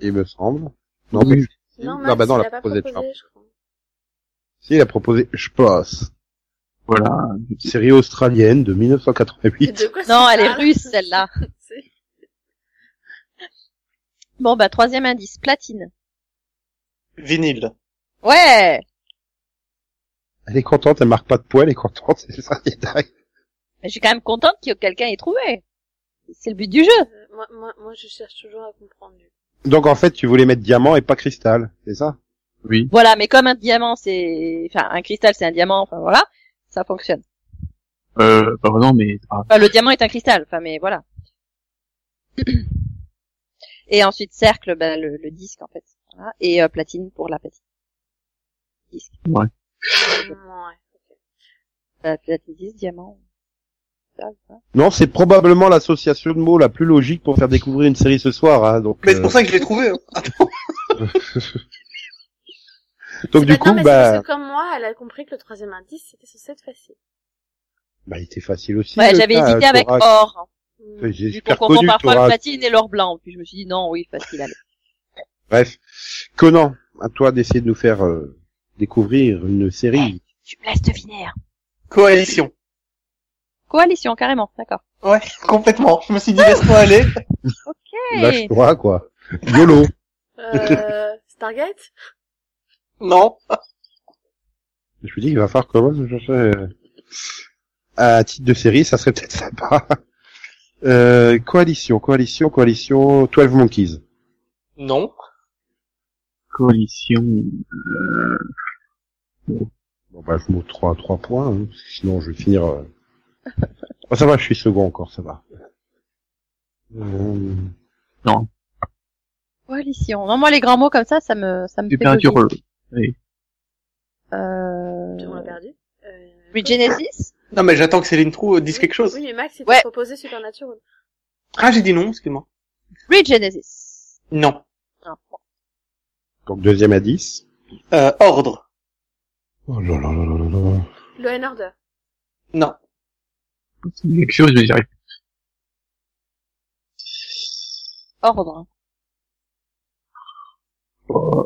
Speaker 1: Il me semble. Non,
Speaker 5: Oui.
Speaker 1: mais
Speaker 3: Non,
Speaker 1: Non,
Speaker 3: Max,
Speaker 1: bah non,
Speaker 3: il
Speaker 1: la
Speaker 3: a pas
Speaker 1: proposée
Speaker 3: proposé,
Speaker 1: de Charles.
Speaker 3: je crois.
Speaker 1: si, il a proposé Je passe.
Speaker 5: Voilà.
Speaker 1: Série australienne de
Speaker 3: Mais
Speaker 1: 1988.
Speaker 3: de quoi
Speaker 2: Non,
Speaker 3: tu
Speaker 2: elle est
Speaker 3: parles
Speaker 2: russe, celle-là.
Speaker 3: <laughs> C'est-
Speaker 2: Bon, bah, troisième indice, platine.
Speaker 4: Vinyle.
Speaker 2: Ouais
Speaker 1: Elle est contente, elle marque pas de poids, elle est contente, <laughs> c'est ça qui est dingue.
Speaker 2: Mais je suis quand même contente que quelqu'un ait trouvé. C'est le but du jeu.
Speaker 3: Euh, moi, moi, moi, je cherche toujours à comprendre.
Speaker 1: Donc en fait, tu voulais mettre diamant et pas cristal, c'est ça
Speaker 5: Oui.
Speaker 2: Voilà, mais comme un diamant, c'est... Enfin, un cristal, c'est un diamant, enfin voilà, ça fonctionne.
Speaker 5: Euh, pardon, mais ah,
Speaker 2: Enfin, le diamant est un cristal, enfin, mais voilà. <clears throat> Et ensuite, cercle, ben, le, le disque, en fait. Voilà. Et euh, platine pour la platine. Disque.
Speaker 1: <laughs>
Speaker 3: Ouais.
Speaker 2: Euh, platine, disque, diamant. Ça, ça.
Speaker 1: Non, c'est probablement l'association de mots la plus logique pour faire découvrir une série ce soir. Hein, donc,
Speaker 4: Mais c'est
Speaker 1: euh,
Speaker 4: pour ça que je l'ai trouvé. hein. Attends.
Speaker 1: donc
Speaker 3: C'est
Speaker 1: du
Speaker 3: pas bien,
Speaker 1: coup,
Speaker 3: mais c'est
Speaker 1: bah,
Speaker 3: parce que comme moi, elle a compris que le troisième indice c'était censé être facile.
Speaker 1: bah, il était facile aussi.
Speaker 2: Ouais,
Speaker 1: le
Speaker 2: j'avais
Speaker 1: cas,
Speaker 2: hésité
Speaker 1: euh,
Speaker 2: avec
Speaker 1: Thorax.
Speaker 2: or. hein.
Speaker 3: Hum.
Speaker 1: Ouais,
Speaker 2: Vu
Speaker 1: J'ai
Speaker 2: qu'on
Speaker 1: super
Speaker 2: confond
Speaker 1: connu
Speaker 2: parfois le
Speaker 1: Thorax.
Speaker 2: platine et l'or blanc. Puis je me suis dit, non, oui, facile, allez.
Speaker 1: Bref, Conan, à toi d'essayer de nous faire euh, découvrir une série.
Speaker 2: Tu me laisses deviner. hein.
Speaker 4: Coalition.
Speaker 2: Coalition, carrément, d'accord.
Speaker 4: Ouais, complètement. Je me suis dit laisse-moi aller.
Speaker 2: Hey.
Speaker 1: Lâche-toi, quoi. YOLO.
Speaker 3: Euh, Stargate
Speaker 4: Non.
Speaker 1: Je me dis, il va falloir quand même chercher euh, à titre de série, ça serait peut-être sympa. Euh, coalition, coalition, coalition, 12 Monkeys.
Speaker 4: Non.
Speaker 5: coalition. Euh,
Speaker 1: Bon bah je monte 3 à 3 points, hein, parce que sinon je vais finir... euh. <laughs> Oh, ça va, je suis second encore, ça va. Euh,
Speaker 2: Coalition. Non, moi, les grands mots comme ça, ça me, ça me fait
Speaker 5: super dur.
Speaker 2: bugger.
Speaker 5: euh, allez.
Speaker 3: On l'a
Speaker 2: Euh...
Speaker 3: perdu. Euh,
Speaker 2: Regenesis
Speaker 4: Non mais j'attends que Céline Trou euh, dise
Speaker 3: oui,
Speaker 4: quelque chose.
Speaker 3: Oui, mais Max, il
Speaker 2: Ouais.
Speaker 3: t'a proposé Supernatural.
Speaker 4: Ah j'ai dit non, excuse-moi.
Speaker 2: Regenesis.
Speaker 4: Non.
Speaker 2: Ah, bon.
Speaker 1: donc deuxième à 10.
Speaker 4: Euh, ordre.
Speaker 1: Oh là là là là là là.
Speaker 3: Law and Order.
Speaker 4: Non.
Speaker 5: euh, C'est quelque chose, mais j'y arrive.
Speaker 2: Ordre.
Speaker 5: pas.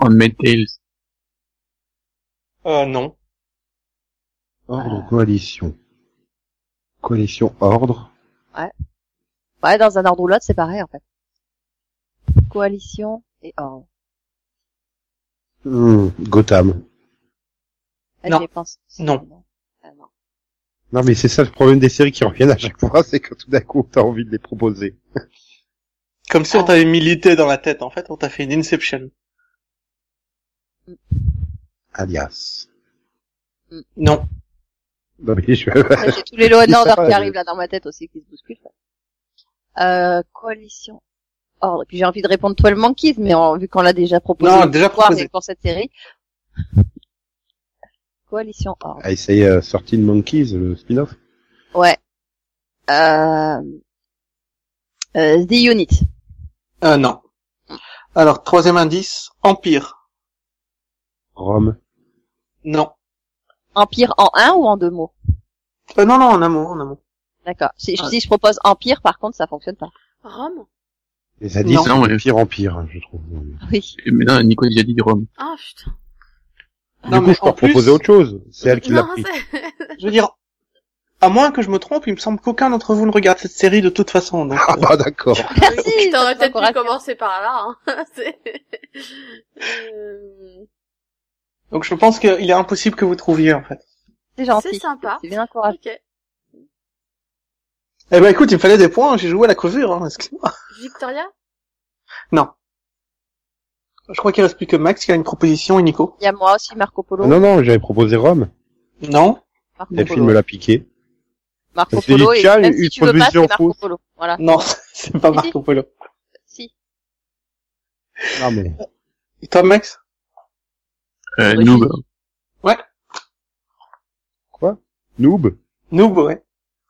Speaker 5: En Tales.
Speaker 4: Euh, non.
Speaker 1: Ordre, coalition. Coalition, ordre.
Speaker 2: Ouais, dans un ordre ou l'autre, c'est pareil, en fait. Coalition et ordre.
Speaker 1: Hmm, Gotham.
Speaker 2: Ah,
Speaker 4: Non.
Speaker 2: j'y pense.
Speaker 4: Non.
Speaker 2: Ah, non.
Speaker 1: Non mais c'est ça le problème des séries qui reviennent à chaque fois, c'est que tout d'un coup t'as envie de les proposer.
Speaker 4: Comme si on t'avait milité dans la tête en fait, on t'a fait une inception.
Speaker 1: Alias.
Speaker 4: Non.
Speaker 1: Non, mais je...
Speaker 4: <laughs>
Speaker 2: Ouais, J'ai tous les lois de
Speaker 1: Ça
Speaker 2: l'ordre
Speaker 1: va,
Speaker 2: qui
Speaker 1: je-
Speaker 2: arrivent là dans ma tête aussi, qui se bousculent. Euh, coalition. Ordre. Et puis j'ai envie de répondre toi le manquisme, mais en- vu qu'on l'a déjà proposé.
Speaker 4: Non,
Speaker 2: on peut
Speaker 4: déjà
Speaker 2: voir,
Speaker 4: proposé.
Speaker 2: mais pour cette série. Coalition ordre.
Speaker 1: Ah, essayer euh, Sorting Monkeys, le spin-off.
Speaker 2: Ouais. Euh... euh, The Unit.
Speaker 4: Euh, non. Alors, troisième indice, Empire.
Speaker 1: Rome.
Speaker 4: Non.
Speaker 2: Empire en un ou en deux mots
Speaker 4: Euh, non, non, en un mot, en un mot.
Speaker 2: D'accord. Si, je-
Speaker 3: Ah.
Speaker 4: Ouais.
Speaker 2: si je propose Empire, par contre, ça fonctionne pas.
Speaker 3: Rome
Speaker 1: Les indices,
Speaker 4: Non.
Speaker 1: sont de
Speaker 5: Non, mais-
Speaker 1: pire en pire, hein, je trouve.
Speaker 2: Oui.
Speaker 5: Mais là, Nico a déjà dit Rome.
Speaker 3: Ah putain.
Speaker 4: Ah,
Speaker 1: du
Speaker 4: Non,
Speaker 1: coup,
Speaker 4: mais
Speaker 1: je peux
Speaker 4: en plus-
Speaker 1: proposer autre chose. C'est elle qui l'a
Speaker 3: Non,
Speaker 1: pris.
Speaker 2: <laughs>
Speaker 3: c'est... <laughs>
Speaker 4: Je veux dire, à moins que je me trompe, il me semble qu'aucun d'entre vous ne regarde cette série de toute
Speaker 1: <laughs>
Speaker 4: façon. Donc,
Speaker 1: Ah
Speaker 4: euh,
Speaker 1: bah d'accord.
Speaker 2: <laughs> Merci.
Speaker 3: Ah T'aurais
Speaker 2: ça
Speaker 3: peut-être pu
Speaker 2: m'encourage.
Speaker 3: commencer par là. Hein. <laughs> C'est- Euh,
Speaker 4: donc je pense qu'il est impossible que vous trouviez, en fait.
Speaker 2: C'est gentil.
Speaker 3: C'est sympa.
Speaker 2: C'est bien encourageant.
Speaker 3: Ok.
Speaker 4: Eh ben, écoute, il me fallait des points, j'ai joué à la crevure, hein, excuse-moi.
Speaker 3: Victoria
Speaker 4: Non. Je crois qu'il reste plus que Max qui a une proposition et Nico.
Speaker 2: Il y a moi aussi, Marco Polo.
Speaker 1: Ah Non, non, j'avais proposé Rome.
Speaker 4: Non.
Speaker 2: Marco
Speaker 1: Et le
Speaker 2: Polo.
Speaker 1: film me l'a piqué.
Speaker 2: Marco
Speaker 1: Parce que
Speaker 2: Polo
Speaker 1: les
Speaker 2: et
Speaker 1: chats,
Speaker 2: même
Speaker 1: ils
Speaker 2: si tu veux
Speaker 1: produisent
Speaker 2: pas, c'est
Speaker 1: en
Speaker 2: Marco
Speaker 1: fausse.
Speaker 2: Polo. Voilà.
Speaker 4: Non, <laughs> c'est pas
Speaker 2: Si,
Speaker 4: Marco Polo.
Speaker 2: Si.
Speaker 1: Non, mais...
Speaker 4: Et toi, Max?
Speaker 5: Euh,
Speaker 2: Oui.
Speaker 5: Noob.
Speaker 1: Noob.
Speaker 4: Noob, ouais.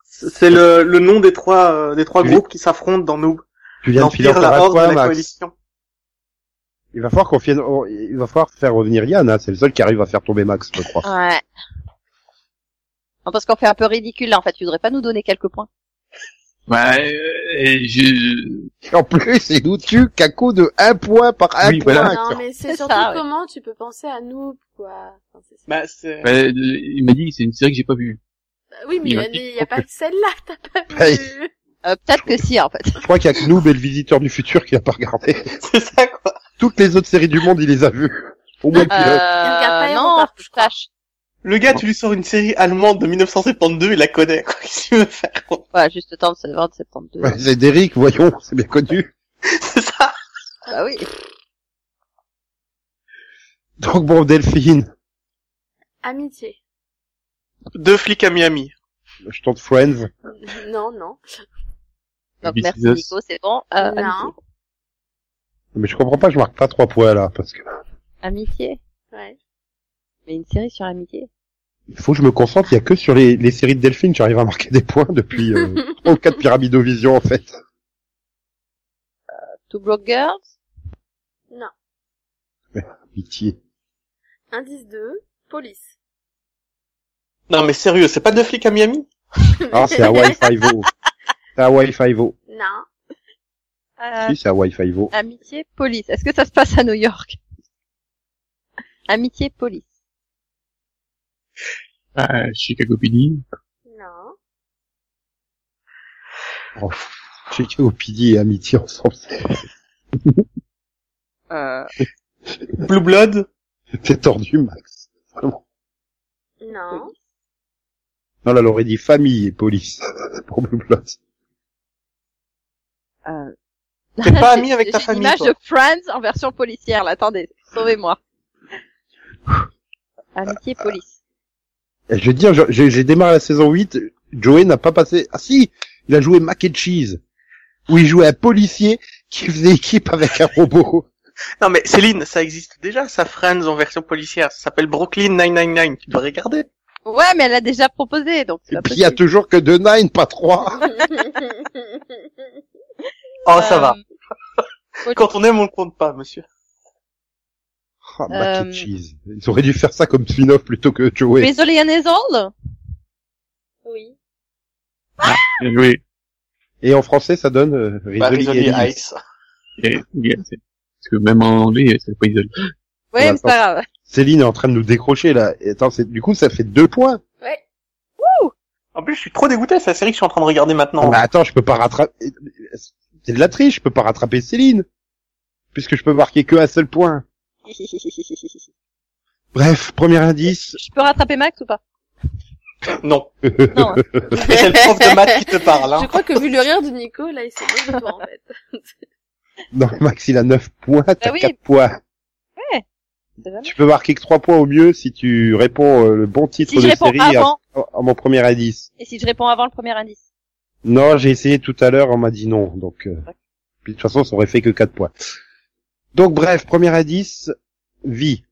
Speaker 4: C'est le, le nom des trois, euh, des trois groupes qui s'affrontent dans Noob.
Speaker 1: Tu viens de filer
Speaker 4: L'Empire,
Speaker 1: encore
Speaker 4: la
Speaker 1: à
Speaker 4: Horde,
Speaker 1: toi,
Speaker 4: la
Speaker 1: Max.
Speaker 4: Coalition.
Speaker 1: Il va falloir qu'on fienne- on- il va falloir faire revenir Yann, hein. C'est le seul qui arrive à faire tomber Max, je
Speaker 4: Ah.
Speaker 1: crois.
Speaker 2: Ouais. Non, parce qu'on fait un peu ridicule là en fait. Tu voudrais pas nous donner quelques points
Speaker 5: Ouais, euh, et je...
Speaker 1: Et En plus, il nous tue qu'à coup de un point par un
Speaker 5: Oui,
Speaker 1: point.
Speaker 5: voilà.
Speaker 3: Non, mais c'est
Speaker 2: C'est
Speaker 3: surtout
Speaker 2: ça, ouais.
Speaker 3: comment tu peux penser à Noob, quoi. Enfin, c'est ça.
Speaker 4: Bah, c'est...
Speaker 5: bah, il m'a dit que c'est une série que j'ai pas vue.
Speaker 3: Bah oui, mais
Speaker 5: il
Speaker 3: il
Speaker 5: m'a
Speaker 3: n'y a, pas que celle-là que t'as pas
Speaker 1: Bah,
Speaker 3: vu.
Speaker 2: euh, Peut-être que si
Speaker 1: <laughs>
Speaker 2: en fait.
Speaker 1: Je crois qu'il y a que Noob et le visiteur du futur qui a pas regardé.
Speaker 4: <laughs> c'est ça, quoi.
Speaker 1: Toutes les autres séries du monde, il les a vues. Au moins le pilote.
Speaker 3: regarde pas
Speaker 2: Euh,
Speaker 3: Iron
Speaker 2: non,
Speaker 3: Park, je crois.
Speaker 2: Flash.
Speaker 4: Le gars, tu lui sors une série allemande de 1972, il la connaît, <laughs> quoi. Qu'est-ce qu'il veut faire?
Speaker 2: Ouais, juste le temps de se- 20 septembre. deux.
Speaker 1: Ouais, c'est Derrick, voyons, c'est bien connu.
Speaker 4: C'est ça.
Speaker 2: Bah oui.
Speaker 1: Donc bon, Delphine,
Speaker 3: Amitié. <laughs>
Speaker 4: Deux flics à Miami.
Speaker 1: je tente Friends.
Speaker 3: Non, non.
Speaker 2: Donc
Speaker 5: This
Speaker 2: merci
Speaker 5: is us.
Speaker 2: Nico, c'est bon. Euh,
Speaker 3: non.
Speaker 1: Mais je comprends pas, je marque pas trois points là, parce que
Speaker 2: Amitié.
Speaker 3: Ouais.
Speaker 2: Mais une série sur amitié.
Speaker 1: il faut que je me concentre, il y a que sur les, les séries de Delphine, j'arrive à marquer des points depuis
Speaker 2: <laughs>
Speaker 1: euh, trois ou quatre pyramidovision en fait.
Speaker 2: Two Broke Girls.
Speaker 1: Pitié.
Speaker 3: Indice 2. Police.
Speaker 4: Non, mais sérieux, c'est pas deux flics à Miami?
Speaker 1: Ah, c'est Hawaii Five-O. C'est Hawaii Five-O.
Speaker 3: Non.
Speaker 2: Euh,
Speaker 1: Si, c'est Hawaii Five-O.
Speaker 2: amitié, police. Est-ce que ça se passe à New York Amitié, police.
Speaker 5: Ah, Chicago PD.
Speaker 3: Non.
Speaker 1: Oh, Chicago PD et Amitié ensemble. <laughs>
Speaker 2: <laughs> Euh,
Speaker 4: Blue Blood?
Speaker 1: C'est tordu, Max.
Speaker 3: Non.
Speaker 1: Non, là, elle aurait dit famille et police. <laughs> Pour Blue Blood.
Speaker 2: euh...
Speaker 4: T'es pas ami avec
Speaker 2: j'ai-
Speaker 4: ta
Speaker 2: j'ai
Speaker 4: famille,
Speaker 2: L'image
Speaker 4: toi.
Speaker 2: de Friends en version policière. Là, attendez, sauvez-moi. amitié, police.
Speaker 1: Et je veux dire, je- j'ai j'ai démarré la saison 8, Joey n'a pas passé... Ah si Il a joué Mac and Cheese, où il jouait un policier qui faisait équipe avec un robot.
Speaker 4: Non, mais Céline, ça existe déjà, ça Friends en version policière. Ça s'appelle Brooklyn 999. Tu dois regarder.
Speaker 2: Ouais, mais elle a déjà proposé, donc c'est
Speaker 1: Et
Speaker 2: pas
Speaker 1: puis il y a
Speaker 2: possible.
Speaker 1: toujours que deux nine, pas trois.
Speaker 4: Oh, ça
Speaker 2: Euh,
Speaker 4: va.
Speaker 2: police.
Speaker 4: Quand on aime, on le compte pas, monsieur.
Speaker 1: Ah, Mac and
Speaker 2: Euh.
Speaker 1: Cheese. Ils auraient dû faire ça comme spin-off plutôt que Joey.
Speaker 2: Basically and is all
Speaker 3: <laughs> oui.
Speaker 5: Bien joué.
Speaker 1: Et en français, ça donne euh,
Speaker 4: Bah,
Speaker 1: Rizzoli
Speaker 4: Rizzoli
Speaker 1: et Elise.
Speaker 4: Ice.
Speaker 5: Et, yeah, c'est- Parce que même en anglais, c'est pas isolé.
Speaker 2: Ouais,
Speaker 1: Bah,
Speaker 2: mais c'est pas
Speaker 4: <laughs>
Speaker 2: grave.
Speaker 1: Céline est en train de nous décrocher là. Et attends, c'est- du coup, ça fait deux points.
Speaker 3: Ouais.
Speaker 4: En plus, je suis trop dégoûté, c'est la série que je suis en train de regarder maintenant.
Speaker 1: Ah, Mais attends, je peux pas rattraper. C'est de la triche. Je peux pas rattraper Céline puisque je peux marquer que un seul point.
Speaker 2: Je
Speaker 1: Bref, premier indice.
Speaker 2: peux rattraper Max ou pas
Speaker 4: Euh, <laughs> Non.
Speaker 2: Non. hein.
Speaker 4: C'est le prof de maths qui te parle,
Speaker 3: Je
Speaker 4: hein.
Speaker 3: crois que vu le rire de Nico, là, il s'est moqué de toi, en
Speaker 2: <laughs>
Speaker 3: fait.
Speaker 1: <laughs> Non, Max, il a neuf points. T'as
Speaker 2: Bah oui.
Speaker 1: quatre points.
Speaker 2: C'est jamais.
Speaker 1: Tu peux marquer que trois points au mieux si tu réponds euh, le bon titre
Speaker 2: Si je
Speaker 1: de
Speaker 2: réponds
Speaker 1: série. à-
Speaker 2: avant,
Speaker 1: à mon premier indice.
Speaker 2: Et si je réponds avant le premier indice
Speaker 1: Non, j'ai essayé tout à l'heure, on m'a dit non. Donc, euh, puis de toute façon, ça aurait fait que 4 points. Donc bref, premier indice, vie.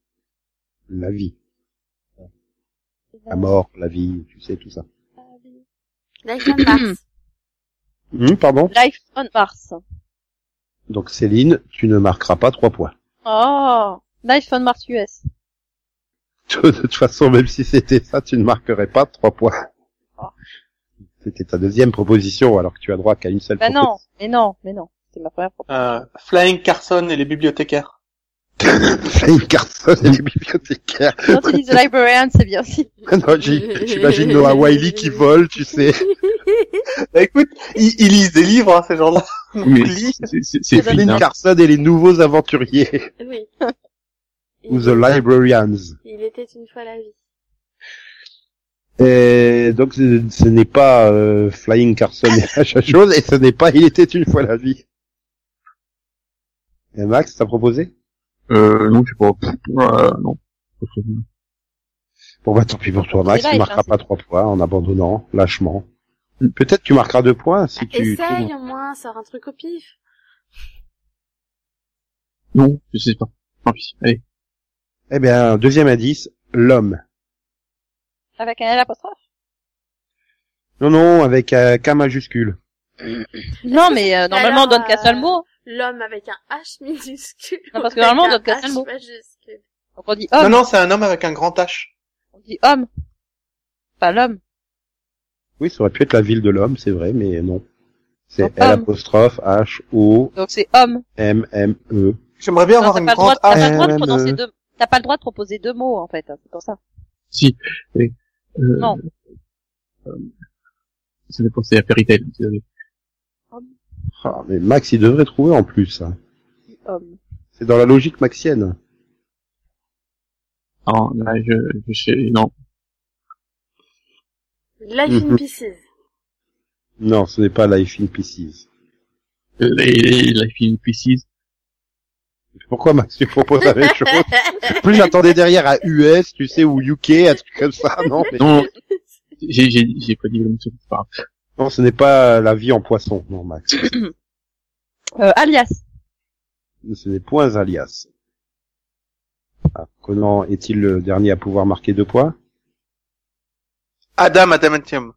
Speaker 1: La vie. La mort, la vie, tu sais, tout ça.
Speaker 3: Life on Mars.
Speaker 1: Hum, pardon
Speaker 2: Life on Mars.
Speaker 1: Donc Céline, tu ne marqueras pas 3 points. <laughs>
Speaker 2: Oh Life on Mars US.
Speaker 1: De toute façon, même si c'était ça, tu ne marquerais pas 3 points.
Speaker 2: Ah.
Speaker 1: C'était ta deuxième proposition, alors que tu as droit qu'à une seule
Speaker 2: Bah non,
Speaker 1: proposition.
Speaker 2: mais non, mais non. C'est ma première proposition.
Speaker 4: Euh, Flying Carson et les bibliothécaires.
Speaker 1: <laughs> Flying Carson et les
Speaker 2: <laughs>
Speaker 1: bibliothécaires.
Speaker 2: Quand ils disent The Librarian, c'est bien aussi.
Speaker 1: Non, j'y- j'imagine Noah Wiley qui vole, tu sais.
Speaker 4: Bah, écoute, ils, ils lisent des livres, hein, ces gens-là.
Speaker 5: Mais
Speaker 4: Lis.
Speaker 5: c'est- c'est c'est
Speaker 1: Flying
Speaker 5: fini, hein.
Speaker 1: Carson et les nouveaux aventuriers.
Speaker 3: <clears throat>
Speaker 1: <laughs>
Speaker 3: Oui.
Speaker 1: Ou
Speaker 3: Il,
Speaker 1: The Librarians.
Speaker 3: il était une fois la vie.
Speaker 1: Et donc, ce ce n'est pas euh, Flying Carson et la <laughs> chose, et ce n'est pas Il était une fois la vie. Et Max, t'as proposé
Speaker 5: Euh, non, je sais pas. Pff, euh, non.
Speaker 1: Bon bah tant pis pour toi Max,
Speaker 2: C'est
Speaker 1: tu
Speaker 2: live,
Speaker 1: marqueras
Speaker 2: hein,
Speaker 1: pas trois points en abandonnant, lâchement.
Speaker 5: Mm.
Speaker 1: Peut-être tu marqueras deux points si tu...
Speaker 3: Essaye au moins, sors un truc au pif.
Speaker 5: Non, je sais pas. Tant pis. Allez.
Speaker 1: Eh bien, deuxième indice, l'homme.
Speaker 2: Avec un L apostrophe.
Speaker 1: Non, non, avec euh, K majuscule.
Speaker 2: Non, mais euh, normalement, on donne qu'un seul mot.
Speaker 3: L'homme avec un H minuscule.
Speaker 2: Non, parce que normalement, on donne
Speaker 3: Avec
Speaker 2: qu'un
Speaker 3: un
Speaker 2: seul
Speaker 3: H
Speaker 2: mot.
Speaker 3: majuscule.
Speaker 2: Donc on dit
Speaker 4: Non,
Speaker 2: homme.
Speaker 4: non, c'est un homme avec un grand H.
Speaker 2: On dit homme. Pas l'homme.
Speaker 1: Oui, ça aurait pu être la ville de l'homme, c'est vrai, mais non.
Speaker 2: Non,
Speaker 1: C'est L
Speaker 2: homme.
Speaker 1: apostrophe H O
Speaker 2: Donc c'est homme.
Speaker 1: M M E.
Speaker 4: J'aimerais bien
Speaker 2: Non,
Speaker 4: avoir
Speaker 2: t'as
Speaker 4: une
Speaker 2: pas, le droit-
Speaker 4: grande
Speaker 2: t'as
Speaker 4: H.
Speaker 2: pas le droit de
Speaker 1: H,
Speaker 2: prononcer
Speaker 1: M,
Speaker 2: deux. T'as pas le droit de proposer deux mots en fait. hein, c'est pour ça.
Speaker 5: Si. Allez. Euh,
Speaker 2: Non.
Speaker 5: euh, Ça fait penser à Fairy Tail. désolé.
Speaker 1: Ah, mais Max, il devrait trouver en plus. hein.
Speaker 2: On dit homme.
Speaker 1: C'est dans la logique maxienne.
Speaker 5: Alors Ah, là, je, je sais. Non.
Speaker 3: Life in
Speaker 1: Mhm. <laughs>
Speaker 3: Pieces.
Speaker 1: Non, ce n'est pas Life in Pieces.
Speaker 5: Euh, Les, les films Pieces.
Speaker 1: Pourquoi Max, tu proposes la même
Speaker 3: <laughs>
Speaker 1: chose En Plus j'attendais derrière à US, tu sais, ou UK, un truc comme ça, non mais-
Speaker 5: Non. J'ai, j'ai, j'ai pas dit le nom. c'est pas grave.
Speaker 1: Non, ce n'est pas la vie en poisson, non Max.
Speaker 2: Euh, alias.
Speaker 1: ce n'est point alias. Ah, Conan est-il le dernier à pouvoir marquer deux points
Speaker 4: Adam Adamantium.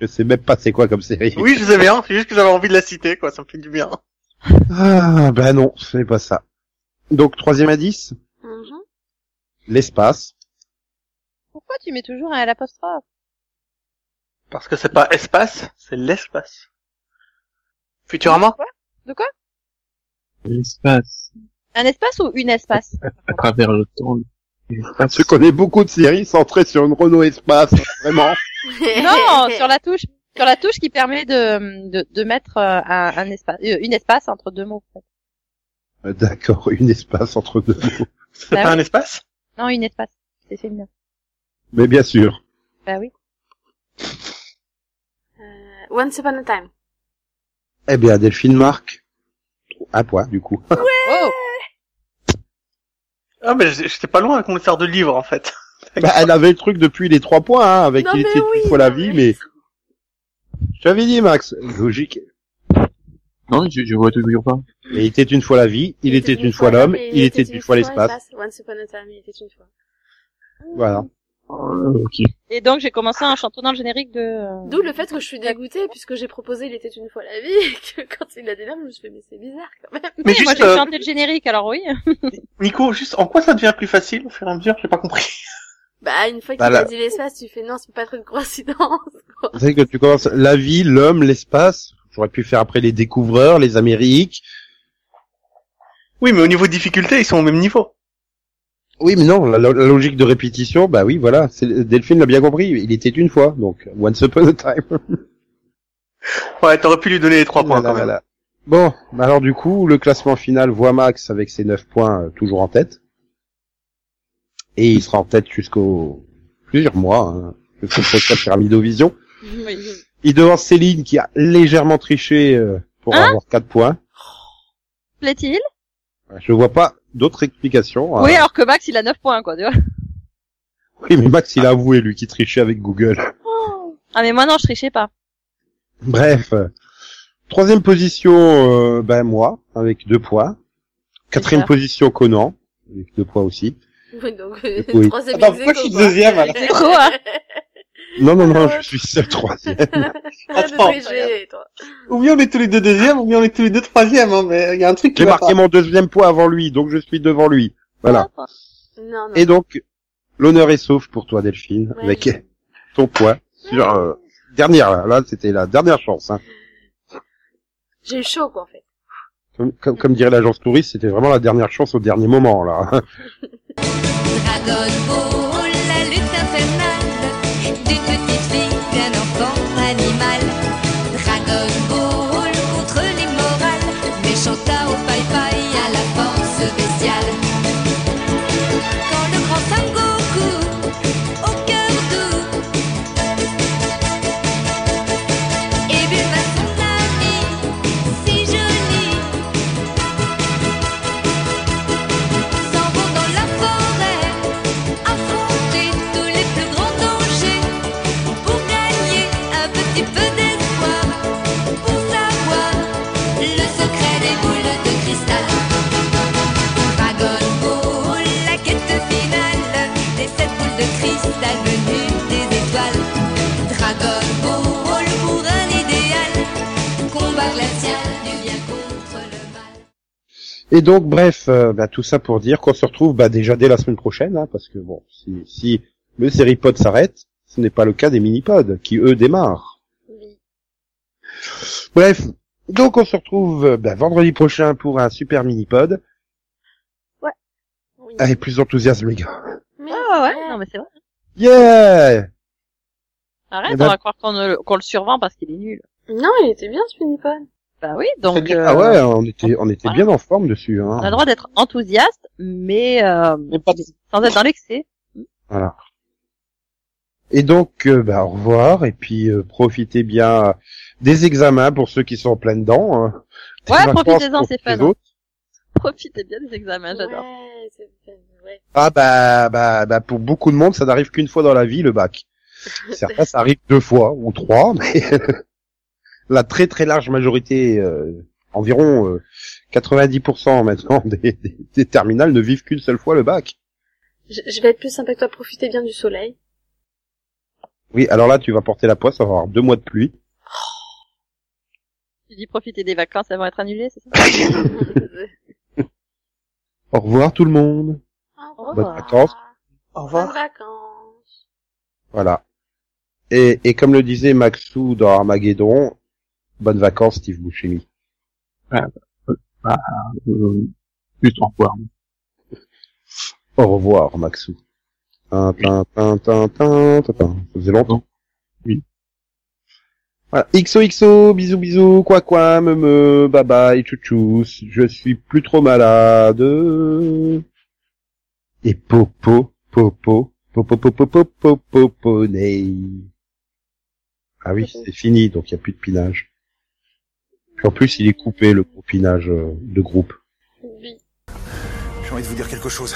Speaker 1: Je sais même pas c'est quoi comme série.
Speaker 4: Oui, je sais bien, c'est juste que j'avais envie de la citer, quoi, ça me fait du bien.
Speaker 1: Ah, ben non, ce n'est pas ça. Donc, troisième indice,
Speaker 3: Mhm.
Speaker 1: l'espace.
Speaker 2: Pourquoi tu mets toujours un L apostrophe
Speaker 4: Parce que c'est pas espace, c'est l'espace. Futurama
Speaker 5: L'espace.
Speaker 2: Un espace ou une
Speaker 4: <laughs>
Speaker 2: espace
Speaker 5: À travers le temps. L'espace.
Speaker 1: Je connais beaucoup de séries centrées sur une Renault Espace, vraiment.
Speaker 3: <laughs>
Speaker 2: Non, sur la touche, sur la touche qui permet de de, de mettre euh, un, un espace, euh, une espace entre deux mots. en fait.
Speaker 1: Euh, D'accord, <laughs> une espace entre deux mots.
Speaker 4: C'est
Speaker 2: Ah
Speaker 4: pas
Speaker 2: oui.
Speaker 4: un espace
Speaker 2: Non, une espace, c'est féminin.
Speaker 1: Mais bien sûr.
Speaker 2: Bah oui.
Speaker 3: Euh, Once Upon a Time.
Speaker 1: Eh bien, Delphine marque un point, du coup.
Speaker 2: Oh,
Speaker 4: Ah, mais j'- j'étais pas loin avec mon sert de livre, en fait.
Speaker 1: <laughs> Bah, elle avait le truc depuis les trois points, hein, avec
Speaker 3: Non,
Speaker 1: il
Speaker 3: mais
Speaker 1: était
Speaker 3: oui,
Speaker 1: une fois la
Speaker 3: non,
Speaker 1: vie,
Speaker 3: mais-
Speaker 1: mais... Je t'avais dit, Max, logique.
Speaker 5: Non, je, je vois toujours pas.
Speaker 1: Il était une fois la vie, il était une fois l'homme,
Speaker 3: et
Speaker 1: il était une fois l'espace.
Speaker 3: Once Upon a Time, il était une fois.
Speaker 1: Voilà.
Speaker 5: Euh, ok.
Speaker 2: Et donc j'ai commencé en chantonnant le générique de. euh,
Speaker 3: D'où le fait que je suis dégoûtée, puisque j'ai proposé Il était une fois la vie, <laughs> et que quand il l'a dit là, je me suis fait, mais c'est bizarre quand même.
Speaker 4: Mais
Speaker 2: Oui, moi
Speaker 4: juste,
Speaker 2: j'ai
Speaker 4: euh,
Speaker 2: chanté le générique, alors oui.
Speaker 4: Nico, juste, en quoi ça devient plus facile au fur et à mesure J'ai pas compris. <laughs>
Speaker 3: Bah, une fois qu'il
Speaker 1: Bah, là-
Speaker 3: a dit l'espace, tu fais non, c'est pas être une coïncidence. <laughs>
Speaker 1: Vous savez que tu commences la vie, l'homme, l'espace. J'aurais pu faire après les découvreurs, les Amériques.
Speaker 4: Oui, mais au niveau de difficulté, ils sont au même niveau.
Speaker 1: Oui, mais non, la, la- la logique de répétition, bah oui, voilà. c'est- Delphine l'a bien compris. Il était une fois, donc once upon a time.
Speaker 4: Ouais, t'aurais pu lui donner les trois points,
Speaker 1: Voilà,
Speaker 4: quand même.
Speaker 1: voilà. Bon, bah alors du coup, le classement final voit Max avec ses 9 points euh, toujours en tête. Et il sera en tête jusqu'au plusieurs mois, hein, jusqu'au prochain Pyramidovision.
Speaker 2: Oui.
Speaker 1: Il devance Céline qui a légèrement triché euh, pour
Speaker 2: Hein
Speaker 1: avoir 4 points.
Speaker 2: Plaît-il
Speaker 1: Je vois pas d'autres explications.
Speaker 2: Oui,
Speaker 1: hein.
Speaker 2: alors que Max il a 9 points quoi. Tu vois
Speaker 1: Oui, mais Max, il a avoué, lui, qui trichait avec Google. <laughs>
Speaker 2: Ah mais moi non, je trichais pas.
Speaker 1: Bref. euh, Troisième position, euh, ben moi, avec deux points. Quatrième
Speaker 2: ça.
Speaker 1: position, Conan, avec deux points aussi.
Speaker 3: Oui, donc, euh,
Speaker 1: Oui.
Speaker 3: troisième
Speaker 4: Attends,
Speaker 3: ex
Speaker 4: pourquoi je suis
Speaker 3: aequo, <laughs> quoi.
Speaker 4: deuxième, alors
Speaker 2: C'est quoi, hein
Speaker 1: Non, non, non, je suis seul troisième.
Speaker 4: Attends.
Speaker 3: Désolé, j'ai- toi.
Speaker 4: Ou bien on est tous les deux deuxième, ou bien on est tous les deux troisième, hein, mais il y a un truc qui
Speaker 1: J'ai
Speaker 4: va
Speaker 1: marqué mon deuxième point avant lui, donc je suis devant lui. Voilà.
Speaker 2: Ah,
Speaker 3: Non, non.
Speaker 1: Et donc, l'honneur est sauf pour toi, Delphine,
Speaker 3: Ouais.
Speaker 1: avec ton point sur... euh, dernière, là, là c'était la dernière chance. Hein.
Speaker 3: J'ai eu chaud, quoi, en fait.
Speaker 1: Comme, comme, comme dirait l'agence touriste, c'était vraiment la dernière chance au dernier moment, là.
Speaker 6: Dragon Ball, la lutte infernale d'une petite fille, d'un enfant animal. Dragon Ball contre l'immoral, méchanta au paille-paille à la force bestiale. Quand le grand Sangoku, au cœur doux, et Bulma eh son ami, si joli, s'en vont dans la forêt, affronter tous les plus grands dangers, pour gagner un petit peu d'espoir, pour savoir le secret des boules de cristal. Dragon Ball, la quête finale, des sept boules de cristal venues des étoiles. Dragon Ball pour un idéal, combat glacial du bien contre le mal.
Speaker 1: Et donc, bref, euh, bah, tout ça pour dire qu'on se retrouve bah, déjà dès la semaine prochaine, hein, parce que bon, si, si le séripod s'arrête, ce n'est pas le cas des minipods, qui eux démarrent.
Speaker 3: Oui.
Speaker 1: Bref, donc on se retrouve euh, bah, vendredi prochain pour un super minipod.
Speaker 3: Oui.
Speaker 1: Avec plus d'enthousiasme, les gars.
Speaker 3: Mais-
Speaker 2: Ah ouais, non mais c'est vrai. Euh,
Speaker 1: Yeah
Speaker 2: Arrête,
Speaker 1: Eh
Speaker 2: on
Speaker 1: ben-
Speaker 2: va croire qu'on le, qu'on le survend parce qu'il est nul.
Speaker 3: Non, il était bien, ce Pinipon.
Speaker 2: Bah oui, donc
Speaker 4: C'est-à-dire-
Speaker 2: euh,
Speaker 1: Ah ouais, on était, on était
Speaker 2: Voilà.
Speaker 1: bien en forme dessus. Hein.
Speaker 2: on a le droit d'être enthousiaste, mais euh,
Speaker 4: Mais pas de-
Speaker 2: sans être dans l'excès.
Speaker 1: Voilà. Et donc, euh, bah, au revoir, et puis euh, profitez bien des examens pour ceux qui sont en plein dedans. hein. Des
Speaker 2: Ouais,
Speaker 1: vacances
Speaker 2: profitez-en,
Speaker 1: pour
Speaker 2: c'est
Speaker 1: les
Speaker 2: fun. hein.
Speaker 1: autres.
Speaker 2: Profitez bien des examens,
Speaker 3: Ah,
Speaker 2: j'adore.
Speaker 3: Ouais, c'est ouais.
Speaker 1: Ah bah, bah, bah, pour beaucoup de monde, ça n'arrive qu'une fois dans la vie, le bac. Certains, ça arrive deux fois, ou trois, <laughs> mais la très très large majorité, euh, environ euh, 90% maintenant <laughs> des, des, des terminales ne vivent qu'une seule fois le bac.
Speaker 3: Je, je vais être plus sympa que toi, profitez bien du soleil.
Speaker 1: Oui, alors là, tu vas porter la poisse, ça va avoir deux mois de pluie.
Speaker 2: Tu dis profitez des vacances avant d'être annulées, c'est ça
Speaker 1: Au revoir tout le monde.
Speaker 3: Au
Speaker 1: Bonnes vacances.
Speaker 4: Au revoir.
Speaker 3: Bonnes vacances.
Speaker 1: Voilà. Et, et comme le disait Maxou dans Armageddon, bonnes vacances Steve Buscemi.
Speaker 5: Euh, juste au revoir.
Speaker 1: Au revoir Maxou. Tin, tin, tin, tin, tin, tin, tin. Ça faisait longtemps.
Speaker 5: Oui.
Speaker 1: Voilà. XOXO, bisous bisous, quoi quoi, me me, bye bye, tchouchous, je suis plus trop malade. Et popo, popo, popo, popo, popo, poponei. Ah oui, c'est fini, donc il n'y a plus de pinage. Puis en plus, il est coupé, le pinage euh, de groupe.
Speaker 3: Oui.
Speaker 9: J'ai envie de vous dire quelque chose.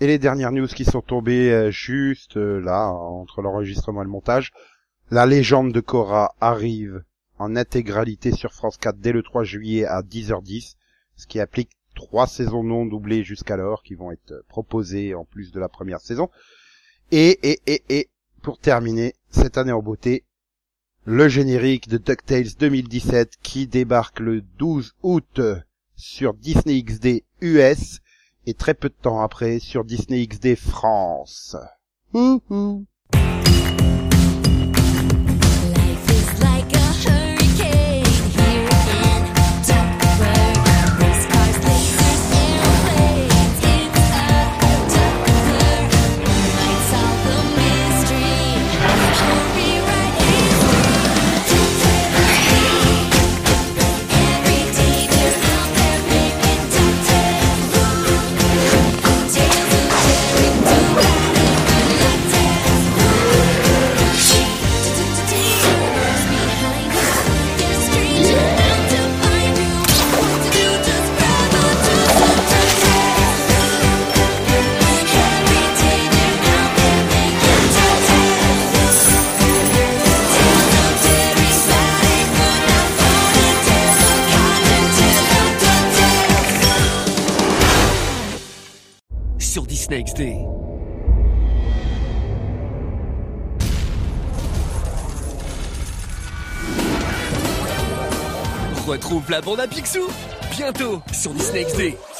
Speaker 1: Et les dernières news qui sont tombées euh, juste euh, là, entre l'enregistrement et le montage, la légende de Korra arrive en intégralité sur France 4 dès le 3 juillet à 10h10, ce qui applique trois saisons non doublées jusqu'alors qui vont être euh, proposées en plus de la première saison. Et, et, et, et, pour terminer, cette année en beauté, le générique de DuckTales 2017 qui débarque le 12 août sur Disney XD US et très peu de temps après sur Disney XD France. Houhou.
Speaker 6: Life is like a hurricane here in Duckburg. Race cars, lasers, airplanes. It's a Duckburg. Might solve the mystery. Hurry right Every day there's out there making ducktails. Tales of Jerry, do
Speaker 8: sur Disney XD. Retrouve la bande à Picsou bientôt sur Disney XD.